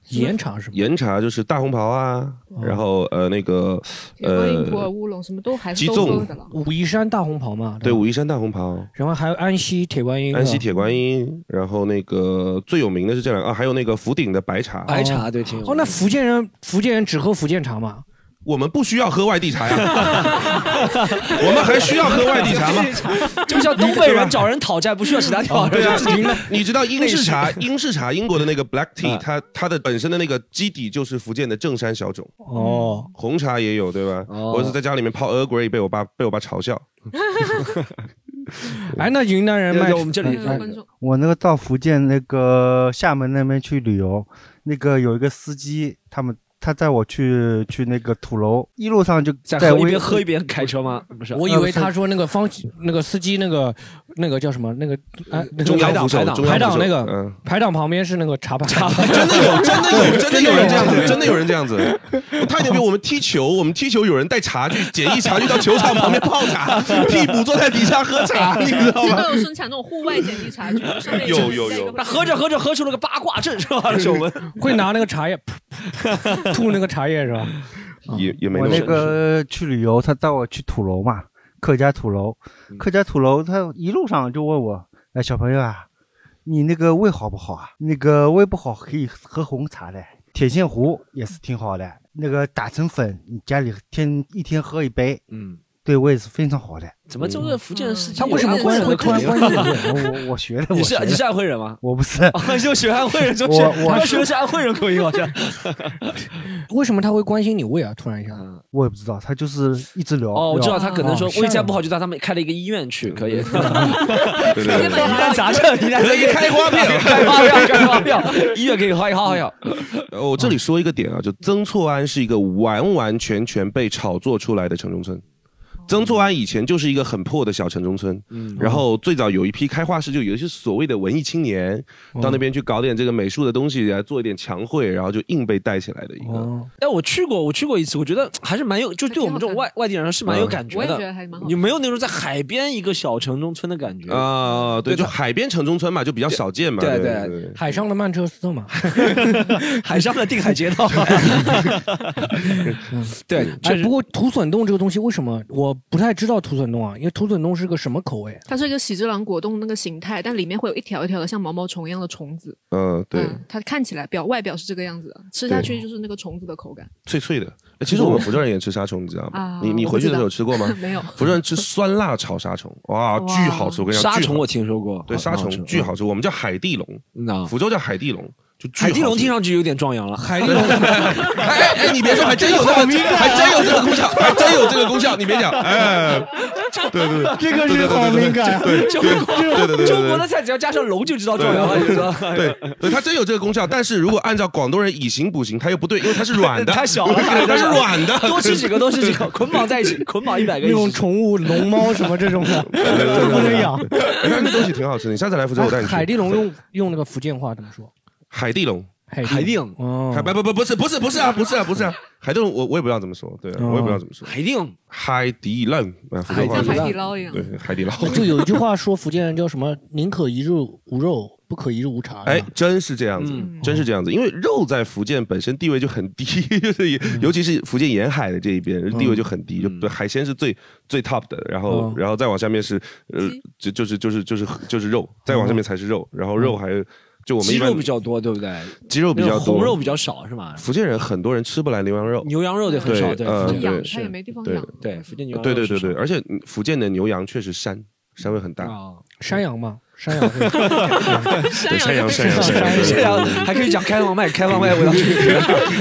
Speaker 3: 岩茶是吗？
Speaker 2: 岩茶就是大红袍啊，然后呃那个
Speaker 5: 观
Speaker 2: 呃
Speaker 5: 音普洱乌龙什么都还是
Speaker 2: 鸡
Speaker 5: 都
Speaker 2: 枞
Speaker 5: 喝的了。
Speaker 3: 武夷山大红袍嘛，
Speaker 2: 对
Speaker 3: 吧
Speaker 2: 武夷山大红袍。
Speaker 3: 然后还有安溪铁观音，
Speaker 2: 安溪
Speaker 3: 是吧
Speaker 2: 铁观音，然后那个最有名的是这两个啊，还有那个福鼎的白茶。
Speaker 4: 白茶对，挺有
Speaker 3: 哦，那福建人福建人只喝福建茶嘛？
Speaker 2: 我们不需要喝外地茶呀， [laughs] 我们还需要喝外地茶吗？
Speaker 4: 就像东北人找人讨债，不需要其他条
Speaker 2: [laughs] 对
Speaker 4: 件，
Speaker 2: 啊
Speaker 4: 就自己，
Speaker 2: 你知道英式 [laughs] 茶，英式茶，英国的那 [laughs] 个 black tea，
Speaker 4: 啊
Speaker 2: 它它的本身的那个基底就是福建的正山小种，
Speaker 3: 哦，
Speaker 2: 红茶也有，对吧？
Speaker 4: 哦
Speaker 2: 我有一次在家里面泡 Earl Grey，被我爸被我爸嘲笑。
Speaker 3: 哎，那云南人卖
Speaker 4: 我们这里
Speaker 5: 嗯有观众
Speaker 9: 我那个到福建那个厦门那边去旅游，那个有一个司机，他们他载我去去那个土楼，一路上就
Speaker 4: 在
Speaker 9: 在
Speaker 4: 喝一
Speaker 9: 微
Speaker 4: 边喝一边开车吗？不是，
Speaker 3: 我
Speaker 2: 呃
Speaker 3: 以为他说那个方那个司机那个那个叫什么那个哎那
Speaker 2: 呃中
Speaker 3: 个
Speaker 2: 央
Speaker 4: 排档
Speaker 2: 扶手
Speaker 4: 排，档
Speaker 2: 中央
Speaker 3: 排档
Speaker 2: 扶手
Speaker 3: 那个
Speaker 2: 嗯，
Speaker 3: 排档旁边是那个茶盘，茶
Speaker 2: 真的有，真的有，真的有人这样子，真的有人这样
Speaker 3: [laughs]
Speaker 2: 子，我太牛逼！我们踢球，我们踢球有人带茶具，简易茶具到球场旁边泡
Speaker 3: [laughs]
Speaker 2: 茶，替补坐在底下喝茶，你知道
Speaker 5: 现在
Speaker 2: 吗？
Speaker 5: 都有生产那种户外简易茶具，上面
Speaker 2: 有有有
Speaker 4: 那喝着喝着喝出了个八卦阵是吧？是我们
Speaker 3: 会拿那个茶叶噗噗噗吐那个茶叶是吧？
Speaker 2: 也也没
Speaker 9: 我
Speaker 2: 么
Speaker 9: 那
Speaker 2: 神奇
Speaker 9: 个去旅游，他带我去土楼嘛，客家土楼，客家土楼，他一路上就问我，哎，小朋友啊，你那个胃好不好啊？那个胃不好可以喝红茶的，铁线糊也是挺好的，那个打成粉，你家里天一天喝一杯，
Speaker 4: 嗯，
Speaker 9: 对胃是非常好的。
Speaker 4: 怎么就是福建司机？
Speaker 3: 他为什么关
Speaker 4: 关系
Speaker 3: 会突然关心你？
Speaker 9: 我我
Speaker 4: [laughs]
Speaker 9: 学的，我
Speaker 4: 你
Speaker 9: 学
Speaker 4: 是你是
Speaker 9: 的，
Speaker 4: 安徽人吗？
Speaker 9: 我不是
Speaker 4: 啊，就学安徽人，就
Speaker 9: 我
Speaker 4: 是
Speaker 9: 我
Speaker 4: 他学的是安徽人口音，好像。
Speaker 3: 为什么他会关心你胃啊？突然
Speaker 2: [laughs]
Speaker 3: 一下，
Speaker 9: 我也不知道，他就是一直聊。
Speaker 4: 哦，我知道
Speaker 9: 聊
Speaker 4: 他可能说
Speaker 3: 哦
Speaker 4: 胃家不好，就到他们开了一个医院去，可以。
Speaker 2: 对对对
Speaker 3: [laughs]
Speaker 4: 疑难杂症，疑难杂症，
Speaker 2: 开花片。
Speaker 4: 开发
Speaker 2: [laughs]
Speaker 4: 票，开发票，医院给你开发票。
Speaker 2: 呃，我这里说一个点啊，就曾厝垵是一个完完全全被炒作出来的城中村。曾厝垵以前就是一个很破的小城中村，
Speaker 4: 嗯
Speaker 2: 然后最早有一批开画室，就有一些所谓的文艺青年到那边去搞点这个美术的东西，来做一点墙绘，然后就硬被带起来的一个。
Speaker 3: 哦，
Speaker 4: [laughs] 哎，我去过，我去过一次，我觉得还是蛮有，就对我们这种外外地人是蛮有感
Speaker 5: 我
Speaker 4: 觉
Speaker 5: 也觉得
Speaker 4: 的。
Speaker 5: 还蛮好
Speaker 4: 你。没有那种在海边一个小城中村的感觉
Speaker 9: 嗯
Speaker 2: 啊，对，
Speaker 4: 对
Speaker 2: 就
Speaker 4: 的
Speaker 2: 海边城中村嘛，就比较少见嘛。
Speaker 4: 对
Speaker 2: 对
Speaker 4: 对
Speaker 2: 对。
Speaker 3: 海上的曼彻斯特嘛，
Speaker 4: 海上的定海街
Speaker 9: [laughs]
Speaker 4: 道。 [laughs] 对，确
Speaker 3: 哎，
Speaker 4: 实
Speaker 3: 不过土笋冻这个东西为什么我不太知道土笋冻啊？因为土笋冻是个什么口味？
Speaker 5: 它是一个喜之郎果冻那个形态，但里面会有一条一条的像毛毛虫一样的虫子。
Speaker 2: 嗯，对，
Speaker 5: 嗯，它看起来表外表是这个样子的，吃下去就是那个虫子的口感。
Speaker 2: 脆脆的。哎其实我们福州人也吃沙虫，你知道吗
Speaker 5: 啊？
Speaker 2: 你你
Speaker 5: 我
Speaker 2: 回去
Speaker 5: 知
Speaker 2: 的时
Speaker 5: 道？
Speaker 2: 候吃过吗
Speaker 5: [laughs] 没有，
Speaker 2: 福州人吃酸辣炒沙虫，哇，
Speaker 5: 哇
Speaker 2: 巨好吃！我跟你讲，
Speaker 4: 沙
Speaker 2: 巨
Speaker 4: 虫
Speaker 2: 好
Speaker 4: 我听说过，
Speaker 2: 对，沙虫巨好吃，我们叫海地龙，
Speaker 4: 嗯那
Speaker 2: 福州叫海地龙，就巨好吃
Speaker 4: 海地龙听，上去有点壮阳了。
Speaker 3: 海地龙
Speaker 2: 哎哎哎，你别说，还真有这个，还真有这个功效，还真有这个功效，你别讲，哎，对对对，
Speaker 3: 这个
Speaker 2: 对对对对对
Speaker 3: 感啊。
Speaker 4: [laughs]
Speaker 2: 对
Speaker 4: 中
Speaker 2: 对
Speaker 4: 国
Speaker 2: 对对对
Speaker 4: 中国
Speaker 2: 对
Speaker 4: 的菜只要加上龙就知道壮阳了，你知道吗？
Speaker 2: 对，对，它真有这个功效，但是如果按照广东人以形补形，它又不对，因为它是软的，
Speaker 4: 太小了，
Speaker 2: 它是软的，
Speaker 4: 多吃几个，多吃几个，捆绑在一起，捆绑一百个
Speaker 3: 那
Speaker 4: 一起
Speaker 3: 种宠物龙猫什么这种的，
Speaker 2: 对
Speaker 3: 都不能养。
Speaker 2: 但那东西挺好吃的，你下次来福州我带你去。
Speaker 3: 海地龙用用那个福建话怎么说？
Speaker 2: 海地龙，
Speaker 3: 海
Speaker 4: 海
Speaker 3: 地
Speaker 4: 定，
Speaker 3: 哦
Speaker 2: 海不不不不是不是不是啊不是啊不是啊，海地龙我我也不知道怎么说，对我也不知道怎么说，
Speaker 4: 海定，
Speaker 2: 海底龙啊，福州话
Speaker 5: 像
Speaker 2: 是
Speaker 5: 海底捞一样。
Speaker 2: 对海底捞。
Speaker 3: 就有一句话说福建人叫什么？宁可一日无肉，不可一日无茶。
Speaker 2: 哎
Speaker 3: 是吧，
Speaker 2: 真是这样子，
Speaker 4: 嗯
Speaker 2: 真是这样子，因为肉在福建本身地位就很低， [laughs] 就是也尤其是福建沿海的这一边地位就很低，
Speaker 4: 嗯
Speaker 2: 就海鲜是最最 top 的，然后、
Speaker 3: 嗯
Speaker 2: 然后再往下面是呃
Speaker 5: 鸡，
Speaker 2: 就就是就是就是就是肉，再往下面才是肉，然后肉还有就我们
Speaker 4: 嗯鸡
Speaker 2: 一般
Speaker 4: 肉比较多，对不对？
Speaker 2: 鸡肉比
Speaker 4: 那
Speaker 2: 较
Speaker 4: 种
Speaker 2: 多，
Speaker 4: 红肉比较少是吗？
Speaker 2: 福建人很多人吃不来牛羊肉，
Speaker 4: 牛羊肉的很少，
Speaker 2: 对
Speaker 4: 对，
Speaker 2: 呃
Speaker 4: 福
Speaker 5: 它
Speaker 4: 建
Speaker 5: 养
Speaker 2: 对
Speaker 4: 牛
Speaker 5: 它也
Speaker 4: 是，
Speaker 5: 没地方
Speaker 2: 对
Speaker 5: 养，
Speaker 4: 对，福建牛羊
Speaker 2: 对
Speaker 4: 肉
Speaker 2: 对
Speaker 4: 是
Speaker 2: 对
Speaker 4: 少
Speaker 2: 对，而且福建的牛羊确实膻，膻味很大，
Speaker 4: 啊，
Speaker 3: 山羊嘛，山羊会
Speaker 2: 对山羊山羊山羊
Speaker 4: 山羊， [laughs] 还可以讲开放麦，开放 [laughs] 麦味道。
Speaker 2: [laughs]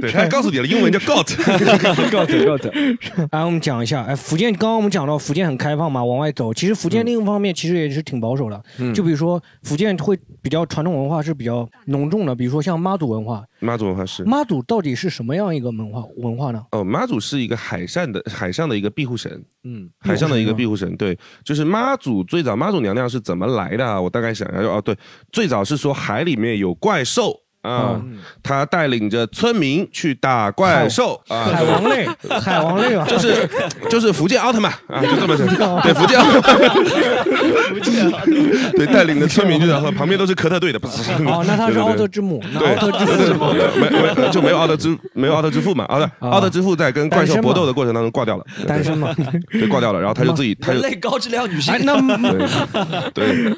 Speaker 2: 对，他告诉你了，英文叫 got。 [laughs]
Speaker 3: 来，我们讲一下， [laughs] 哎，福建刚刚我们讲到福建很开放嘛，往外走。其实福建另一方面其实也是挺保守的，
Speaker 2: 嗯
Speaker 3: 就比如说福建会比较传统文化是比较浓重的，比如说像妈祖文化。
Speaker 2: 妈祖文化是
Speaker 3: 妈祖到底是什么样一个文化文化呢？
Speaker 2: 哦，妈祖是一个海上的海上的一个庇护神，
Speaker 4: 嗯，
Speaker 2: 海上的一个庇护神，对，就是妈祖最早妈祖娘娘是怎么来的啊？我大概想一下，哦，对，最早是说海里面有怪兽。啊，
Speaker 3: 嗯
Speaker 2: 他带领着村民去打怪兽啊，
Speaker 3: 海王
Speaker 2: [laughs]
Speaker 3: 类，海王类吧， [laughs]
Speaker 2: 就是就是福建奥特曼啊，就这么说，对，福建奥特曼，对，带领着村民去打，旁边都是科特队的，不是？
Speaker 3: 哦，那他是
Speaker 2: 对对对
Speaker 3: 奥特之母，那
Speaker 2: 对
Speaker 3: 奥特之父哦是吗？
Speaker 2: [laughs] 没没就没有奥特之没有奥特之父嘛，奥特奥特之父在跟怪兽搏斗的过程当中挂掉了，
Speaker 3: 单
Speaker 2: [laughs]
Speaker 3: 身嘛。
Speaker 2: 对，挂掉了，然后他就自己他就
Speaker 4: 人类高质量女性
Speaker 3: 哎，，那
Speaker 2: 对，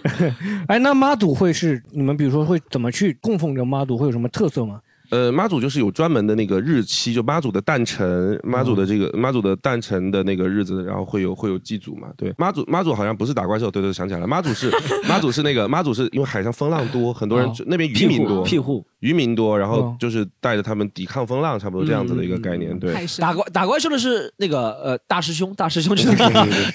Speaker 3: 哎，那妈祖会是你们比如说会怎么去供奉这个妈祖，会有什么特色吗？
Speaker 2: 呃，妈祖就是有专门的那个日期，就妈祖的诞辰，妈祖的这个妈祖的诞辰的那个日子，然后会有会有祭祖嘛，对，妈祖妈祖好像不是打怪兽，对对，想起来了，妈祖是妈祖是那个妈祖是因为海上风浪多，很多人
Speaker 4: 哦
Speaker 2: 那边渔民多，
Speaker 4: [laughs] 庇护
Speaker 2: 渔民多，然后
Speaker 3: 哦
Speaker 2: 就是带着他们抵抗风浪，差不多这样子的一个概念，对。
Speaker 5: 海参
Speaker 4: 打怪打怪兽的是那个呃大师兄， [laughs] 大师兄就是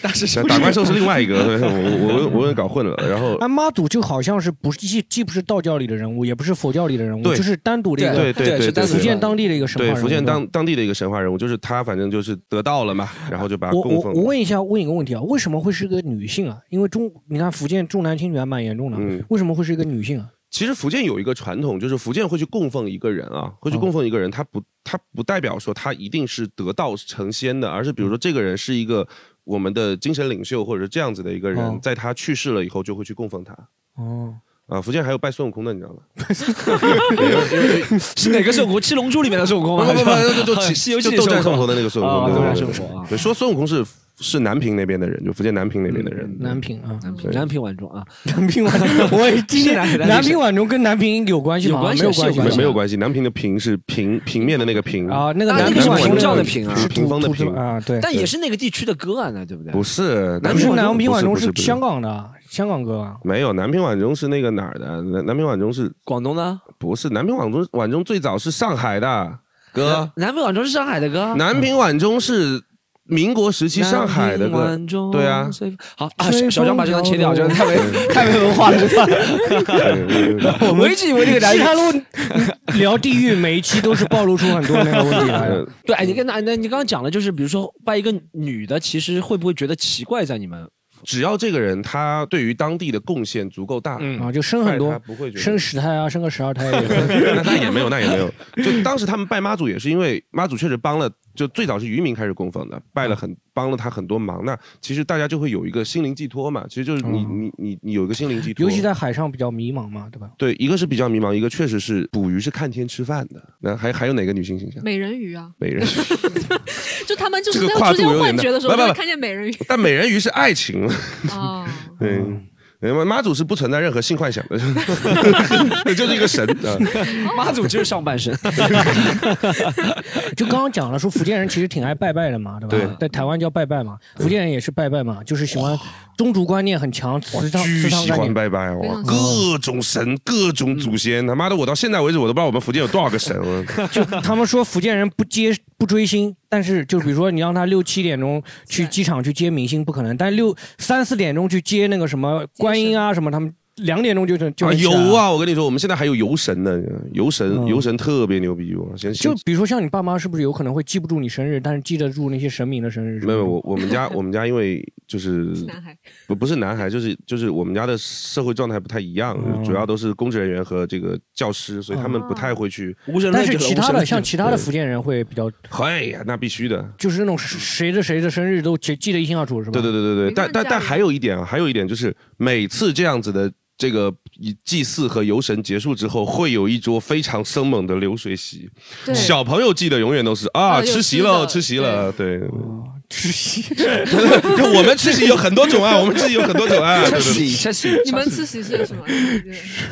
Speaker 4: 大师兄
Speaker 2: 打怪兽是另外一个，对我我我我也搞混了。然后
Speaker 3: 哎，妈祖就好像是不是既既不是道教里的人物，也不是佛教里的人物，
Speaker 2: 对
Speaker 3: 就是单独的一个
Speaker 2: 对对对
Speaker 4: 是
Speaker 2: 对
Speaker 4: 单
Speaker 2: 对
Speaker 3: 福建当地的一个神话
Speaker 2: 对
Speaker 3: 人物
Speaker 2: 福建当啊当地的一个神话人物，就是他，反正就是得到了嘛，然后就把他
Speaker 3: 我
Speaker 2: 供
Speaker 3: 我
Speaker 2: 奉
Speaker 3: 我
Speaker 2: 了。
Speaker 3: 问一下，问一个问题啊，为什么会是个女性啊？因为中你看福建重男轻女还蛮严重的，啊
Speaker 2: 嗯
Speaker 3: 为什么会是一个女性啊？
Speaker 2: 其实福建有一个传统，就是福建会去供奉一个人啊，会去供奉一个人，他不他不代表说他一定是得道成仙的，而是比如说这个人是一个我们的精神领袖，或者是这样子的一个
Speaker 3: 哦
Speaker 2: 人，在他去世了以后就会去供奉他。
Speaker 3: 哦，
Speaker 2: 啊，福建还有拜孙悟空的，你知道吗？
Speaker 4: 是哪个孙悟空？七龙珠里面的孙悟空
Speaker 2: 不不
Speaker 4: 吗？
Speaker 2: [laughs] 不，就就
Speaker 4: 《西游记》
Speaker 2: 就斗战胜佛的那个孙悟
Speaker 4: 啊，
Speaker 2: 空，
Speaker 4: 斗战
Speaker 2: 对
Speaker 4: 胜
Speaker 2: 对
Speaker 9: [laughs]
Speaker 2: 对。
Speaker 4: 佛啊，
Speaker 2: 对，说孙悟空是是南平那边的人，就福建南平那边的人。
Speaker 3: 南平啊，
Speaker 4: 南平南平晚钟啊，
Speaker 3: 南平晚钟，
Speaker 4: [laughs]
Speaker 3: 我也今天
Speaker 4: 是南
Speaker 3: 南平晚钟跟南平有关系吗？啊
Speaker 4: 有关系
Speaker 3: 没有
Speaker 4: 是有
Speaker 3: 关系吧，
Speaker 2: 没没有关系，南平的平是平平面的那个平
Speaker 3: 啊，那个
Speaker 4: 啊
Speaker 3: 南
Speaker 4: 那
Speaker 2: 个
Speaker 3: 平
Speaker 2: 是
Speaker 3: 晚钟
Speaker 2: 嗯平
Speaker 4: 教的
Speaker 3: 平
Speaker 4: 平啊
Speaker 3: 是
Speaker 2: 屏风的
Speaker 3: 土字
Speaker 2: 屏
Speaker 3: 啊，对，
Speaker 4: 但也是那个地区的歌啊，那对不对？
Speaker 2: 不是
Speaker 3: 不是南平晚钟
Speaker 2: 不是
Speaker 3: 是
Speaker 2: 不是
Speaker 3: 香港的，香港歌啊，
Speaker 2: 没有南平晚钟是那个哪儿的？南南平晚钟是
Speaker 4: 广东的
Speaker 2: 不是南平晚钟？晚钟最早是上海的哥，
Speaker 4: 南平晚钟是上海的歌啊，
Speaker 2: 啊南平晚钟是民国时期上海的
Speaker 4: 南屏
Speaker 2: 歌。
Speaker 4: 晚钟
Speaker 2: 对啊
Speaker 4: 随好啊，
Speaker 3: 随
Speaker 4: 小小张把这段切掉，
Speaker 3: 风
Speaker 4: 这
Speaker 3: 摇
Speaker 4: 段
Speaker 3: 动
Speaker 4: 太没 [laughs] 太没文化了。这段
Speaker 2: 对对对对 [laughs]
Speaker 4: 我一直以为这个男
Speaker 3: 西
Speaker 4: 人
Speaker 3: 塔路 [laughs] 聊地狱，每一期都是暴露出很多那个问题来
Speaker 2: [laughs]
Speaker 3: 的。
Speaker 4: 对，哎，你跟那那你刚刚讲了，就是比如说拜一个女的，其实会不会觉得奇怪在你们？
Speaker 2: 只要这个人他对于当地的贡献足够大，
Speaker 4: 嗯
Speaker 3: 啊，就生很
Speaker 2: 他
Speaker 3: 多，
Speaker 2: 不会觉得
Speaker 3: 生十胎啊，生个十二
Speaker 2: [laughs]
Speaker 3: 胎也有。
Speaker 2: 那那也没有，那也没有。就当时他们拜妈祖也是因为妈祖确实帮了，就最早是渔民开始供奉的，拜了很帮了他很多忙。那其实大家就会有一个心灵寄托嘛，其实就是你、
Speaker 3: 嗯
Speaker 2: 你你你有一个心灵寄托。
Speaker 3: 尤其在海上比较迷茫嘛，对吧？
Speaker 2: 对，一个是比较迷茫，一个确实是捕鱼是看天吃饭的。那还还有哪个女性形象？
Speaker 5: 美人鱼啊，
Speaker 2: 美人，鱼。 [laughs]
Speaker 5: 就他们就是
Speaker 2: 这个
Speaker 5: 在
Speaker 2: 跨
Speaker 5: 出现
Speaker 2: 度有点
Speaker 5: 幻觉的时候，
Speaker 2: 大
Speaker 5: 就
Speaker 2: 不不
Speaker 5: 会
Speaker 2: 不
Speaker 5: 看见美人鱼
Speaker 2: 但美人鱼是爱情，
Speaker 5: 啊。
Speaker 2: 对。
Speaker 3: 嗯
Speaker 2: 妈妈祖是不存在任何性幻想的， [laughs] 就是一个
Speaker 3: [laughs]
Speaker 2: 神啊。
Speaker 4: 妈祖就是上
Speaker 2: [laughs]
Speaker 4: 半身，
Speaker 3: 就刚刚讲了，说福建人其实挺爱拜拜的嘛，对吧？
Speaker 2: 对
Speaker 3: 在台湾叫拜拜嘛，福建人也是拜拜嘛，就是喜欢宗族观念很强，
Speaker 2: 我
Speaker 3: 祠堂祠
Speaker 2: 巨
Speaker 3: 堂
Speaker 2: 喜
Speaker 3: 概
Speaker 2: 欢
Speaker 3: 念。
Speaker 2: 拜拜，啊
Speaker 5: 非
Speaker 2: 哇，
Speaker 5: 常
Speaker 2: 各种神，各种祖先，他妈的，我到现在为止我都不知道我们福建有多少个神。啊我
Speaker 3: 就他们说福建人不接不追星，但是就比如说你让他六七点钟去机场去接明星不可能，但六三四点钟去接那个什么观音啊什么，他们两点钟就 [laughs] 能就
Speaker 2: 啊
Speaker 3: 能起
Speaker 2: 有
Speaker 3: 来了。
Speaker 2: 啊！我跟你说，我们现在还有游神呢，游神
Speaker 3: 嗯
Speaker 2: 游神特别牛逼，我先
Speaker 3: 就
Speaker 2: 先
Speaker 3: 比如说像你爸妈是不是有可能会记不住你生日，但是记得住那些神明的生日？
Speaker 2: 没有我我们家我们家因为就是
Speaker 5: 是男孩，
Speaker 2: 不不是男孩，就是就是我们家的社会状态不太一样，
Speaker 3: 嗯
Speaker 2: 主要都是公职人员和这个教师，所以他们不太会去。
Speaker 4: 无神论
Speaker 3: 哦但是
Speaker 4: 者了
Speaker 3: 其他
Speaker 4: 无神
Speaker 3: 的
Speaker 4: 论
Speaker 3: 像
Speaker 4: 者
Speaker 3: 其他的福建人会比较，
Speaker 2: 哎呀，那必须的。
Speaker 3: 就是那种谁的谁的生日都记记得一清二楚，是吧？
Speaker 2: 对对对对对，
Speaker 5: 没
Speaker 2: 但
Speaker 5: 放
Speaker 2: 但
Speaker 5: 假
Speaker 2: 但
Speaker 5: 的
Speaker 2: 还有一点啊，还有一点就是每次这样子的这个以祭祀和游神结束之后，会有一桌非常生猛的流水席。
Speaker 5: 对，
Speaker 2: 小朋友记得永远都是啊，
Speaker 5: 啊有
Speaker 2: 吃席
Speaker 5: 吃
Speaker 2: 了，
Speaker 5: 的
Speaker 2: 吃席了，对。 [laughs]
Speaker 3: 吃席，
Speaker 2: 就我们吃席有很多种啊，我们吃席有很多种啊。对对
Speaker 4: 吃
Speaker 2: 对
Speaker 4: 席吃席，
Speaker 5: 你们吃席是什么？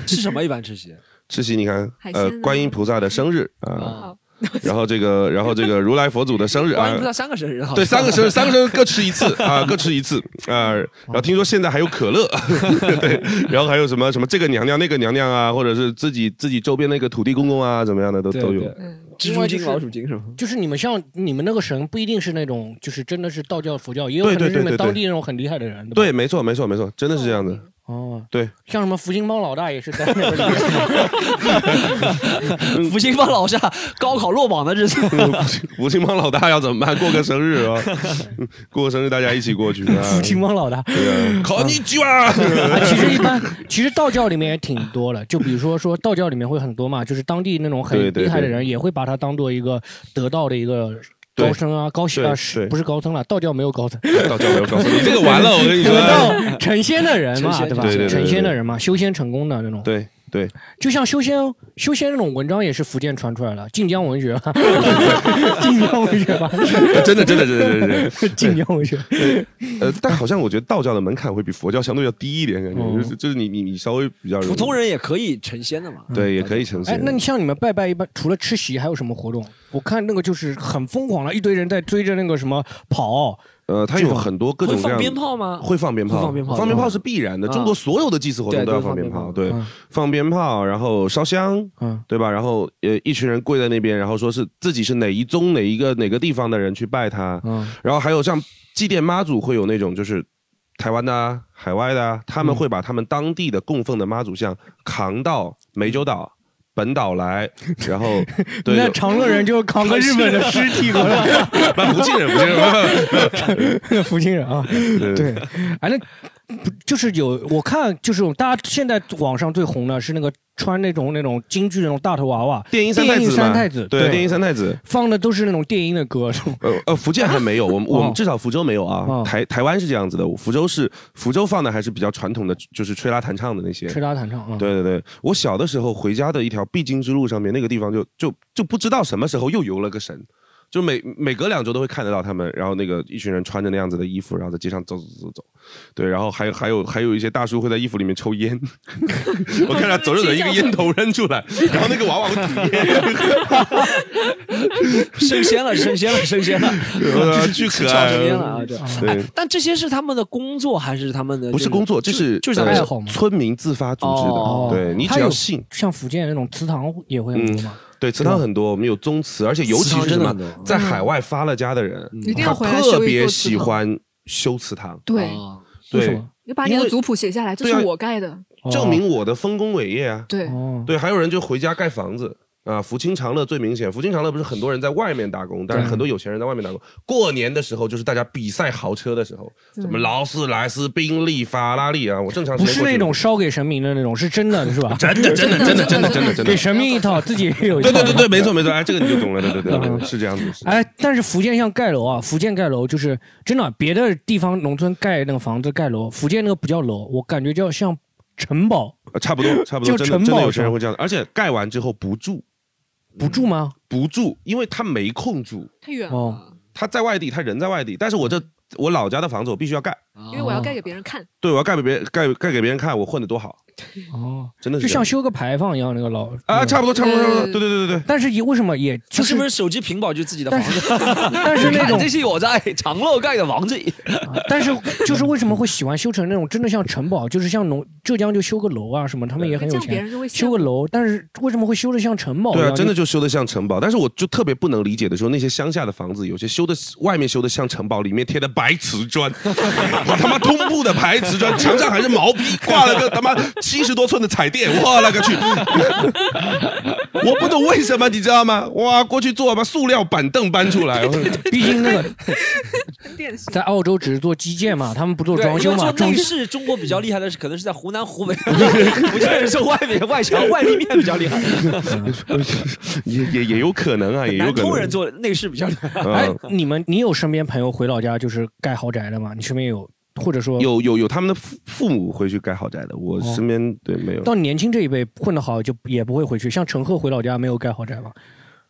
Speaker 4: 吃什么一般吃席？
Speaker 2: 吃席，你看
Speaker 5: 海，鲜
Speaker 2: 呃
Speaker 5: 啊，
Speaker 2: 观音菩萨的生日啊，
Speaker 4: 啊，
Speaker 2: 然后这个，然后这个如来佛祖的生日啊
Speaker 4: 观音菩，萨三个生日，好像
Speaker 2: 对，三个生日，三个生日各吃一次啊，各吃一次啊。然后听说现在还有可乐， [laughs] 对，然后还有什么什么这个娘娘那个娘娘啊，或者是自己自己周边那个土地公公啊，怎么样的都都有。
Speaker 4: [laughs] 蜘蛛
Speaker 2: [laughs]
Speaker 4: 精、老鼠精是吗？
Speaker 3: [laughs] 就是你们像你们那个神不一定是那种，就是真的是道教、佛教，也有可
Speaker 2: 对
Speaker 3: 能
Speaker 2: 对
Speaker 3: 是你
Speaker 2: 对
Speaker 3: 们
Speaker 2: 对
Speaker 3: 当地
Speaker 2: 对
Speaker 3: 那种很厉害的人。
Speaker 2: 对，没错，没错，没错，真的是这 [laughs] 样子。
Speaker 3: 哦，
Speaker 2: 对，
Speaker 3: 像什么福星帮老大也是在那边里
Speaker 2: [laughs]
Speaker 3: 面
Speaker 2: 嗯
Speaker 4: 福星帮老夏高考落榜的日子，
Speaker 2: 吴兴邦老大要怎么办？过个生日啊， [laughs] 过个生日大家一起过去啊。
Speaker 3: 福星帮老大。
Speaker 2: 对啊，考你几万？ [laughs]
Speaker 3: 啊，其实一般，其实道教里面也挺多的，就比如说说道教里面会很多嘛，就是当地那种很
Speaker 2: 对对
Speaker 3: 厉害的
Speaker 2: 对
Speaker 3: 人也会把它当做一个得道的一个高僧啊、高僧啊，
Speaker 2: 对
Speaker 3: 是
Speaker 2: 对
Speaker 3: 不是高僧了，道教没
Speaker 2: [laughs]
Speaker 3: 有高僧，
Speaker 2: 道教没有告诉你，这个完了，我跟你
Speaker 3: 得
Speaker 2: 说。
Speaker 3: 道成仙的人嘛，
Speaker 4: 成仙
Speaker 3: 吧
Speaker 2: 对对对？对
Speaker 3: 成仙的人嘛，修仙成功的那种，
Speaker 2: 对对，
Speaker 3: 就像修仙修仙那种文章也是福建传出来的，晋江文学
Speaker 2: [laughs]
Speaker 3: 嘛，晋江文学吧，
Speaker 2: 真的真的真的真的真的。
Speaker 3: 晋江文学，
Speaker 2: 呃，但好像我觉得道教的门槛会比佛教相对要低一点，感觉就是就是你你你稍微比较容易
Speaker 4: 哦普通人也可以成仙的嘛。嗯
Speaker 2: 对也可以成
Speaker 3: 哎
Speaker 2: 仙，。
Speaker 3: 那你像你们拜拜一般，除了吃席，还有什么活动？我看那个就是很疯狂了，一堆人在追着那个什么跑，
Speaker 2: 呃，它有很多各
Speaker 4: 会
Speaker 2: 种各
Speaker 4: 放
Speaker 2: 样
Speaker 4: 鞭炮吗？
Speaker 2: 会放鞭炮，
Speaker 4: 会放鞭炮
Speaker 2: 是必然的。
Speaker 4: 啊
Speaker 2: 中国所有的祭祀活动
Speaker 4: 对
Speaker 2: 都要
Speaker 4: 都是
Speaker 2: 放
Speaker 4: 放
Speaker 2: 鞭
Speaker 4: 鞭
Speaker 2: 炮，
Speaker 4: 炮
Speaker 2: 对
Speaker 3: 嗯，
Speaker 2: 放鞭炮，然后烧香，
Speaker 3: 嗯
Speaker 2: 对吧？然后呃，一群人跪在那边，然后说是自己是哪一宗哪一个哪个地方的人去拜他，
Speaker 3: 嗯
Speaker 2: 然后还有像祭奠妈祖会有那种就是台湾的、啊、海外的、啊，他们会把他们当地的供奉的妈祖像扛到湄洲岛。本岛来，然后对，
Speaker 3: 那
Speaker 2: 有
Speaker 3: 长乐人就扛个日本的尸体过来，
Speaker 2: 不福建人，福建人，
Speaker 3: [laughs] 福清人啊，
Speaker 2: 对
Speaker 3: 对，哎，那不就是有我看就是大家现在网上最红的是那个穿那种那种京剧那种大头娃娃，
Speaker 2: 电音三太
Speaker 3: 电音
Speaker 2: 子
Speaker 3: 三
Speaker 2: 嘛，
Speaker 3: 太子，
Speaker 2: 对，电音三太子，
Speaker 3: 放的都是那种电音的歌，是吗
Speaker 2: 呃呃，福建还没有，我们我
Speaker 3: 哦
Speaker 2: 们至少福州没有啊
Speaker 3: 哦。
Speaker 2: 台台湾是这样子的，福州是福州放的还是比较传统的，就是吹拉弹唱的那些。
Speaker 3: 吹拉弹唱啊，
Speaker 2: 对对对，我小的时候回家的一条必经之路上面，那个地方就就就不知道什么时候又游了个神，就每每隔两周都会看得到他们，然后那个一群人穿着那样子的衣服，然后在街上走走走走，对，然后还有还有还有一些大叔会在衣服里面抽烟，我看他走着走着一个烟头扔出来，然后那个娃娃会吐烟，
Speaker 4: 升仙了，
Speaker 2: [laughs]
Speaker 4: 升仙了，升仙
Speaker 3: [laughs]
Speaker 4: 了，
Speaker 2: 呃巨可爱
Speaker 4: 升仙了啊！这
Speaker 2: 对
Speaker 4: 哎，但这些是他们的工作还是他们的？
Speaker 2: 不是工作，这是
Speaker 4: 就是
Speaker 2: 呃
Speaker 3: 爱好嘛
Speaker 2: 村民自发组织的。
Speaker 4: 哦
Speaker 2: 对你只
Speaker 3: 还
Speaker 2: 要
Speaker 3: 有
Speaker 2: 信，嗯
Speaker 3: 像福建那种祠堂也会很多吗？
Speaker 2: 对祠堂很多，我们有宗祠，而且尤其是什
Speaker 4: 真的
Speaker 2: 么
Speaker 4: 很多
Speaker 2: 在海外发了家的人，
Speaker 3: 嗯
Speaker 5: 一
Speaker 2: 他
Speaker 5: 定要回来
Speaker 2: 特
Speaker 5: 修一
Speaker 2: 别
Speaker 5: 座
Speaker 2: 喜
Speaker 5: 祠堂。
Speaker 2: 欢修祠堂，
Speaker 5: 对，
Speaker 4: 哦
Speaker 3: 为什
Speaker 2: 对，
Speaker 3: 么？
Speaker 5: 你把你
Speaker 2: 因
Speaker 5: 的
Speaker 2: 为
Speaker 5: 族谱写下来，这
Speaker 2: 对啊
Speaker 5: 是我盖的。
Speaker 2: 证明我的丰功伟业啊。
Speaker 5: 对，
Speaker 3: 哦，
Speaker 2: 对，还有人就回家盖房子。啊，福清长乐最明显。福清长乐不是很多人在外面打工，但是很多有钱人在外面打工。过年的时候就是大家比赛豪车的时候，什么劳斯莱斯、宾利、法拉利啊。我正常时
Speaker 3: 不
Speaker 2: 间
Speaker 3: 是
Speaker 2: 过去
Speaker 3: 那种烧给神明的那种，是真的是吧？
Speaker 2: [laughs] 真的真的真的真的真的真的
Speaker 3: [laughs] 给神明一套，自己也有一套。
Speaker 2: 对对对对，没错没错，
Speaker 3: [laughs]
Speaker 2: 哎，这个你就懂了，对对对对，
Speaker 3: 嗯
Speaker 2: 对是这样子。是
Speaker 3: 哎，但是福建像盖楼啊，福建盖楼就是真的，啊别的地方农村盖那个房子盖楼，福建那个不叫楼，我感觉叫像城堡，
Speaker 2: 呃差不
Speaker 3: [laughs]
Speaker 2: 多差不多，
Speaker 3: 就
Speaker 2: 真的
Speaker 3: 城
Speaker 2: 真的
Speaker 3: 堡
Speaker 2: 有些人
Speaker 3: 上
Speaker 2: 会这样，而且盖完之后不住
Speaker 3: 不住吗？
Speaker 4: 嗯
Speaker 2: 不住，因为他没空住，
Speaker 5: 太远了，
Speaker 3: 哦，
Speaker 2: 他在外地，他人在外地，但是我这我老家的房子我必须要盖，
Speaker 5: 因为我要盖给别人看。
Speaker 2: 对我要盖给别人盖盖给别人看我混的多好，
Speaker 3: 哦，
Speaker 2: 真的
Speaker 3: 就是
Speaker 2: 这样
Speaker 3: 像嗯修个牌坊一样那个老
Speaker 2: 啊，差
Speaker 3: 不。
Speaker 2: 不多差不多差不多，对对对对对。
Speaker 3: 但是也为什么也
Speaker 4: 他
Speaker 3: 就是
Speaker 4: 不
Speaker 3: 是，
Speaker 4: 是手机屏保就是自己的房子？
Speaker 3: [laughs] 但是那种
Speaker 4: [laughs] 这，些我在长乐盖的房子，
Speaker 3: 但是就是为什么会喜欢修成那种真的像城堡，就是像农浙江就修个楼啊什么，他们也很
Speaker 5: 这
Speaker 3: 有
Speaker 5: 样别
Speaker 3: 钱，
Speaker 5: 人就会
Speaker 3: 修
Speaker 5: 羡
Speaker 3: 个
Speaker 5: 慕
Speaker 3: 楼，但是为什么会修的像城堡一
Speaker 2: 对
Speaker 3: 样？
Speaker 2: 啊，真的就修的像城堡，但是我就特别不能理解的说，那些乡下的房子，有些修的外面修的像城堡，里面贴的白瓷砖， [laughs] 我他妈通铺的白瓷砖，墙上还是毛坯，挂了个他妈七十多寸的彩电，我勒个去！ [laughs] 我不懂为什么，你知道吗？哇，过去坐把塑料板凳搬出来，
Speaker 3: 毕竟那个
Speaker 5: 很典型。
Speaker 3: 在澳洲只是做基建嘛，他们不做
Speaker 4: 对
Speaker 3: 装修
Speaker 4: 因
Speaker 3: 嘛，
Speaker 4: 为做
Speaker 3: 装
Speaker 4: 内
Speaker 3: 修
Speaker 4: 饰中国比较厉害的是，可能是在湖南、湖北， [laughs] 福建人是外面外墙、外立面比较
Speaker 2: [laughs]
Speaker 4: 厉害，
Speaker 2: 也也也有可能啊，也有
Speaker 4: 南
Speaker 2: 可
Speaker 4: 通人
Speaker 2: 能。
Speaker 4: 做内饰比较厉害。
Speaker 3: 哎
Speaker 2: 嗯，
Speaker 3: 你们你有身边朋友回老家就是盖豪宅的吗？你身边有，或者说
Speaker 2: 嗯有有有他们的父父母回去盖豪宅的，我
Speaker 3: 哦
Speaker 2: 身边对没有。
Speaker 3: 到年轻这一辈混得好就也不会回去。像陈赫回老家没有盖豪宅吗？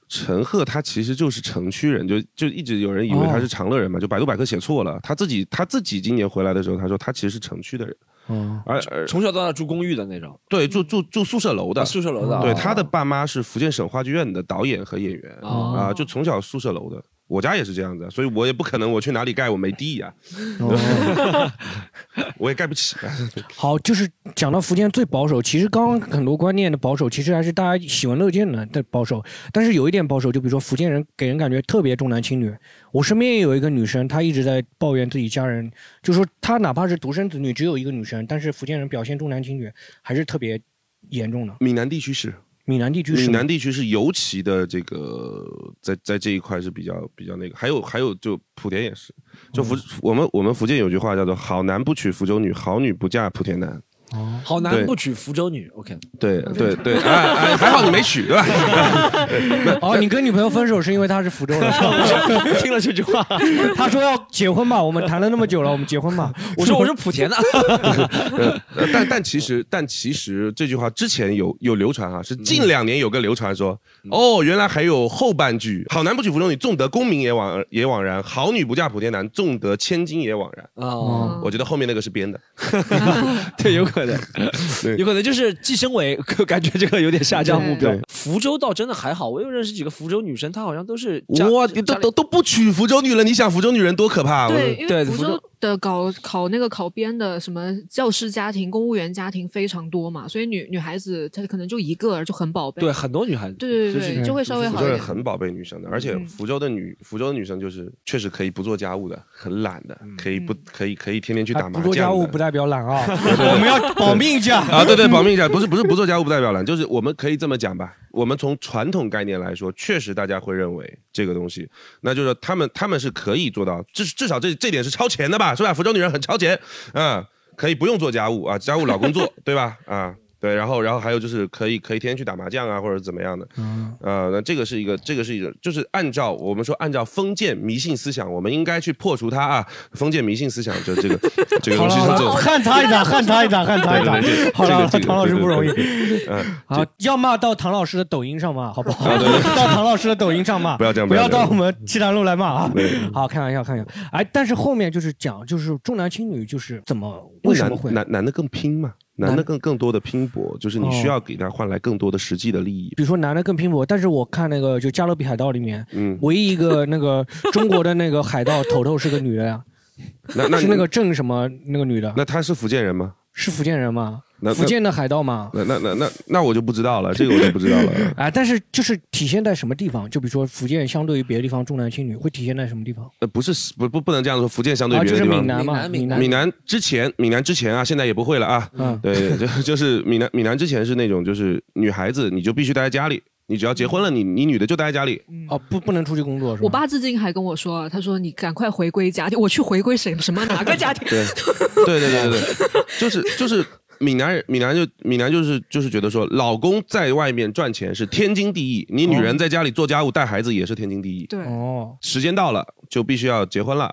Speaker 2: 陈赫他其实就是城区人，就就一直有人以为他是长乐人嘛，就百度百科写错了。他自己他自己今年回来的时候，他说他其实是城区的人，
Speaker 4: 嗯，
Speaker 2: 而而
Speaker 4: [laughs] 从小到大住公寓的那种，
Speaker 2: 对住住住宿舍楼的，
Speaker 4: 宿舍楼的
Speaker 2: 对，
Speaker 4: 哦
Speaker 2: 他的爸妈是福建省话剧院的导演和演员啊、
Speaker 4: 哦
Speaker 2: 就从小宿舍楼的。我家也是这样子，所以我也不可能我去哪里盖我没地呀、
Speaker 9: 哦
Speaker 2: 我也盖不起、啊
Speaker 3: 好，就是讲到福建最保守，其实刚刚很多观念的保守，其实还是大家喜闻乐见的的保守。但是有一点保守，就比如说福建人给人感觉特别重男轻女。我身边也有一个女生，她一直在抱怨自己家人，就说她哪怕是独生子女，只有一个女生，但是福建人表现重男轻女还是特别严重的。
Speaker 2: [laughs] 闽南地区是，
Speaker 3: 闽南地区是
Speaker 2: 闽
Speaker 3: 吗
Speaker 2: 南地区是尤其的这个在在这一块是比较比较那个，还有还有就莆田也是，就福、我们我们福建有句话叫做“好男不娶福州女，好女不嫁莆田男”。
Speaker 4: 好男
Speaker 2: 对
Speaker 4: 不娶福州女，OK，
Speaker 2: [laughs] 对对对，哎哎，还好你没娶，对 [laughs] 吧？
Speaker 3: 哦，你跟女朋友分手是因为她是福州
Speaker 2: [laughs]
Speaker 3: 人。
Speaker 4: 听了这句话，
Speaker 3: 她说要结婚吧，我们谈了那么久了，我们结
Speaker 2: [laughs]
Speaker 3: 婚吧。
Speaker 4: [laughs] 我说我
Speaker 3: [laughs]
Speaker 4: 是莆田的，
Speaker 2: 呃呃但但其实但其实这句话之前有有流传啊，是近两年有个流传说，哦，原来还有后半句，好男不娶福州女，纵得功名也枉也枉然；好女不嫁莆田男，纵得千金也枉然。
Speaker 5: 嗯
Speaker 4: 哦，
Speaker 2: 我觉得后面那个是编的，
Speaker 4: [laughs] 对，有可能，
Speaker 2: 对
Speaker 4: 有可能就是计生委感觉这个有点下降目标
Speaker 2: 对。
Speaker 4: 福州倒真的还好，我又认识几个福州女生，她好像都是家
Speaker 2: 哇，你都都都不娶福州女了，你想福州女人多可怕？啊
Speaker 5: 对，
Speaker 2: 我
Speaker 5: 因
Speaker 4: 对
Speaker 5: 为福
Speaker 4: 福州
Speaker 5: 州的考考那个考编的什么教师家庭、公务员家庭非常多嘛，所以女女孩子她可能就一个就很宝贝。
Speaker 4: 对很多女孩子，
Speaker 5: 对对对，就会稍微
Speaker 2: 福
Speaker 5: 好
Speaker 2: 州
Speaker 5: 一
Speaker 2: 人
Speaker 5: 点。嗯
Speaker 2: 很宝贝女生的，而且福州的女福州的女生就是确实可以不做家务的，很懒的，可以不可以可以天天去打
Speaker 3: 哎
Speaker 2: 麻将
Speaker 3: 不做
Speaker 2: 的。
Speaker 3: 家务不代表懒啊， [laughs] 我们要保命一下。 [laughs]
Speaker 2: 啊，对对，保密一下，不是不是不做家务不代表懒，就是我们可以这么讲吧。我们从传统概念来说，确实大家会认为这个东西，那就是他们他们是可以做到，至至少这这点是超前的吧，是吧？福州女人很超前，嗯，可以不用做家务啊，家务老公做，对吧？啊。对，然后，然后还有就是可以可以天天去打麻将啊，或者怎么样的，
Speaker 3: 嗯
Speaker 2: 呃，那这个是一个，这个是一个，就是按照我们说按照封建迷信思想，我们应该去破除它啊，封建迷信思想就这个这个东
Speaker 3: 好了
Speaker 2: 西是
Speaker 3: 好
Speaker 2: 这
Speaker 3: 了，
Speaker 2: 种，
Speaker 3: 汗擦一擦，汗擦一擦，汗擦一擦
Speaker 2: 对对对。
Speaker 3: 好了，好了
Speaker 2: 这个这个
Speaker 3: 唐老师不容易
Speaker 2: 对嗯，
Speaker 3: 啊！要骂到唐老师的抖音上骂，好不好？
Speaker 2: 啊对对对
Speaker 3: 到唐老师的抖音上骂，
Speaker 2: 不要这样
Speaker 3: 不
Speaker 2: 不
Speaker 3: 要
Speaker 2: 要这
Speaker 3: 到
Speaker 2: 样
Speaker 3: 我们七潭路来骂啊 [laughs]
Speaker 2: 对！
Speaker 3: 好，开玩笑，开玩笑。哎，但是后面就是讲，就是重男轻女，就是怎么
Speaker 2: 因
Speaker 3: 为
Speaker 2: 为
Speaker 3: 什
Speaker 2: 男
Speaker 3: 么会？
Speaker 2: 男男的更拼嘛，男的更更多的拼搏，就是
Speaker 3: 哦
Speaker 2: 你需要给他换来更多的实际的利益。
Speaker 3: 比如说男的更拼搏，但是我看那个就《加勒比海盗》里面，
Speaker 2: 嗯，
Speaker 3: 唯一一个那个中国的那个海盗头头是个女的呀，
Speaker 2: [laughs] 那那
Speaker 3: 是那个郑什么那个女的，
Speaker 2: 那他是福建人吗？
Speaker 3: 是福建人吗？
Speaker 2: 那
Speaker 3: 福建的海盗吗？。
Speaker 2: 那那那那那我就不知道了，这个我就不知道了
Speaker 3: [laughs] 啊，但是就是体现在什么地方？就比如说福建相对于别的地方重男轻女，会体现在什么地方？
Speaker 2: 呃，不是不不不能这样说，福建相对
Speaker 3: 啊，
Speaker 2: 别
Speaker 3: 就
Speaker 2: 的
Speaker 3: 是
Speaker 2: 地方，
Speaker 3: 闽南嘛，
Speaker 4: 闽
Speaker 3: 闽
Speaker 4: 南
Speaker 2: 闽南之前，闽南之前啊，现在也不会了啊。
Speaker 3: 嗯
Speaker 2: 对，就 [laughs] 就是闽南闽南之前是那种，就是女孩子你就必须待在家里，你只要结婚了，你你女的就待在家里。
Speaker 4: 嗯
Speaker 3: 哦，不不能出去工作是吧？
Speaker 5: 我爸至今还跟我说，他说你赶快回归家庭，我去回归谁什么哪个家庭？
Speaker 2: 对，对对对对对，就是就是闽南人，闽南就闽南就是就是觉得说，老公在外面赚钱是天经地义，你女人在家里做家务带孩子也是天经地义。
Speaker 5: 对，
Speaker 3: 哦
Speaker 2: 时间到了就必须要结婚了，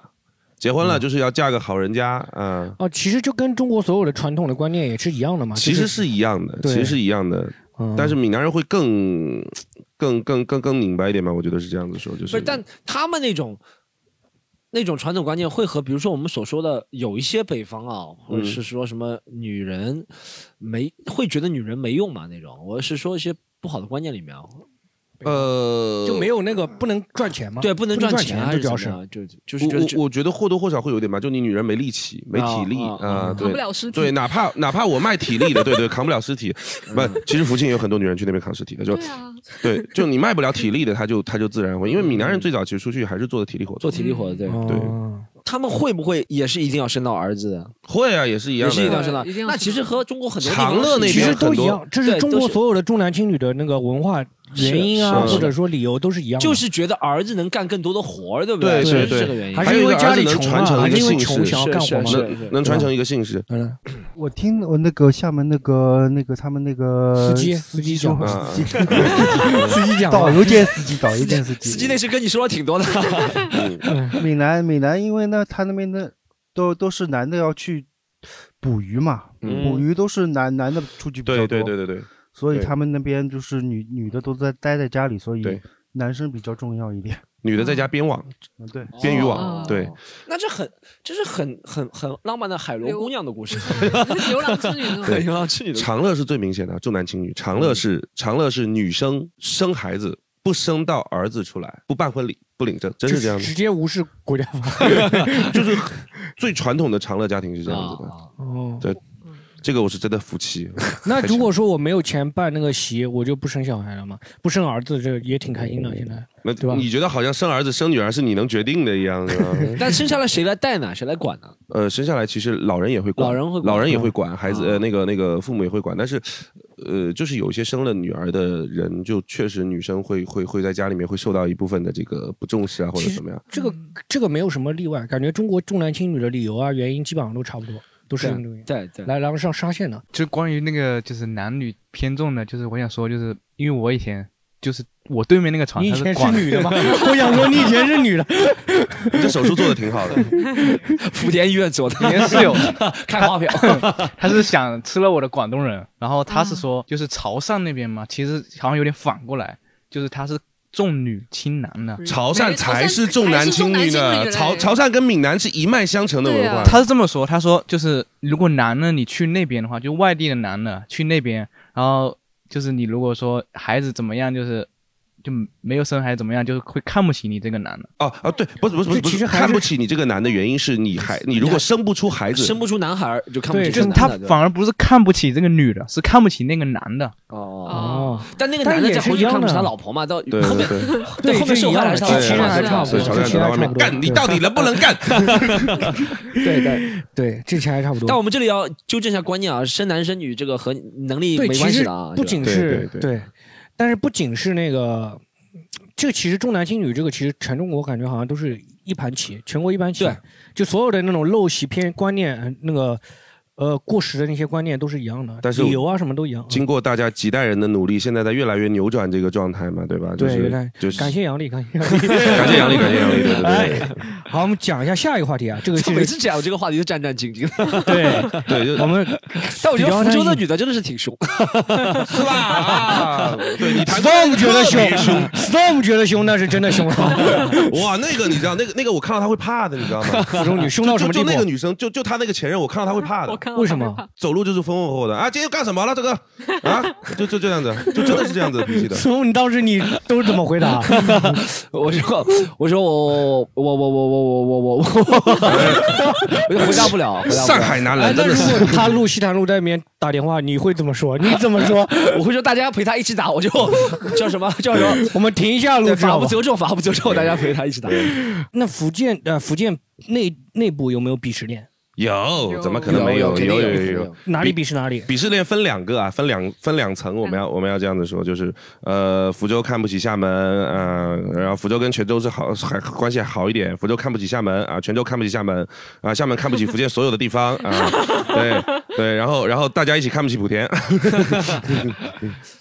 Speaker 2: 结婚了就是要嫁个好人家，嗯。
Speaker 3: 哦，其实就跟中国所有的传统的观念也是一样的嘛。
Speaker 2: 其
Speaker 3: 就
Speaker 2: 实
Speaker 3: 是，
Speaker 2: 是一样的，
Speaker 3: 啊对
Speaker 2: 其实是一样的，
Speaker 3: 嗯
Speaker 2: 但是闽南人会更、更、更、更、更明白一点吧？我觉得是这样子说，就
Speaker 4: 不
Speaker 2: 是
Speaker 4: 是，但他们那种那种传统观念会和比如说我们所说的有一些北方啊，或者是说什么女人没会觉得女人没用嘛那种，我是说一些不好的观念里面啊，
Speaker 2: 呃，
Speaker 3: 就没有那个不能赚钱嘛？
Speaker 4: 对，不能
Speaker 3: 赚
Speaker 4: 赚钱啊
Speaker 3: 就
Speaker 4: 还是
Speaker 3: 主
Speaker 4: 怎
Speaker 3: 要
Speaker 4: 么
Speaker 3: 是
Speaker 4: 样，就就是觉得
Speaker 2: 我
Speaker 4: 就
Speaker 2: 我我觉得或多或少会有一点吧，就你女人没力气、没体力
Speaker 4: 啊啊
Speaker 2: 啊，
Speaker 5: 扛
Speaker 2: 对
Speaker 5: 不，了尸体。
Speaker 2: 对，哪怕哪怕我卖体力的，对对，扛不了尸体。
Speaker 5: [laughs]
Speaker 2: 不，其实福建有很多女人去那边扛尸体的， [laughs] 就
Speaker 5: 对啊，
Speaker 2: 对，就你卖不了体力的，他就他就自然会，因为闽南
Speaker 5: 嗯
Speaker 2: 人最早其实出去还是做的体力活
Speaker 4: 做
Speaker 2: 动，
Speaker 4: 体力活的，对，
Speaker 2: 对
Speaker 3: 哦
Speaker 4: 他们会不会也是一定要生到儿子的，
Speaker 2: 会啊，也是一样
Speaker 4: 也是一定要
Speaker 2: 的。
Speaker 4: 生到
Speaker 5: 对一定？要
Speaker 4: 那
Speaker 5: 生
Speaker 4: 其实
Speaker 5: 到
Speaker 4: 和中国很多地
Speaker 2: 长
Speaker 4: 方
Speaker 2: 乐那
Speaker 3: 其
Speaker 2: 边
Speaker 3: 实都
Speaker 2: 很
Speaker 3: 一
Speaker 2: 多
Speaker 3: 样，这是
Speaker 4: 对
Speaker 3: 中
Speaker 4: 都
Speaker 3: 国
Speaker 4: 是
Speaker 3: 所有的重男轻女的那个文化
Speaker 4: 是
Speaker 3: 原因啊，
Speaker 2: 是
Speaker 3: 或者说理由都是一样的。
Speaker 4: 就是觉得儿子能干更多的活儿，对不
Speaker 2: 对
Speaker 4: 其
Speaker 2: 对
Speaker 4: 实是
Speaker 2: 对
Speaker 4: 这个原因，
Speaker 3: 还
Speaker 2: 还
Speaker 3: 是
Speaker 2: 有一
Speaker 3: 因为
Speaker 2: 个
Speaker 3: 家
Speaker 2: 儿子
Speaker 3: 里
Speaker 2: 能
Speaker 3: 穷
Speaker 2: 传
Speaker 3: 啊，
Speaker 2: 承
Speaker 3: 还
Speaker 2: 一个
Speaker 3: 是因为
Speaker 2: 姓氏
Speaker 3: 穷想要
Speaker 4: 是
Speaker 3: 干
Speaker 4: 是
Speaker 3: 活嘛
Speaker 4: 是？
Speaker 2: 能能传承一个姓氏，
Speaker 3: 嗯。
Speaker 9: 我听我那个厦门那个那个他们那个
Speaker 3: 司机司
Speaker 9: 司
Speaker 3: 机
Speaker 9: 机
Speaker 3: 讲
Speaker 9: 说
Speaker 2: 嗯
Speaker 9: 司机
Speaker 3: [laughs] 司机讲
Speaker 9: 导
Speaker 3: 的
Speaker 9: 游兼司机，导游兼司机。
Speaker 4: 司机那是跟你说了挺多的，
Speaker 9: 闽南闽南，因为呢，他那边的都都是男的要去捕鱼嘛，
Speaker 2: 嗯
Speaker 9: 捕鱼都是男男的出去比较
Speaker 2: 对
Speaker 9: 多，
Speaker 2: 对对对对，
Speaker 9: 所以
Speaker 2: 对
Speaker 9: 他们那边就是女女的都在待在家里，所
Speaker 2: 对
Speaker 9: 以男生比较重要一点。
Speaker 2: 女的在家编网，
Speaker 9: 对，
Speaker 2: 编渔
Speaker 4: 哦
Speaker 2: 网，对，
Speaker 4: 那这很，这是很很很浪漫的海螺姑娘的
Speaker 5: [laughs]
Speaker 4: 故事，
Speaker 5: 牛郎织女
Speaker 2: 对，
Speaker 4: [laughs] 牛郎织女的故事。
Speaker 2: 长乐是最明显的重男轻女。长乐是长乐是女生生孩子不生到儿子出来，不办婚礼，不领证，真是这样
Speaker 3: 直
Speaker 2: 的。
Speaker 3: 接无视国家法。
Speaker 2: 就是最传统的长乐家庭是这样子的。
Speaker 4: 啊
Speaker 3: 哦，
Speaker 2: 对，这个我是真的服气。
Speaker 3: 那如果说我没有钱办那个席，我就不生小孩了嘛，不生儿子，这也挺开心的。现在
Speaker 2: 那
Speaker 3: 对吧
Speaker 2: 你觉得好像生儿子生女儿是你能决定的一样， [laughs] 对吧？
Speaker 4: 但生下来谁来带呢？谁来管呢？
Speaker 2: 呃，生下来其实老人也会管，
Speaker 4: 老人会管
Speaker 2: 老人也会管孩子，呃，那个那个父母也会管，但是，呃，就是有一些生了女儿的人，就确实女生会会会在家里面会受到一部分的这个不重视啊，或者
Speaker 3: 其实
Speaker 2: 怎么样。 [laughs]
Speaker 3: 这个这个没有什么例外，感觉中国重男轻女的理由啊原因基本上都差不多，都
Speaker 2: 啊
Speaker 3: 是因为这个原因。
Speaker 4: 对对，
Speaker 3: 来，然后上沙县的，
Speaker 6: 就关于那个就是男女偏重的，就是我想说，就是因为我以前就是我对面那个床
Speaker 2: 啊
Speaker 3: 你以
Speaker 6: 它
Speaker 3: 前是
Speaker 6: 广
Speaker 2: [laughs]
Speaker 3: 女的吗？
Speaker 6: [laughs]
Speaker 3: 我想说你以前是女的，
Speaker 2: 你这手术做的挺好的，
Speaker 4: 福田医院做的，
Speaker 6: 以前室友，
Speaker 4: 开
Speaker 3: [laughs]
Speaker 4: 发票。
Speaker 6: 他是想吃了我的广东人，然后他是说就是潮汕那边嘛，其实好像有点反过来，就是他是重女轻男的，
Speaker 2: 潮汕才是重男轻女呢，
Speaker 5: 还是重男轻女嘞哎
Speaker 2: 潮潮汕跟闽南是一脉相承的文
Speaker 5: 对
Speaker 2: 化。
Speaker 5: 啊
Speaker 6: 他是这么说，他说就是如果男的你去那边的话，就外地的男的去那边，然后就是你如果说孩子怎么样，就是就没有生孩子怎么样，就是会看不起你这个男的。
Speaker 2: 哦啊，对，不是不是不是，
Speaker 3: 这其实
Speaker 2: 不
Speaker 3: 还
Speaker 2: 是
Speaker 3: 是
Speaker 2: 看不起你这个男的原因是你还你如果生不出孩子，
Speaker 4: 生不出男孩儿就看不
Speaker 3: 对
Speaker 4: 起
Speaker 6: 就是
Speaker 4: 这个
Speaker 6: 他
Speaker 4: 男的对
Speaker 6: 反而不是看不起这个女的，是看不起那个男的。
Speaker 4: 哦，
Speaker 5: 哦，
Speaker 4: 但那个
Speaker 3: 但
Speaker 4: 男的
Speaker 3: 也
Speaker 4: 再
Speaker 3: 是
Speaker 4: 回
Speaker 3: 一
Speaker 4: 去
Speaker 3: 样
Speaker 4: 看不起
Speaker 3: 的
Speaker 4: 他老婆嘛，到
Speaker 2: 对
Speaker 4: 后面
Speaker 2: 对对，
Speaker 4: 对后面受
Speaker 3: 是一样
Speaker 4: 害还
Speaker 3: 的，
Speaker 4: 是
Speaker 3: 其
Speaker 4: 他老
Speaker 3: 实还
Speaker 4: 婆对
Speaker 3: 差不
Speaker 2: 所以
Speaker 3: 多，这
Speaker 2: 潮汕
Speaker 3: 其实
Speaker 2: 人到
Speaker 3: 还
Speaker 2: 外
Speaker 3: 差
Speaker 2: 面
Speaker 3: 不多。
Speaker 2: 干，你到底能不能干？
Speaker 3: 对对对，这其实还差不多。
Speaker 4: 但我们这里要纠正一下观念啊，生男生女这个和能力
Speaker 3: 对，
Speaker 4: 没
Speaker 3: 其
Speaker 4: 关系
Speaker 3: 实
Speaker 4: 的啊，
Speaker 3: 不
Speaker 4: 是吧
Speaker 3: 仅
Speaker 2: 对
Speaker 3: 是
Speaker 2: 对对
Speaker 3: 但是不仅是那个，这个其实重男轻女这个其实全中国感觉好像都是一盘棋，全国一盘棋
Speaker 4: 对，
Speaker 3: 就所有的那种陋习偏观念呃那个。呃，过时的那些观念都是一样的，
Speaker 2: 但是
Speaker 3: 理由啊什么都一样。
Speaker 2: 经过大家几代人的努力，现在在越来越扭转这个状态嘛，对吧？就
Speaker 3: 对
Speaker 2: 是
Speaker 3: 原来
Speaker 2: 就是
Speaker 3: 嗯感谢杨丽，感谢杨丽。
Speaker 2: [laughs]
Speaker 3: [laughs]
Speaker 2: 感谢杨丽，感谢杨丽，对对对
Speaker 3: 哎，好，我们讲一下下一个话题啊，这个
Speaker 4: 他
Speaker 3: 就
Speaker 4: 每
Speaker 3: 是
Speaker 4: 次讲这个话题就战战兢兢的，
Speaker 3: 对，
Speaker 2: 对，就
Speaker 3: 我们
Speaker 4: 但我觉
Speaker 3: 比较
Speaker 4: 得福州的
Speaker 3: 担心
Speaker 4: 女的真的是挺凶，
Speaker 2: 是吧？啊对你谈
Speaker 3: Storm 觉得
Speaker 2: 特别
Speaker 3: 凶，Storm 觉得凶，那是真的
Speaker 2: [laughs]
Speaker 3: 凶了。
Speaker 2: 哇，那个你知道，那个那个我看到他会怕的，你知道吗？
Speaker 3: 福州女凶到什么
Speaker 2: 就就
Speaker 3: 地步
Speaker 2: 那？个女生，就就她那个前任，我看到她会怕的
Speaker 5: 我，看到
Speaker 3: 为
Speaker 5: 他
Speaker 3: 什
Speaker 5: 会
Speaker 3: 么
Speaker 5: 怕？
Speaker 2: 走路就是风风火火的啊！今天又干什么了？这个啊，就就这样子，就真的是这样子的脾气的。
Speaker 3: 从你当时你都是怎么
Speaker 2: [laughs]
Speaker 3: 回答？
Speaker 4: 我说我说我我我我我我我我我，我就回答不了，回答不了
Speaker 2: 上海男
Speaker 3: [laughs] 哎
Speaker 2: 人，真
Speaker 3: 那
Speaker 2: 的
Speaker 3: 如
Speaker 2: 是，
Speaker 3: 果他录西坛路在那边打电话，你会怎么说？你怎么
Speaker 2: [laughs]
Speaker 3: 说？
Speaker 4: 我会说大家陪他一起打，我就叫什么叫什么。
Speaker 3: 我们停一下录，
Speaker 4: 对
Speaker 3: 知
Speaker 4: 法
Speaker 3: 道
Speaker 4: 不
Speaker 3: 吧？
Speaker 4: 责众，法不责众，大家陪他一起打。
Speaker 3: 那福建呃，福建内内部有没有鄙视链？
Speaker 2: 有怎么可能没
Speaker 4: 有
Speaker 2: 有
Speaker 4: 肯定
Speaker 2: 有
Speaker 4: 肯定
Speaker 2: 有。
Speaker 3: 哪里鄙视哪里？
Speaker 2: 鄙视链分两个啊，分两分两层，我们要我们要这样子说，就是呃，福州看不起厦门，呃，然后福州跟泉州是好还关系还好一点，福州看不起厦门啊，泉州看不起厦门啊，厦门看不起福建所有的地方啊，对对，然后然后大家一起看不起莆田，啊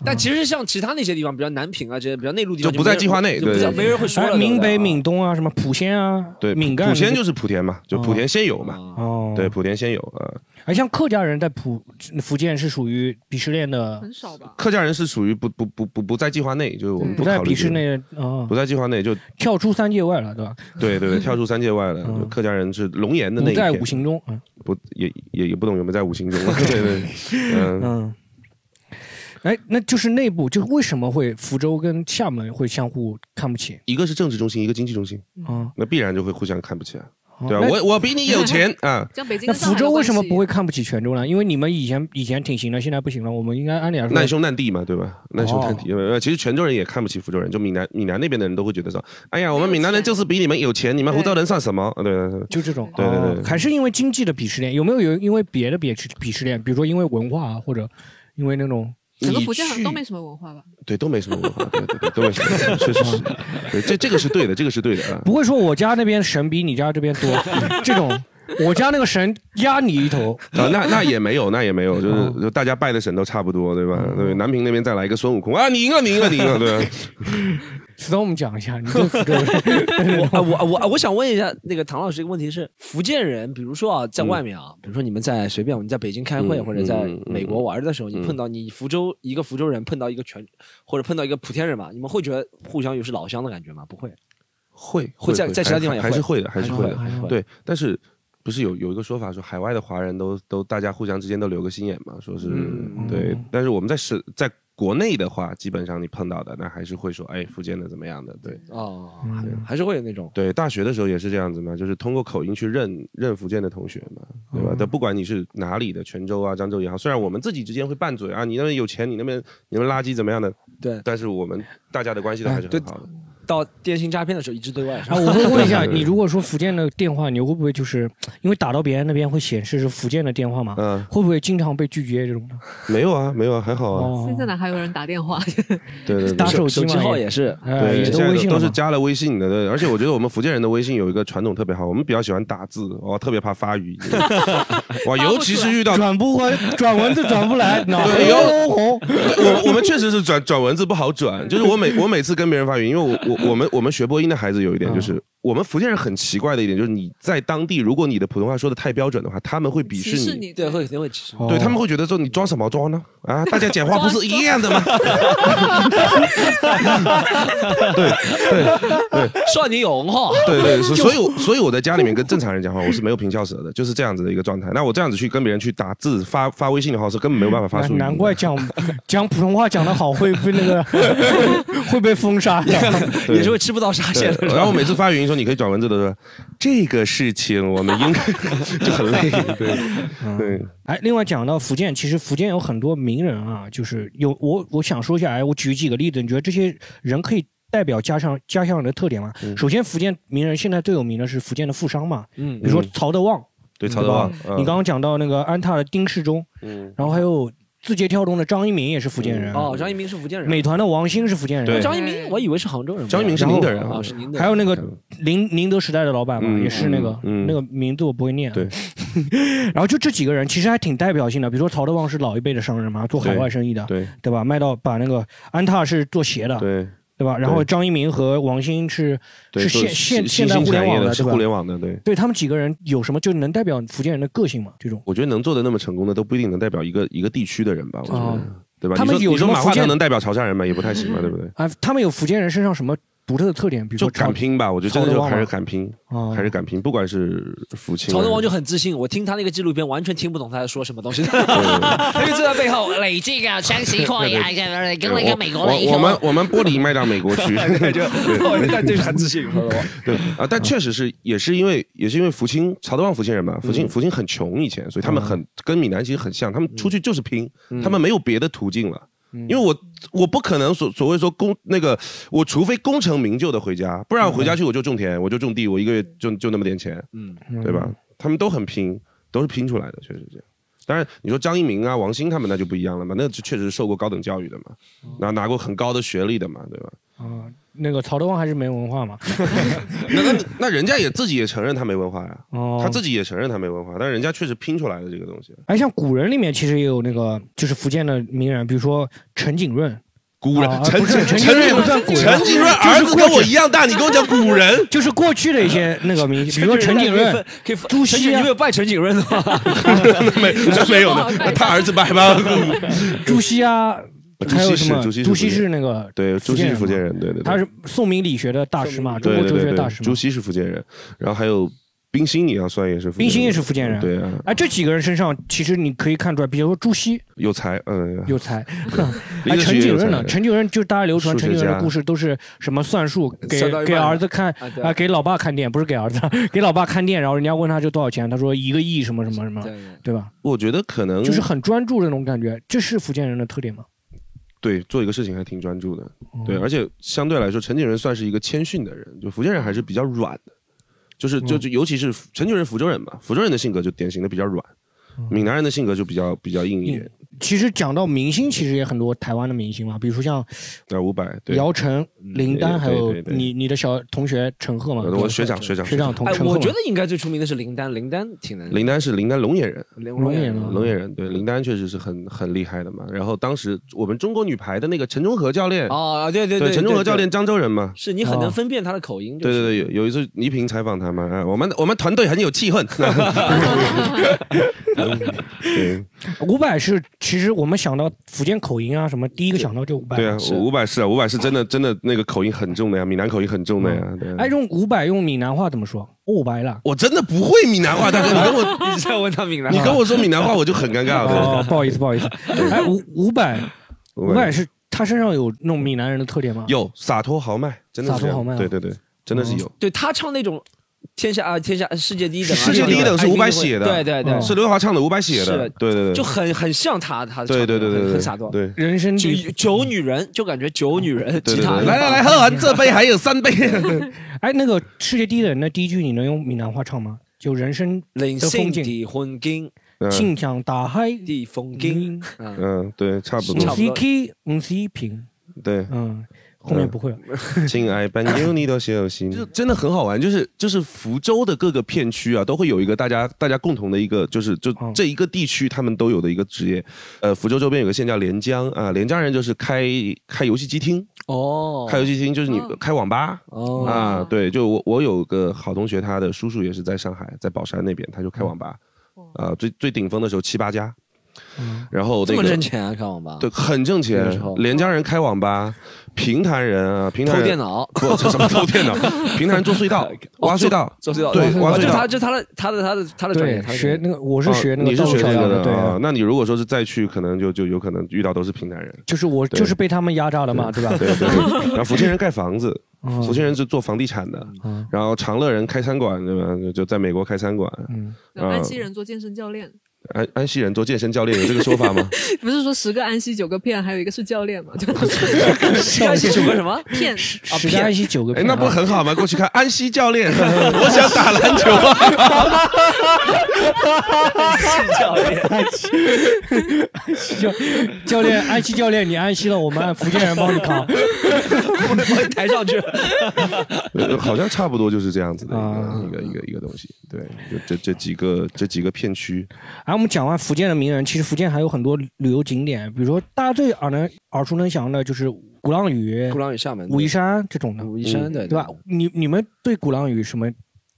Speaker 4: 但其实像其他那些地方，比较南平啊这些比较内陆地方，
Speaker 2: 就不在计划内
Speaker 4: 就没人就
Speaker 2: 对
Speaker 4: 不在没人会说
Speaker 3: 哎，
Speaker 4: 了。
Speaker 3: 闽北、
Speaker 4: 闽
Speaker 3: 闽东啊，什么莆仙啊，
Speaker 2: 对，
Speaker 3: 闽赣
Speaker 2: 莆仙就是莆田嘛，就莆田先有嘛，
Speaker 4: 嘛，
Speaker 3: 哦，
Speaker 2: 对，。莆田先有呃，
Speaker 3: 而像客家人在莆福建是属于鄙视链的，
Speaker 5: 很少吧？
Speaker 2: 客家人是属于不不不不不在计划内，就是我们
Speaker 3: 不在
Speaker 2: 考虑
Speaker 3: 鄙视
Speaker 2: 这个，
Speaker 3: 内啊
Speaker 2: 不，在计划内就
Speaker 3: 跳出三界外了，对吧？
Speaker 2: 对对对，跳出三界外了，
Speaker 3: 嗯
Speaker 2: 就客家人是龙岩的那
Speaker 3: 不
Speaker 2: 一
Speaker 3: 在
Speaker 2: 片
Speaker 3: 五。行中。嗯
Speaker 2: 不也也也不懂有没有在五行中 [laughs] 了。对对，嗯，
Speaker 3: 嗯，哎，那就是内部，就是为什么会福州跟厦门会相互看不起
Speaker 2: 一个是政治中心，一个经济中心，
Speaker 5: 嗯
Speaker 3: 啊？
Speaker 2: 那必然就会互相看不起啊。
Speaker 3: 哦
Speaker 2: 对啊，
Speaker 3: 那
Speaker 2: 我我比你有 [laughs] 钱啊，
Speaker 5: 像北京
Speaker 3: 那
Speaker 5: 跟上
Speaker 3: 福
Speaker 5: 海的
Speaker 3: 州为什么
Speaker 5: 关系
Speaker 3: 不会看不起泉州呢？因为你们以前以前挺行的，现在不行了。我们应该按理来
Speaker 2: 难
Speaker 3: 说，
Speaker 2: 兄难弟嘛，对吧？难兄难弟，呃，其实泉州人也看不起福州人，就闽南闽南那边的人都会觉得说，哎呀，我们闽南人就是比你们有钱，你们福州人算什么？对 [laughs] 对对，
Speaker 3: 就这种，
Speaker 2: 对对对
Speaker 3: 哦还是因为经济的鄙视链？有没有有因为别的鄙视鄙视链？比如说因为文化啊，或者因为那种
Speaker 5: 整个
Speaker 2: 你
Speaker 5: 福建好像都
Speaker 2: 去
Speaker 5: 没什么文化吧？
Speaker 2: 对都没什么文化，对对对，都没什么文化，确 [laughs] 实是，对这这个是对的，这个是对的啊。
Speaker 3: 不会说我家那边神比你家这边多 [laughs] 这种，我家那个神压你一头，
Speaker 2: 啊，那那也没有，那也没有，就是就大家拜的神都差不多，对吧？对，南平那边再来一个孙悟空啊，你赢了，你赢了，你赢了，对吧。
Speaker 3: 所以我们讲一下，你对福州
Speaker 2: [laughs]
Speaker 3: 人
Speaker 4: 我啊我啊我啊我想问一下那个唐老师一个问题是：福建人，比如说啊，在外面啊，比如说你们在随便你在北京开会
Speaker 2: 嗯
Speaker 4: 或者在
Speaker 2: 嗯嗯
Speaker 4: 美国玩的时候，你
Speaker 2: 嗯
Speaker 4: 碰到你福州一个福州人碰到一个全或者碰到一个莆田人嘛，你们会觉得互相有是老乡的感觉吗？不会，
Speaker 2: 会
Speaker 4: 会在在其他地方也
Speaker 2: 还是
Speaker 4: 会
Speaker 2: 会的，还
Speaker 4: 还
Speaker 2: 是
Speaker 4: 是
Speaker 2: 会
Speaker 4: 会
Speaker 2: 的
Speaker 4: 还是会，
Speaker 2: 对。但是不是有有一个说法说海外的华人都都大家互相之间都留个心眼嘛，说是
Speaker 4: 嗯
Speaker 2: 对。但是我们在是在国内的话，基本上你碰到的那还是会说哎福建的怎么样的，对。
Speaker 4: 哦，还是会有那种。
Speaker 2: 对，大学的时候也是这样子嘛，就是通过口音去认认福建的同学嘛，对吧？
Speaker 4: 嗯
Speaker 2: 但不管你是哪里的，泉州啊、漳州也好，虽然我们自己之间会拌嘴啊，你那边有钱，你那边你们垃圾怎么样的，
Speaker 4: 对，
Speaker 2: 但是我们大家的关系都还是
Speaker 4: 哎对
Speaker 2: 很好的。
Speaker 4: 到电信诈骗的时候一致对外。
Speaker 3: [laughs] 啊，
Speaker 4: [laughs]
Speaker 3: 我会问
Speaker 2: [laughs]
Speaker 3: 一下，你如果说福建的电话，你会不会就是因为打到别人那边会显示是福建的电话嘛？
Speaker 2: 嗯，
Speaker 3: 会不会经常被拒绝这种的？
Speaker 2: 没有啊，没有啊，还好啊。
Speaker 3: 哦
Speaker 5: 现在哪还有人打电话？
Speaker 2: 对对对，
Speaker 3: 打手机嘛手机号
Speaker 4: 也是 [laughs]
Speaker 3: 哎
Speaker 2: 对，
Speaker 3: 也都
Speaker 2: 现在
Speaker 3: 微信了
Speaker 2: 都是
Speaker 3: 嘛
Speaker 2: 加了微信的。对，而且我觉得我们福建人的微信有一个传统特别好，我们比较喜欢打字，我、特别怕发
Speaker 3: [laughs]
Speaker 2: 语音。哇，尤其是遇到
Speaker 3: 转不回，转文字转不来，脑
Speaker 2: 对
Speaker 3: 红红红。
Speaker 2: 我我们确实是转转文字不好转，就是我每我每次跟别人发语音，因为我我我们我们学播音的孩子有一点
Speaker 3: 嗯
Speaker 2: 就是，我们福建人很奇怪的一点就是，你在当地如果你的普通话说的太标准的话，他们会 [laughs] 鄙视你。
Speaker 4: 对，会肯定会歧视。
Speaker 2: 对他
Speaker 3: 哦
Speaker 2: 们会觉得说你装什么装呢？啊，大家讲话不是一样的吗？对对对，
Speaker 4: 少年有文化。
Speaker 2: 对对，
Speaker 3: [laughs]
Speaker 2: 所所以我所以我在家里面跟正常人讲话，我是没有平翘舌的，就是这样子的一个状态。那我这样子去跟别人去打字发发微信的话，是根本没有办法发出语音的。
Speaker 3: 哎难怪讲讲普通话讲得好会被那个 [laughs] 会被
Speaker 2: [laughs]
Speaker 3: 封杀的。
Speaker 2: 对
Speaker 4: 也是会吃不到沙县的。
Speaker 2: 对然后我每次发语音说你可以转文字的时候，这个事情我们应该 [laughs] 就很累，对
Speaker 3: [laughs]
Speaker 2: 对，
Speaker 3: 哎，另外讲到福建，其实福建有很多名人啊，就是有我我想说一下，哎，我举几个例子，你觉得这些人可以代表家乡家乡人的特点吗？
Speaker 2: 嗯
Speaker 3: 首先，福建名人现在最有名的是福建的富商嘛，
Speaker 4: 嗯
Speaker 3: 比如说曹德旺，
Speaker 2: 对曹
Speaker 3: 对
Speaker 2: 德
Speaker 3: 吧
Speaker 2: 旺，嗯
Speaker 3: 你刚刚讲到那个安踏的丁世忠，
Speaker 2: 嗯，
Speaker 3: 然后还有字节跳动的张一鸣也是福建人，啊
Speaker 4: 哦，张一鸣是福建人。
Speaker 3: 美团的王兴是福建人，啊
Speaker 4: 张一鸣，我以为是杭州人。
Speaker 2: 张一鸣是宁德人
Speaker 4: 啊，是宁德。
Speaker 3: 还有那个宁宁德时代的老板嘛，
Speaker 2: 嗯
Speaker 3: 也是那个、
Speaker 2: 嗯嗯
Speaker 3: 那个名字我不会念。啊
Speaker 2: 对，
Speaker 3: [laughs] 然后就这几个人其实还挺代表性的，比如说曹德旺是老一辈的商人嘛，做海外生意的，
Speaker 2: 对
Speaker 3: 对吧？卖到把那个安踏是做鞋的，
Speaker 2: 对
Speaker 3: 对吧？然后
Speaker 2: 对
Speaker 3: 张一鸣和王兴是
Speaker 2: 对，
Speaker 3: 是
Speaker 2: 做
Speaker 3: 现现
Speaker 2: 新新
Speaker 3: 现代
Speaker 2: 兴
Speaker 3: 互
Speaker 2: 产
Speaker 3: 联
Speaker 2: 业
Speaker 3: 网
Speaker 2: 的
Speaker 3: 的，
Speaker 2: 是
Speaker 3: 对吧？
Speaker 2: 互联网的，对。
Speaker 3: 对他们几个人有什么就能代表福建人的个性嘛？这种
Speaker 2: 我觉得能做的那么成功的，都不一定能代表一个一个地区的人吧，我觉
Speaker 3: 啊
Speaker 2: 得，对吧？
Speaker 3: 他
Speaker 2: 你
Speaker 3: 们
Speaker 2: 说
Speaker 3: 有
Speaker 2: 你
Speaker 3: 什
Speaker 2: 说
Speaker 3: 么
Speaker 2: 马
Speaker 3: 福
Speaker 2: 化腾
Speaker 3: 建
Speaker 2: 能代表潮汕人吗？也不太行吧，对
Speaker 3: [laughs]
Speaker 2: 不对？
Speaker 3: 啊，他们有福建人身上什么独特的特点？比如
Speaker 2: 就
Speaker 3: 说
Speaker 2: 敢
Speaker 3: 长
Speaker 2: 拼吧，我觉得真的
Speaker 3: 曹德
Speaker 2: 就
Speaker 3: 旺
Speaker 2: 还是
Speaker 3: 嘛
Speaker 2: 敢拼，
Speaker 3: 哦
Speaker 2: 还是敢拼，不管是福清啊，
Speaker 4: 曹德旺
Speaker 2: [laughs]
Speaker 4: 就很自信，我听他那个纪录片完全听不懂他在说什么东西， [laughs] 他就坐在背后累进啊，
Speaker 2: [laughs]
Speaker 4: 湘西话呀，跟那个美国的一
Speaker 2: 我我们我们玻璃卖到美国
Speaker 4: [laughs]
Speaker 2: 去，
Speaker 4: 对，就哦那就是很自信，曹德 [laughs] 旺
Speaker 2: 对啊，但确实是也是因为也是因为福清曹德旺福清
Speaker 4: 嗯
Speaker 2: 人嘛，福清福清很穷以前，所以他们很跟闽南其实很像，他
Speaker 4: 嗯
Speaker 2: 们出去就是拼，他们没有别的途径了。因为我我不可能所所谓说功那个，我除非功成名就的回家，不然我回家去我就种田，我就种地，我一个月就就那么点钱，
Speaker 4: 嗯，
Speaker 2: 对吧？他们都很拼，都是拼出来的，确实是这样。当然，你说张一鸣啊、王兴他们那就不一样了嘛，那就确实是受过高等教育的嘛，
Speaker 3: 嗯
Speaker 2: 然后拿过很高的学历的嘛，对吧？
Speaker 3: [laughs] 啊，那个曹德旺还是没文化嘛？
Speaker 2: 那那那人家也自己也承认他没文化呀，
Speaker 3: 哦，
Speaker 2: 他自己也承认他没文化，但人家确实拼出来的这个东西。
Speaker 3: 哎，像古人里面其实也有那个，就是福建的名人，比如说陈景润，
Speaker 2: 古
Speaker 3: 啊
Speaker 2: 人陈
Speaker 3: 不是
Speaker 2: 陈
Speaker 3: 陈
Speaker 2: 陈
Speaker 3: 景润不算古人，
Speaker 2: 陈景润儿子跟我一样大，你跟我讲古人
Speaker 3: [laughs] 就是过去的
Speaker 2: [laughs]
Speaker 3: 一些那个明星，比如说陈景润，
Speaker 4: 可以分
Speaker 3: 朱熹啊
Speaker 4: 陈景润你有拜陈景润的
Speaker 2: [laughs] 啊
Speaker 4: 吗？
Speaker 2: 没那没
Speaker 3: 哦
Speaker 2: 有的，他儿子拜吧。
Speaker 3: [laughs] 朱熹啊，还有什么？
Speaker 2: 朱熹是
Speaker 3: 朱
Speaker 2: 朱熹是
Speaker 3: 熹是那个
Speaker 2: 对，朱熹是福建
Speaker 3: 人
Speaker 2: 人，对对
Speaker 3: 嘛，
Speaker 2: 对，
Speaker 3: 他是宋明理学的大师嘛，中
Speaker 2: 对
Speaker 3: 国
Speaker 2: 对
Speaker 3: 哲
Speaker 2: 对
Speaker 3: 学
Speaker 2: 对
Speaker 3: 大师
Speaker 2: 朱
Speaker 3: 嘛。
Speaker 2: 熹是福建人，然后还有冰心，你要算也是福建人，
Speaker 3: 冰心也是福建人
Speaker 2: 对啊，
Speaker 3: 哎，这几个人身上其实你可以看出来，比如说朱熹
Speaker 2: 有才，嗯，[laughs]
Speaker 3: 有才，
Speaker 2: 一
Speaker 3: 哎，
Speaker 2: 个是
Speaker 3: 陈
Speaker 2: 也
Speaker 3: 景
Speaker 2: 有才
Speaker 3: 润呢？陈景润就是大家流传
Speaker 2: 数学
Speaker 3: 陈景润的
Speaker 2: 家
Speaker 3: 故事都是什么算术，给
Speaker 4: 算到一半
Speaker 3: 给儿子看
Speaker 4: 啊对
Speaker 3: 啊，给老爸看店，不是给儿子， [laughs] 给老爸看店，然后人家问他这多少钱，他说一个亿什么什么什么，
Speaker 4: [laughs] 对
Speaker 3: 对吧？
Speaker 2: 我觉得可能
Speaker 3: 就是很专注的那种感觉，这是福建人的特点吗？
Speaker 2: 对做一个事情还挺专注的，
Speaker 3: 哦
Speaker 2: 对，而且相对来说，陈景润算是一个谦逊的人，就福建人还是比较软的，就是
Speaker 3: 哦
Speaker 2: 就就尤其是福陈景润福州人嘛，福州人的性格就典型的比较软，
Speaker 3: 哦
Speaker 2: 闽南人的性格就比较比较硬一点，
Speaker 3: 其实讲到明星，其实也很多台湾的明星嘛，比如说像
Speaker 2: 对，五百对。嗯
Speaker 3: 姚晨、林丹，
Speaker 2: 对
Speaker 3: 还有
Speaker 2: 对对
Speaker 3: 你你的小同学陈赫嘛，
Speaker 2: 呃我的我学长学长
Speaker 3: 学长同
Speaker 4: 哎，
Speaker 3: 陈赫嘛。
Speaker 4: 我觉得应该最出名的是林丹，林丹挺能，
Speaker 2: 林丹是林丹龙岩人，
Speaker 4: 龙
Speaker 3: 龙
Speaker 4: 眼
Speaker 3: 眼啊
Speaker 2: 龙岩人对林丹确实是很很厉害的嘛。然后当时我们中国女排的那个陈忠和教练，
Speaker 3: 哦
Speaker 4: 啊，对对
Speaker 2: 陈忠和教练，漳州人嘛，
Speaker 4: 是你很
Speaker 3: 啊
Speaker 4: 能分辨他的口音，就
Speaker 2: 对
Speaker 4: 是
Speaker 2: 对对，有有一次倪萍采访他嘛，啊，我们我们团队很有气氛。对，
Speaker 3: 伍佰是其实我们想到福建口音啊什么，第一个想到就伍佰。
Speaker 2: 对啊，伍佰是啊，伍佰是真的真的那个口音很重的呀，闽南口音很重的呀。对啊
Speaker 3: 哎，用伍佰用闽南话怎么说？伍佰啦。
Speaker 2: 我真的不会闽南话，大哥，你跟
Speaker 4: [laughs]
Speaker 2: 我
Speaker 4: 你再问他闽南
Speaker 2: 你跟我说闽南话，我就很尴尬
Speaker 3: 哦
Speaker 2: 了。，
Speaker 3: 不好意思，不好意思。哎，伍伍佰，
Speaker 2: 伍佰
Speaker 3: 伍佰是他身上有那种闽南人的特点吗？
Speaker 2: 有洒脱豪迈，真的是
Speaker 3: 洒
Speaker 2: 这
Speaker 3: 脱
Speaker 2: 样
Speaker 3: 豪迈啊
Speaker 2: 对对对，真的是有。
Speaker 4: 对他唱那种天下啊天下世界第一等啊，
Speaker 2: 世界第一等是伍佰写的，啊
Speaker 4: 对对对，
Speaker 2: 是刘德华唱的，伍佰写
Speaker 4: 是
Speaker 2: 的，对对对，
Speaker 4: 就很很像他，他
Speaker 2: 对对对对
Speaker 4: 唱的
Speaker 2: 对，
Speaker 4: 很洒脱，
Speaker 2: 对。
Speaker 3: 人生
Speaker 4: 就
Speaker 3: 地
Speaker 4: 九女人，就感觉九女人
Speaker 2: 对
Speaker 4: 吉
Speaker 2: 对
Speaker 4: 他，
Speaker 2: 对，来来来，喝完这杯还有三 [laughs] 杯。
Speaker 3: 哎，那个世界第一的人的第一句，你能用闽南话唱吗？就人生
Speaker 4: 人
Speaker 3: 的风
Speaker 4: 生
Speaker 3: 景，
Speaker 4: 地风景，
Speaker 3: 心向大海，
Speaker 4: 地风景，嗯，
Speaker 2: 嗯，对，差不
Speaker 3: 不
Speaker 2: 多。
Speaker 3: 是天，不是平。
Speaker 2: 对，
Speaker 3: 嗯，后面不会了。
Speaker 2: [laughs] 亲爱朋友，你多小心。就真的很好玩，就是就是福州的各个片区啊，都会有一个大家大家共同的一个，就是就
Speaker 4: 哦
Speaker 3: 嗯
Speaker 2: 这一个地区他们都有的一个职业。呃，福州周边有个县叫连江啊，连江人就是开开游戏机厅，
Speaker 4: 哦，
Speaker 2: 开游戏厅就是你
Speaker 5: 哦
Speaker 2: 开网吧。
Speaker 4: 哦
Speaker 2: 啊，对，就我我有个好同学，他的叔叔也是在上海，在宝山那边，他就开网吧，
Speaker 4: 哦
Speaker 2: 啊，最最顶峰的时候七八家，然后
Speaker 4: 嗯这
Speaker 2: 那
Speaker 4: 么
Speaker 2: 个
Speaker 4: 挣钱啊，看网吧，
Speaker 2: 对，很挣
Speaker 4: 那
Speaker 2: 钱
Speaker 4: 时候。
Speaker 2: 连江人开网吧，平潭人啊，平潭
Speaker 4: 偷
Speaker 2: 人
Speaker 4: 电脑，，
Speaker 3: [laughs]
Speaker 2: 不，这什么偷电脑？平潭人做隧道
Speaker 3: 哦
Speaker 2: 挖隧道。
Speaker 4: 做隧道，
Speaker 2: 对挖
Speaker 4: 哦
Speaker 2: 隧
Speaker 4: 就
Speaker 2: 道
Speaker 4: 他就他的他的他的他的专业，
Speaker 3: 对，
Speaker 4: 他的专
Speaker 3: 学
Speaker 4: 业
Speaker 3: 那个，我是学那
Speaker 2: 哦
Speaker 3: 个
Speaker 2: 你是
Speaker 3: 道路
Speaker 2: 学
Speaker 3: 桥
Speaker 2: 那
Speaker 3: 梁
Speaker 2: 个
Speaker 3: 的，
Speaker 2: 的
Speaker 3: 对
Speaker 2: 啊
Speaker 3: 啊，？
Speaker 2: 那你如果说是再去，可能就就有可能遇到都是平潭人。
Speaker 3: [laughs] 就是我
Speaker 2: 对
Speaker 3: 就是被他们压榨的嘛，对吧？
Speaker 2: 对对
Speaker 3: [laughs]
Speaker 2: 对。然后福建人盖房子，
Speaker 3: 嗯
Speaker 2: 福建人是做房地产的，
Speaker 3: 嗯
Speaker 2: 然后长乐人开餐馆，对吧？就就在美国开餐馆。
Speaker 3: 嗯，
Speaker 5: 然后安溪人做健身教练， [laughs]
Speaker 2: 安安溪人做健身教练有这个说
Speaker 3: [laughs]
Speaker 2: 法吗？
Speaker 5: 不是说十个安溪九个骗，还有一个是教练嘛？就 [laughs]
Speaker 4: 要写什么
Speaker 2: [laughs]
Speaker 4: 什么？
Speaker 5: 骗
Speaker 4: 啊
Speaker 3: 十个安溪九个
Speaker 2: 哎，
Speaker 3: 骗
Speaker 2: 那
Speaker 3: 啊，
Speaker 2: 不很好吗？过去看安溪教
Speaker 3: [laughs]
Speaker 2: 练，我想打篮球啊。
Speaker 3: [laughs]
Speaker 4: 教练，
Speaker 3: 教教练安溪教练，你安溪了，我们按福建人帮你扛
Speaker 4: 我我抬上去，
Speaker 2: 呃好像差不多就是这样子的
Speaker 3: 啊
Speaker 2: 一个一个一个一个东西。对，就这这几个这几个片区。
Speaker 3: [laughs] 哎，我们讲完福建的名人，其实福建还有很多旅游景点，比如说大家最耳能耳熟能详的就是鼓浪屿
Speaker 4: 鼓、浪屿厦门，
Speaker 3: 武夷山这种的，
Speaker 4: 武夷山，对
Speaker 3: 嗯对吧？你你们对鼓浪屿什么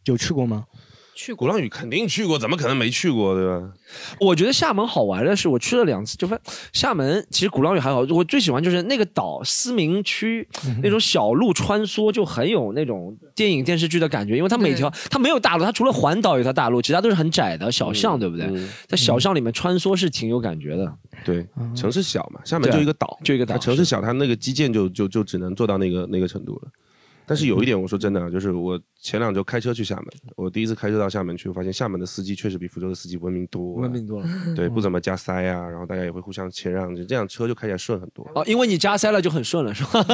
Speaker 3: 有去过吗？
Speaker 5: 去
Speaker 2: 鼓
Speaker 5: 过
Speaker 2: 浪屿肯定去过，怎么可能没去过，对吧？
Speaker 4: 我觉得厦门好玩的是，我去了两次，就发厦门其实鼓浪屿还好，我最喜欢就是那个岛思明区
Speaker 3: 嗯
Speaker 4: 那种小路穿梭，就很有那种电影电视剧的感觉，因为它每条它没有大路，它除了环岛有条大路，其他都是很窄的小巷，对不对？
Speaker 2: 嗯
Speaker 4: 在小巷里面穿梭是挺有感觉的，
Speaker 2: 对，城市小嘛，厦门
Speaker 4: 嗯对啊
Speaker 2: 就一个岛，
Speaker 4: 就一个岛
Speaker 2: 它城市小，它那个基建就就就只能做到那个那个程度了。但是有
Speaker 4: 嗯
Speaker 2: 一点，我说真的啊，就是我前两周开车去厦门，我第一次开车到厦门去，我发现厦门的司机确实比福州的司机文明多、啊
Speaker 4: 文明多嗯了
Speaker 2: 对，不怎么加塞啊，然后大家也会互相谦让，就这样车就开起来顺很多。
Speaker 4: 哦，因为你加塞了就很顺了，是
Speaker 2: [laughs]
Speaker 4: 吧？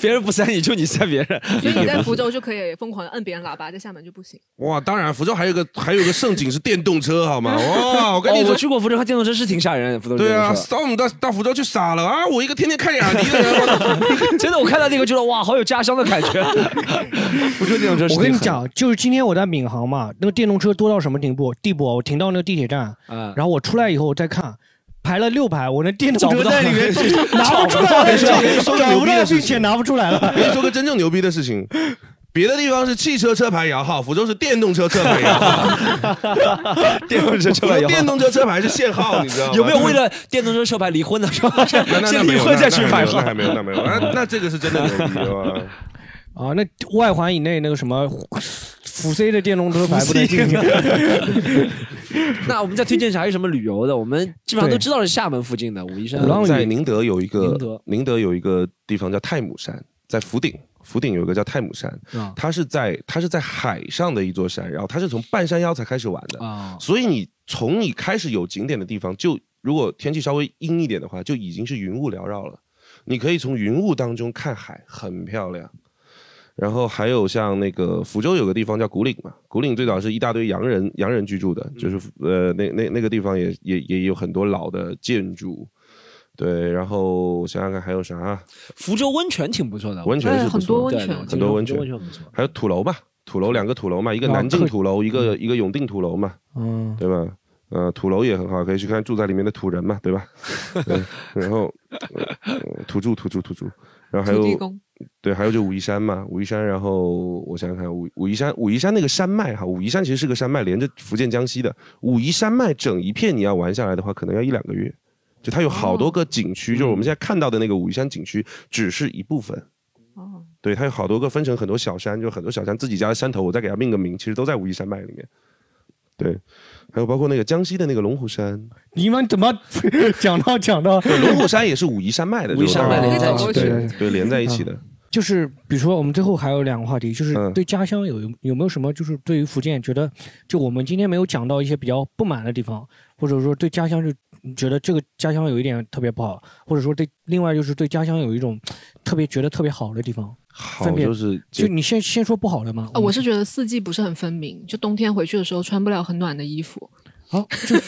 Speaker 4: 别人不塞你就你塞别人，
Speaker 5: 所以你在福州就可以疯狂地摁别人喇叭，在厦门就不行。
Speaker 2: 哇，当然，福州还有一个还有一个盛景是电动车，好
Speaker 4: [laughs]
Speaker 2: 吗？哇，我跟你
Speaker 4: 哦
Speaker 2: 说
Speaker 4: 我，去过福州，它电动车是挺吓人，福州
Speaker 2: 对啊，
Speaker 4: 电动车
Speaker 2: 扫我们到到福州去傻了啊！我一个天天开雅迪的人，我
Speaker 4: 真的，我看到那个觉得哇，好有家乡的感
Speaker 2: [laughs]
Speaker 4: 觉。福州电动车是挺狠的，
Speaker 3: 我跟你讲，就是今天我在闵行嘛，那个电动车多到什么地步？地步啊，我停到那个地铁站，
Speaker 4: 啊，
Speaker 3: 然后我出来以后我再看，排了六排，我那电动车在里面拿
Speaker 4: 找
Speaker 3: 不
Speaker 4: 不
Speaker 3: 出
Speaker 4: 到
Speaker 3: 来了，
Speaker 2: 说
Speaker 3: 找
Speaker 2: 牛
Speaker 3: 不
Speaker 2: 逼
Speaker 3: 到，
Speaker 2: 的事
Speaker 3: 并且拿不出来
Speaker 2: [laughs]
Speaker 3: 了。
Speaker 2: 跟你说个真正牛逼的事情，别的地方是汽车车牌摇号，福州是电动车车牌摇 [laughs] 号，
Speaker 4: 电动车车
Speaker 2: 福州电动车车牌是限号，你知道吗？
Speaker 4: 有没有为了电动车车牌离婚的？是吧？
Speaker 2: [laughs] 那？那那
Speaker 4: 先
Speaker 2: 没
Speaker 4: 离
Speaker 2: 有，
Speaker 4: 婚再去
Speaker 2: 那
Speaker 4: 买
Speaker 2: 那 [laughs]
Speaker 4: 房
Speaker 2: 还。没有，那没有，那没有那那这个是真的牛逼哇！
Speaker 3: 啊，那外环以内那个什么辅 C 的电动车牌不能进去。
Speaker 4: 那我们再推荐一下还有什么旅游的？我们基本上都知道是厦门附近的武夷山
Speaker 3: 鼓。浪屿
Speaker 2: 在宁德有一个
Speaker 4: 宁德
Speaker 2: 宁德有一个地方叫太母山，在福鼎。福鼎有一个叫太母山，
Speaker 4: 啊
Speaker 2: 它是在它是在海上的一座山，然后它是从半山腰才开始玩的，
Speaker 4: 啊，
Speaker 6: 嗯
Speaker 2: 所以你从你开始有景点的地方，就如果天气稍微阴一点的话，就已经是云雾缭绕了。你可以从云雾当中看海，很漂亮。然后还有像那个福州有个地方叫古岭嘛，古岭最早是一大堆洋人洋人居住的，就是呃那那那个地方也也也有很多老的建筑。对，然后想想看还有啥啊，
Speaker 4: 福州温泉挺不错的，
Speaker 2: 温泉是
Speaker 5: 哎
Speaker 2: 不
Speaker 5: 很多
Speaker 2: 错
Speaker 5: 温
Speaker 2: 的，
Speaker 4: 对对
Speaker 5: 泉
Speaker 2: 很多温泉
Speaker 4: 温泉不错。
Speaker 2: 还有土楼吧，土楼两个土楼嘛，一个
Speaker 3: 老
Speaker 2: 南靖
Speaker 3: 客
Speaker 2: 土楼，一个一个永定土楼嘛，
Speaker 3: 嗯，
Speaker 2: 对吧？呃，土楼也很好，可以去看住在里面的土人嘛，对
Speaker 3: [laughs]
Speaker 2: 吧？对然后、呃、土著，土著，土著，然后还
Speaker 5: 土地
Speaker 2: 有
Speaker 5: 公
Speaker 2: 对，还有就武夷山嘛，武夷山。然后我想想看，武武夷山，武夷山那个山脉哈，武夷山其实是个山脉，连着福建江西的。武夷山脉整一片你要玩下来的话，可能要一两个月，就它有好
Speaker 5: 哦
Speaker 2: 多个景区，就是我们现在看到的那个武夷山景区只是一部分。
Speaker 5: 哦，
Speaker 2: 对，它有好多个分成很多小山，就很多小山自己家的山头，我再给它命个名，其实都在武夷山脉里面。对，还有包括那个江西的那个龙虎山，
Speaker 3: 你们怎么 [laughs] 讲到讲到
Speaker 2: 对，龙虎山也是武夷山脉的，
Speaker 3: 武夷山脉连在一起嗯
Speaker 2: 对
Speaker 3: 对
Speaker 2: 对，连在一起的。
Speaker 3: 就是比如说，我们最后还有两个话题，就是
Speaker 2: 嗯
Speaker 3: 对家乡有有没有什么，就是对于福建觉得，就我们今天没有讲到一些比较不满的地方，或者说对家乡就觉得这个家乡有一点特别不好，或者说对另外就是对家乡有一种特别觉得特别好的地方，
Speaker 2: 好
Speaker 3: 分别
Speaker 2: 就是
Speaker 3: 就你先先说不好的嗯嘛。
Speaker 5: 啊，我是觉得四季不是很分明，就冬天回去的时候穿不了很暖的衣服。
Speaker 3: 好，
Speaker 5: [laughs] 就哎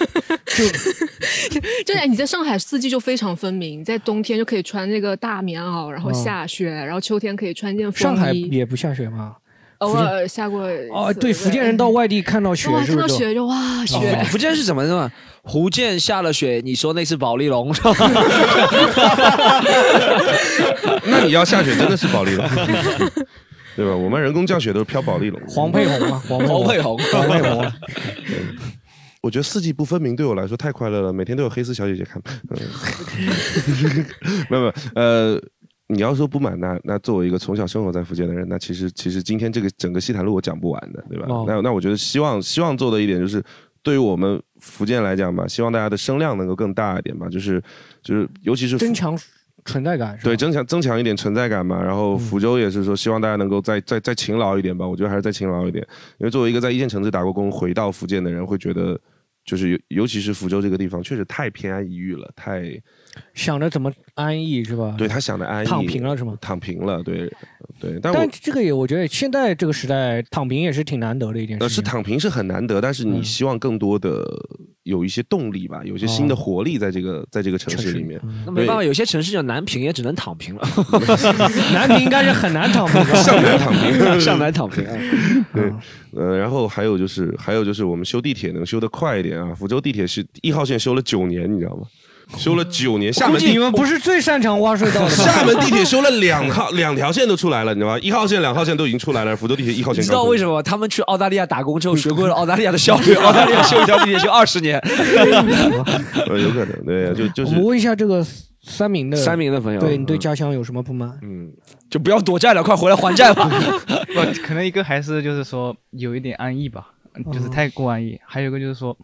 Speaker 5: 就是你在上海四季就非常分明，在冬天就可以穿那个大棉袄，然后
Speaker 3: 哦
Speaker 5: 下雪，然后秋天可以穿件风衣。
Speaker 3: 上海也不下雪嘛。
Speaker 5: 偶
Speaker 3: 福建
Speaker 5: 尔下过一
Speaker 3: 哦，
Speaker 5: 次
Speaker 3: 对，福建人到外地看到雪
Speaker 5: 哇
Speaker 3: 是不
Speaker 5: 看到
Speaker 3: 是
Speaker 5: 雪
Speaker 3: 就？
Speaker 5: 就哇雪，
Speaker 4: 福建是怎么的嘛？福建下了雪，你说那是保利龙，
Speaker 2: [laughs] 那你要下雪真的是保利龙， [laughs] 对吧？我们人工降雪都是飘保利龙。
Speaker 3: 黄佩红
Speaker 2: [laughs]
Speaker 3: 啊，黄佩
Speaker 4: 红，
Speaker 3: 黄佩红，
Speaker 2: 我觉得四季不分明对我来说太快乐了，每天都有黑丝小姐姐看。嗯 [laughs] 没有没有，呃，你要说不满，那那作为一个从小生活在福建的人，那其实其实今天这个整个西坛路我讲不完的，对吧？
Speaker 3: 哦
Speaker 2: 那那我觉得希望希望做的一点就是，对于我们福建来讲吧，希望大家的声量能够更大一点吧，就是就是尤其是福
Speaker 3: 增强存在感是吧？
Speaker 2: 对，增强增强一点存在感嘛。然后福州也是说，希望大家能够再再再勤劳一点吧。我觉得还是再勤劳一点，因为作为一个在一线城市打过工回到福建的人，会觉得就是尤尤其是福州这个地方，确实太偏安一隅了，太
Speaker 3: 想着怎么安逸是吧？
Speaker 2: 对他想的安逸，
Speaker 3: 躺平了是吗？
Speaker 2: 啊躺平了，对对。但我
Speaker 3: 但这个也，我觉得现在这个时代躺平也是挺难得的一件
Speaker 2: 呃
Speaker 3: 事
Speaker 2: 是嗯
Speaker 3: 情。
Speaker 2: 躺平是很难得，但是你希望更多的有一些动力吧，有一些新的活力在这个在这个哦城市里 [laughs] 面。
Speaker 4: 那没办法，有些城市叫南平，也只能躺平了。
Speaker 3: 南平应该是 [laughs] 很难躺平的，
Speaker 2: [laughs] 向南
Speaker 3: [laughs]
Speaker 2: 躺平
Speaker 4: 向南躺啊平。
Speaker 2: [laughs]
Speaker 3: 嗯
Speaker 2: 对，呃，然后还有就是，还有就是，我们修地铁能修得快一点啊。福州地铁是一号线修了九年，你知道吗？修了九年，厦
Speaker 3: 估
Speaker 2: 门
Speaker 3: 计
Speaker 2: 地
Speaker 3: 你们不是最擅长挖隧道的吧？
Speaker 2: [laughs] 厦门地铁修了两号两条线都出来了，你知道吗？一号线、两号线都已经出来了，福州地铁一号
Speaker 4: 你
Speaker 2: 线
Speaker 4: 知道
Speaker 2: 刚出
Speaker 4: 为
Speaker 2: 来。
Speaker 4: 什么吗他们去澳大利亚打工之后学会了澳大利亚的效率？澳大利亚修一条地铁修二十年。
Speaker 2: 呃，有可能，对，就就
Speaker 3: 我
Speaker 2: 是
Speaker 3: 们问一下这个三明的
Speaker 4: 三明的朋友
Speaker 3: 对你对
Speaker 4: 嗯
Speaker 3: 家乡有什么不满？
Speaker 2: 嗯， [laughs]
Speaker 4: 就不要躲债了，快回来还债吧。
Speaker 6: 不，可能一个还是就是说有一点安逸吧，就是
Speaker 4: 嗯
Speaker 6: 太过安逸。还有一个就是说，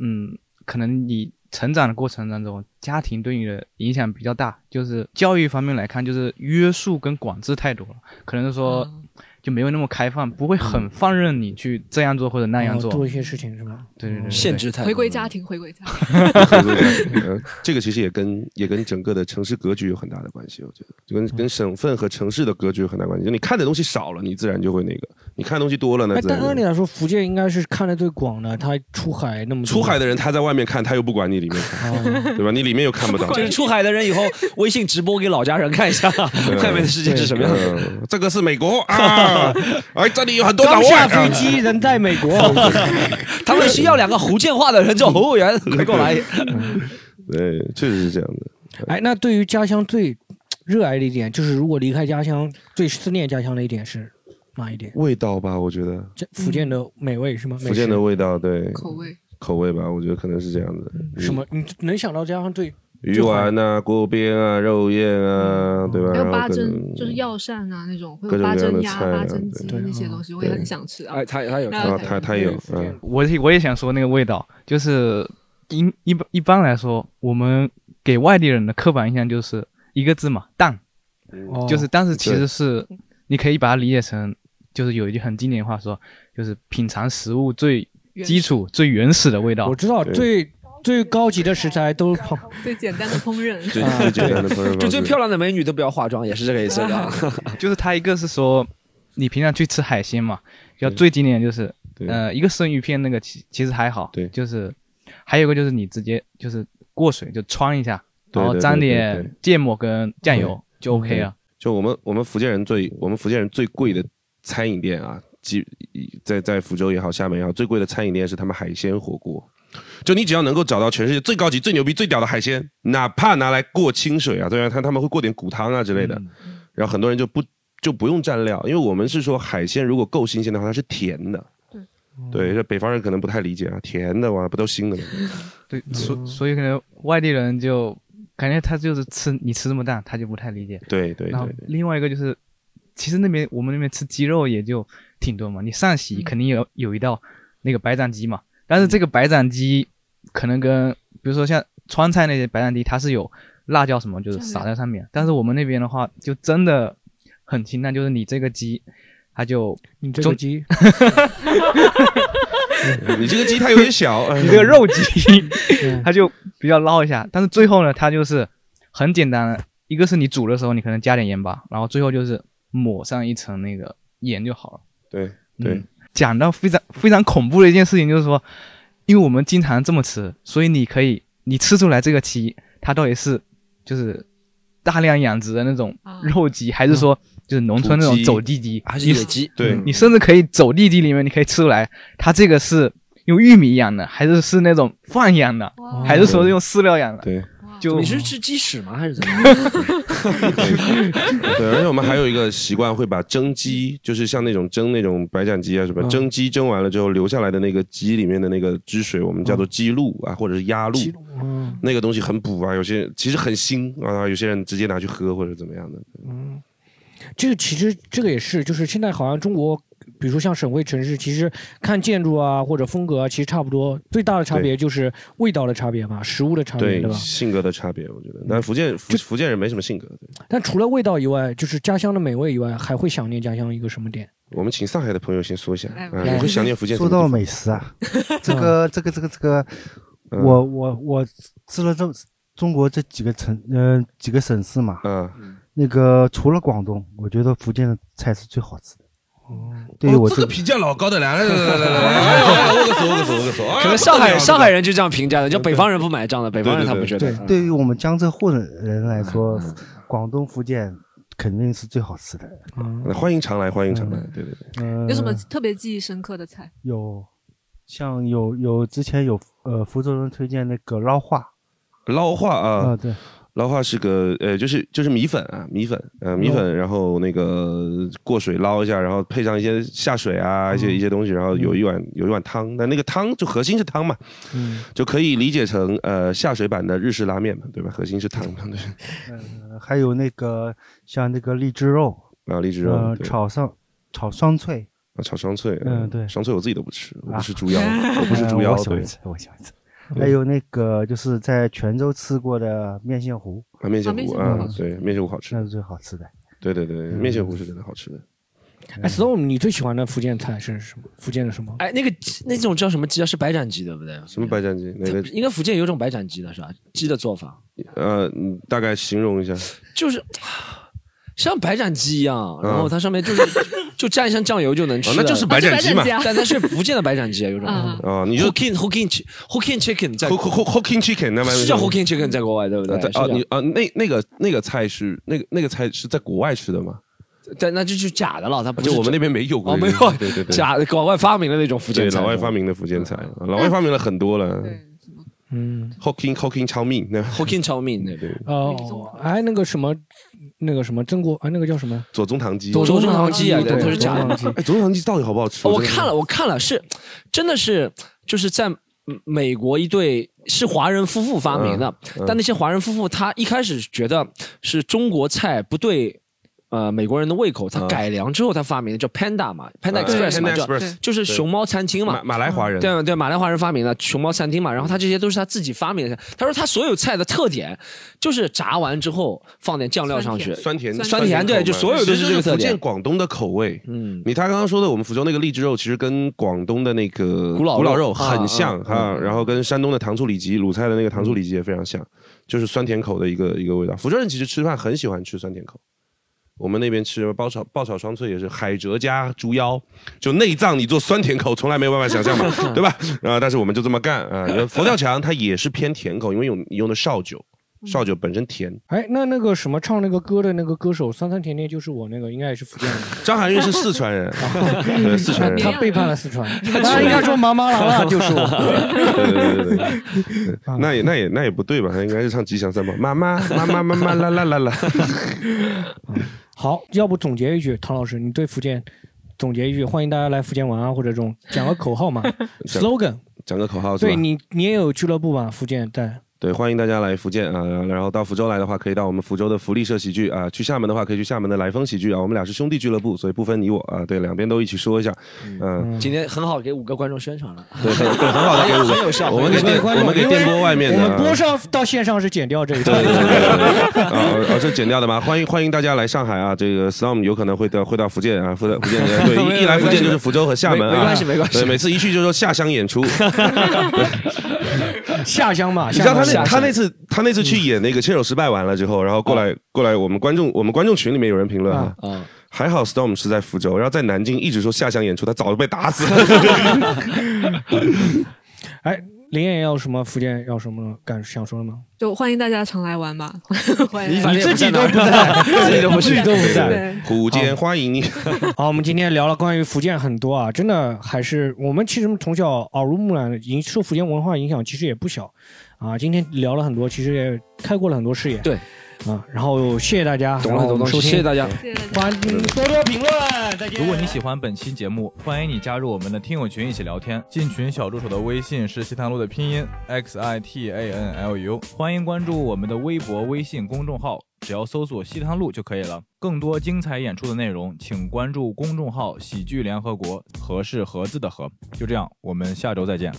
Speaker 6: 嗯，可能你成长的过程当中，家庭对你的影响比较大，就是教育方面来看，就是约束跟管制太多了，可能是说
Speaker 4: 嗯
Speaker 6: 就没有那么开放，不会很放任你去这样做或者那样
Speaker 3: 哦
Speaker 6: 做，
Speaker 3: 做一些事情是吗？
Speaker 6: 对对对对
Speaker 4: 限制
Speaker 3: 哦
Speaker 4: 嗯太
Speaker 5: 回归家庭，回归家庭。
Speaker 2: 呃这个其实也跟也跟整个的城市格局有很大的关系，我觉得就跟跟省份和城市的格局有很大关系。就你看的东西少了，你自然就会那个；你看的东西多了呢，
Speaker 3: 哎
Speaker 2: 自然
Speaker 3: 但
Speaker 2: 就
Speaker 3: 按理来说，福建应该是看的最广的，他出海那么多啊
Speaker 2: 出海的人他在外面看，他又不管你里面 [laughs] 看，对吧？你里面又看不到，
Speaker 4: [laughs] 就是出海的人以
Speaker 5: [laughs]
Speaker 4: 后微信直播给老家人看一下 [laughs] 外面的世界是什么样的。
Speaker 2: 嗯这个是美国
Speaker 4: [laughs]
Speaker 2: 啊，哎，这里有很多老
Speaker 3: 刚
Speaker 2: 外
Speaker 3: 下
Speaker 2: 啊
Speaker 3: 飞。机，人在美
Speaker 2: [laughs]
Speaker 3: 国。
Speaker 4: 他们需要两个福建话的人叫侯务员，快过来。
Speaker 2: 对，确实是这样的。
Speaker 3: 哎，那对于家乡最热爱的一点，就是如果离开家乡，最思念家乡的一点是哪一点？
Speaker 2: 味道吧，我觉得
Speaker 3: 这福建的美味是吗？美
Speaker 2: 福建的
Speaker 3: 食
Speaker 2: 味道，对
Speaker 5: 口味，
Speaker 2: 口味吧，我觉得可能是这样子。嗯
Speaker 3: 什么？你能想到家乡最
Speaker 2: 鱼丸啊、锅边啊、肉燕
Speaker 4: 嗯
Speaker 2: 啊，对吧？
Speaker 5: 还有
Speaker 2: 然
Speaker 5: 八
Speaker 2: 后各
Speaker 5: 珍，
Speaker 2: 种
Speaker 5: 就是药膳啊那种，会
Speaker 2: 各
Speaker 5: 有
Speaker 2: 种
Speaker 5: 八
Speaker 2: 各样
Speaker 5: 珍
Speaker 2: 的
Speaker 5: 鸭、
Speaker 2: 菜啊
Speaker 5: 八珍鸡
Speaker 3: 对
Speaker 5: 那些东西，我也很想吃啊。
Speaker 4: 哎，他他有
Speaker 5: 那
Speaker 2: 啊，他他也有，嗯，
Speaker 6: 我也我也想说那个味道，就是一一般一般来说，我们给外地人的刻板印象就是一个字嘛，淡，
Speaker 2: 嗯
Speaker 3: 哦
Speaker 6: 就是但是其
Speaker 2: 对
Speaker 6: 实是你可以把它理解成，就是有一句很经典的话说，就是品尝食物最
Speaker 5: 原
Speaker 6: 基础、最原始的味道
Speaker 3: 我。知道
Speaker 2: 对
Speaker 3: 最最高级的食材都是泡
Speaker 5: 最简单的烹饪，
Speaker 2: 最最简单的烹饪方式，
Speaker 4: 就最漂亮的美女都不要化妆，也是这个意思 [laughs] 的。
Speaker 6: 就是它一个是说，你平常去吃海鲜嘛，要最经典的就是，
Speaker 2: 对
Speaker 6: 呃，一个生鱼片那个其其实还好，
Speaker 2: 对
Speaker 6: 就是还有一个就是你直接就是过水就穿一下，
Speaker 2: 对
Speaker 6: 然后
Speaker 2: 对
Speaker 6: 沾
Speaker 2: 对对
Speaker 6: 点芥末跟酱油就 OK 了。
Speaker 2: 就我们我们福建人最我们福建人最贵的餐饮店啊，即在在福州也好，厦门也好，最贵的餐饮店是他们海鲜火锅。就你只要能够找到全世界最高级、最牛逼、最屌的海鲜，哪怕拿来过清水啊，对吧？他他们会过点骨汤啊之类的，
Speaker 6: 嗯
Speaker 2: 然后很多人就不就不用蘸料，因为我们是说海鲜如果够新鲜的话，它是甜的。
Speaker 6: 嗯
Speaker 2: 对，这北方人可能不太理解啊，甜的哇，不都腥的吗？
Speaker 6: 对，所所以可能外地人就感觉他就是吃你吃这么淡，他就不太理解。
Speaker 2: 对对
Speaker 6: 然后
Speaker 2: 对，
Speaker 6: 另外一个就是，其实那边我们那边吃鸡肉也就挺多嘛，你上喜肯定有有一道那个白斩鸡嘛，
Speaker 2: 嗯
Speaker 6: 但是这个白斩鸡可能跟比如说像川菜那些白斩鸡，它是有辣椒什么就是撒在上面，但是我们那边的话就真的很清淡，就是你这个鸡。它就
Speaker 3: 你这
Speaker 6: 个
Speaker 2: [laughs]
Speaker 3: 鸡，
Speaker 2: 你这个鸡它有点小
Speaker 6: [laughs]
Speaker 2: 嗯
Speaker 6: 你这个肉鸡，它就比较捞一下。但是最后呢，它就是很简单的，一个是你煮的时候你可能加点盐巴，然后最后就是抹上一层那个盐就好了。
Speaker 2: 对对、
Speaker 6: 嗯讲到非常非常恐怖的一件事情，就是说，因为我们经常这么吃，所以你可以你吃出来这个鸡，它到底是就是大量养殖的那种肉鸡，还是说就是农村那
Speaker 4: 土
Speaker 6: 种
Speaker 4: 鸡
Speaker 6: 走地鸡，
Speaker 4: 嗯还是
Speaker 6: 你
Speaker 4: 野鸡
Speaker 2: 对
Speaker 6: 你甚至可以走地鸡里面，你可以吃出来它这个是用玉米养的，还是是那种饭养的，还是说是用饲料养的？
Speaker 2: 对，
Speaker 3: 哦
Speaker 6: 就
Speaker 4: 你是吃鸡屎吗？还是怎么？
Speaker 2: [laughs] 对，而且我们还有一个习惯，会把蒸鸡，就是像那种蒸那种白斩鸡啊什么，
Speaker 6: 嗯
Speaker 2: 蒸鸡蒸完了之后留下来的那个鸡里面的那个汁水，我们叫做鸡露啊，或者是鸭露，
Speaker 3: 嗯
Speaker 2: 那个东西很补啊，有些人其实很腥啊，有些人直接拿去喝或者怎么样的。
Speaker 3: 嗯，这个其实这个也是，就是现在好像中国，比如说像省会城市，其实看建筑啊或者风格啊，其实差不多，最大的差别
Speaker 2: 对
Speaker 3: 就是味道的差别嘛，食物的差别，对吧？
Speaker 2: 性格的差别，我觉得。但福建福福建人没什么性格，对
Speaker 3: 但除了味道以外，就是家乡的美味以外，还会想念家乡一个什么
Speaker 9: [laughs]
Speaker 3: 点？
Speaker 2: 我们请上海的朋友先说一下，
Speaker 3: 哎
Speaker 2: 啊，我会想念福建什
Speaker 9: 说
Speaker 2: 么地方。
Speaker 9: 到美食啊，
Speaker 3: 嗯
Speaker 9: 这个这个这个这个，
Speaker 2: 嗯
Speaker 9: 我我我吃了这中国这几个城嗯、几个省市嘛，
Speaker 2: 嗯，
Speaker 9: 那个除了广东，我觉得福建的菜是最好吃的。对于
Speaker 10: 哦
Speaker 9: 我
Speaker 10: 这个评价老高的，来来来来来来来，哎握个手握个手握个手，哎
Speaker 4: [laughs] 可能上海上海人就这样评价的，就北方人不买账的，北方人他不觉得嗯
Speaker 9: 对。，对于我们江浙沪人来说，广东、福建肯定是最好吃的。
Speaker 2: 那欢迎常来，欢迎常来，对对对。
Speaker 9: 呃
Speaker 5: 有什
Speaker 3: 嗯
Speaker 5: 么特别记忆深刻的菜？
Speaker 9: 有，像有有之前有呃福州人推荐那个捞化，
Speaker 2: 捞化啊，
Speaker 9: 啊对，
Speaker 2: 捞化是个呃，就是就是米粉啊，米粉，呃，米粉，然后那个过水捞一下，然后配上一些下水啊，一些一些东西，然后有一碗有一碗汤，但那个汤就核心是汤嘛，
Speaker 9: 嗯，
Speaker 2: 就可以理解成呃下水版的日式拉面嘛，对吧？核心是汤嘛，对。
Speaker 9: 呃还有那个像那个荔枝肉，
Speaker 2: 啊，荔枝肉
Speaker 9: 呃
Speaker 2: 对
Speaker 9: 炒上炒双脆，
Speaker 2: 啊，炒双脆，
Speaker 9: 嗯
Speaker 2: 呃
Speaker 9: 对
Speaker 2: 双脆我自己都不吃，我
Speaker 9: 啊
Speaker 2: 不是
Speaker 9: [laughs]
Speaker 2: 猪腰，我不是猪
Speaker 9: 呃
Speaker 2: 腰
Speaker 9: 我，喜欢
Speaker 2: 对，
Speaker 9: 吃我喜欢吃。
Speaker 2: 对
Speaker 9: 还有那个就是在泉州吃过的面线糊，
Speaker 2: 啊，面线
Speaker 9: 啊面
Speaker 2: 糊
Speaker 9: 线糊
Speaker 2: 啊
Speaker 9: 好，吃
Speaker 2: 对，面线糊好吃，
Speaker 9: 那是最好吃的。嗯
Speaker 2: 对对对，面线糊是真的好吃的。
Speaker 3: 哎，Storm，你最喜欢的福建菜是什么？福建的什么？
Speaker 4: 哎，那个鸡那种叫什么鸡啊？是白斩鸡对不对？
Speaker 2: 什么白斩
Speaker 4: 嗯
Speaker 2: 鸡？哪个？
Speaker 4: 应该福建有一种白斩鸡的是吧？鸡的做法
Speaker 2: 呃，你大概形容一下。
Speaker 4: 就是像白斩鸡一样，然后
Speaker 2: 嗯
Speaker 4: 它上面就是就蘸一上酱油就能吃
Speaker 2: 哦
Speaker 4: 的，
Speaker 2: 那就是白斩鸡嘛啊就白斩鸡啊
Speaker 4: 但它是福建的白斩鸡啊，有种
Speaker 2: 嗯
Speaker 4: [laughs]
Speaker 2: 哦你就
Speaker 4: Hokkien Hokkien chi- Hokkien chicken 在
Speaker 2: Ho- ho- ho- Hokkien chicken 那边
Speaker 4: 是叫 Hokkien chicken 在国外对不对
Speaker 2: 啊？对
Speaker 4: 是
Speaker 2: 啊，
Speaker 4: 的
Speaker 2: 你啊，那那个那个菜是那个那个菜是在国外吃的吗？
Speaker 4: 但那就是假的了，它不是
Speaker 2: 就我们
Speaker 4: 真
Speaker 2: 那边没有过
Speaker 4: 哦，没有
Speaker 2: 对对对
Speaker 4: 假的，老外发明的那嗯种福
Speaker 2: 对
Speaker 4: 建菜，
Speaker 2: 老外发明的福建菜，啊老外发明了很多了。
Speaker 3: 嗯
Speaker 2: ，Hokkien Hokkien 炒面，那
Speaker 4: Hokkien 炒面那边
Speaker 3: 哦，哎，那个什么，那个什么，曾国，哎，那个叫什么？
Speaker 2: 左宗棠鸡，
Speaker 3: 左宗棠鸡啊对
Speaker 4: 它是假的哦
Speaker 2: 哎，左宗棠鸡到底好不好吃？
Speaker 4: 我看了，我看了，是真的是就是在嗯美国一对是华人夫妇发明的，
Speaker 2: 嗯嗯
Speaker 4: 但那些华人夫妇他一开始觉得是中国菜不对。呃，美国人的胃口，他改良之后，他发明的叫 Panda 嘛，Panda
Speaker 2: 啊对
Speaker 4: Express 嘛，
Speaker 2: Panda
Speaker 4: 叫
Speaker 2: Express
Speaker 4: 就是
Speaker 2: 对
Speaker 4: 熊猫餐厅嘛，
Speaker 2: 马马来华人
Speaker 4: 对对，马来华人发明的熊猫餐厅嘛，然后他这些都是他自己发明的。他说他所有菜的特点就是炸完之后放点酱料上去，
Speaker 2: 酸甜
Speaker 4: 酸甜，对，
Speaker 2: 口
Speaker 4: 就
Speaker 2: 嘛
Speaker 4: 所有都
Speaker 2: 其实
Speaker 4: 是
Speaker 2: 就
Speaker 4: 这个特
Speaker 2: 福
Speaker 4: 点
Speaker 2: 建。广东的口味，
Speaker 4: 嗯，
Speaker 2: 你他刚刚说的，我们福州那个荔枝肉，其实跟广东的那个
Speaker 4: 古老肉
Speaker 2: 肉
Speaker 4: 啊
Speaker 2: 很像
Speaker 4: 啊
Speaker 2: 哈、然后跟山东的糖醋里脊、鲁菜的那个糖醋里脊也非常像，就是酸甜口的一个一个味道。福州人其实吃饭很喜欢吃酸甜口，我们那边吃爆炒爆炒双脆也是海蜇加猪腰，就内脏你做酸甜口，从来没有办法想象
Speaker 4: [laughs]
Speaker 2: 嘛，对吧？啊、但是我们就这么干啊、佛跳墙它也是偏甜口，因为用用的绍酒，绍酒本身甜。
Speaker 3: 哎，那那个什么唱那个歌的那个歌手，酸酸甜甜就是我那个，应该也是福
Speaker 2: [laughs]
Speaker 3: 建人。
Speaker 2: 张含韵是四川
Speaker 4: [laughs]
Speaker 2: 人，对四川人，
Speaker 3: 他背叛了四川，
Speaker 2: 他
Speaker 3: 他应该说
Speaker 2: [laughs]
Speaker 3: 妈妈了，那就是我。
Speaker 2: 对对对对，那也那也那也不对吧？他应该是唱吉祥三宝，妈妈妈妈妈妈啦啦啦啦。
Speaker 3: 好，要不总结一句，唐老师，你对福建总结一句，欢迎大家来福建玩啊，或者这种讲个口号嘛
Speaker 2: [laughs] 讲
Speaker 3: ，slogan。
Speaker 2: 讲个口号是吧？
Speaker 3: 对你，你也有俱乐部嘛？福建在
Speaker 2: 对，欢迎大家来福建啊，然后到福州来的话，可以到我们福州的福利社喜剧啊；去厦门的话，可以去厦门的来风喜剧啊。我们俩是兄弟俱乐部，所以不分你我啊。对，两边都一起说一下，嗯，
Speaker 4: 今天很好，给五个观众宣传了，
Speaker 2: 对很对很好的给五个
Speaker 4: 很有效。
Speaker 2: 我们给
Speaker 4: 很有效
Speaker 2: 电我们给电波外面的
Speaker 3: 我们播上到线上是剪掉这一段。
Speaker 2: 啊，哦，这剪掉的吗？欢迎欢迎大家来上海啊！这个 storm 有可能会到会到福建啊，福福建对，一一来福建就是福州和厦门啊，
Speaker 4: 没没关系没关系
Speaker 2: [laughs] 对，每次一去就说下乡演
Speaker 3: [laughs]
Speaker 2: 出，
Speaker 3: 下乡嘛，
Speaker 2: 你知道他
Speaker 3: 下
Speaker 2: 那
Speaker 3: 乡嗯
Speaker 2: 他那次他那次去演那个《牵手失败》完了之后，然后过来过来，我们观众我们观众群里面有人评论
Speaker 3: 嗯
Speaker 2: 啊，还好 Storm 是在福州，然后在南京一直说下乡演出，他早就被打死了。
Speaker 3: 哎，林燕要什么福建要什么感想说的吗？
Speaker 5: 就欢迎大家常来玩吧。欢迎
Speaker 3: 你
Speaker 5: 大家
Speaker 3: 自己都不在， [laughs] 自己都不自己都不在
Speaker 5: 对。
Speaker 2: 福建欢
Speaker 3: [laughs]
Speaker 2: 迎你。
Speaker 3: 好，我们今天聊了关于福建很多啊，真的还是我们其实从小耳濡目染，影受福建文化影响其实也不小啊。今天聊了很多，其实也开阔了很多视野。对，啊，然后谢谢大家，
Speaker 4: 懂了
Speaker 3: 然后
Speaker 4: 懂了
Speaker 3: 收听，
Speaker 4: 谢谢大家
Speaker 5: 谢谢
Speaker 3: 欢迎多多评论，再见。
Speaker 1: 如果你喜欢本期节目，欢迎你加入我们的听友群一起聊天。进群小助手的微信是西塘路的拼音 x i t a n l u，欢迎关注我们的微博、微信公众号，只要搜索西塘路就可以了。更多精彩演出的内容，请关注公众号“喜剧联合国”，和是“和”字的“和”。就这样，我们下周再见。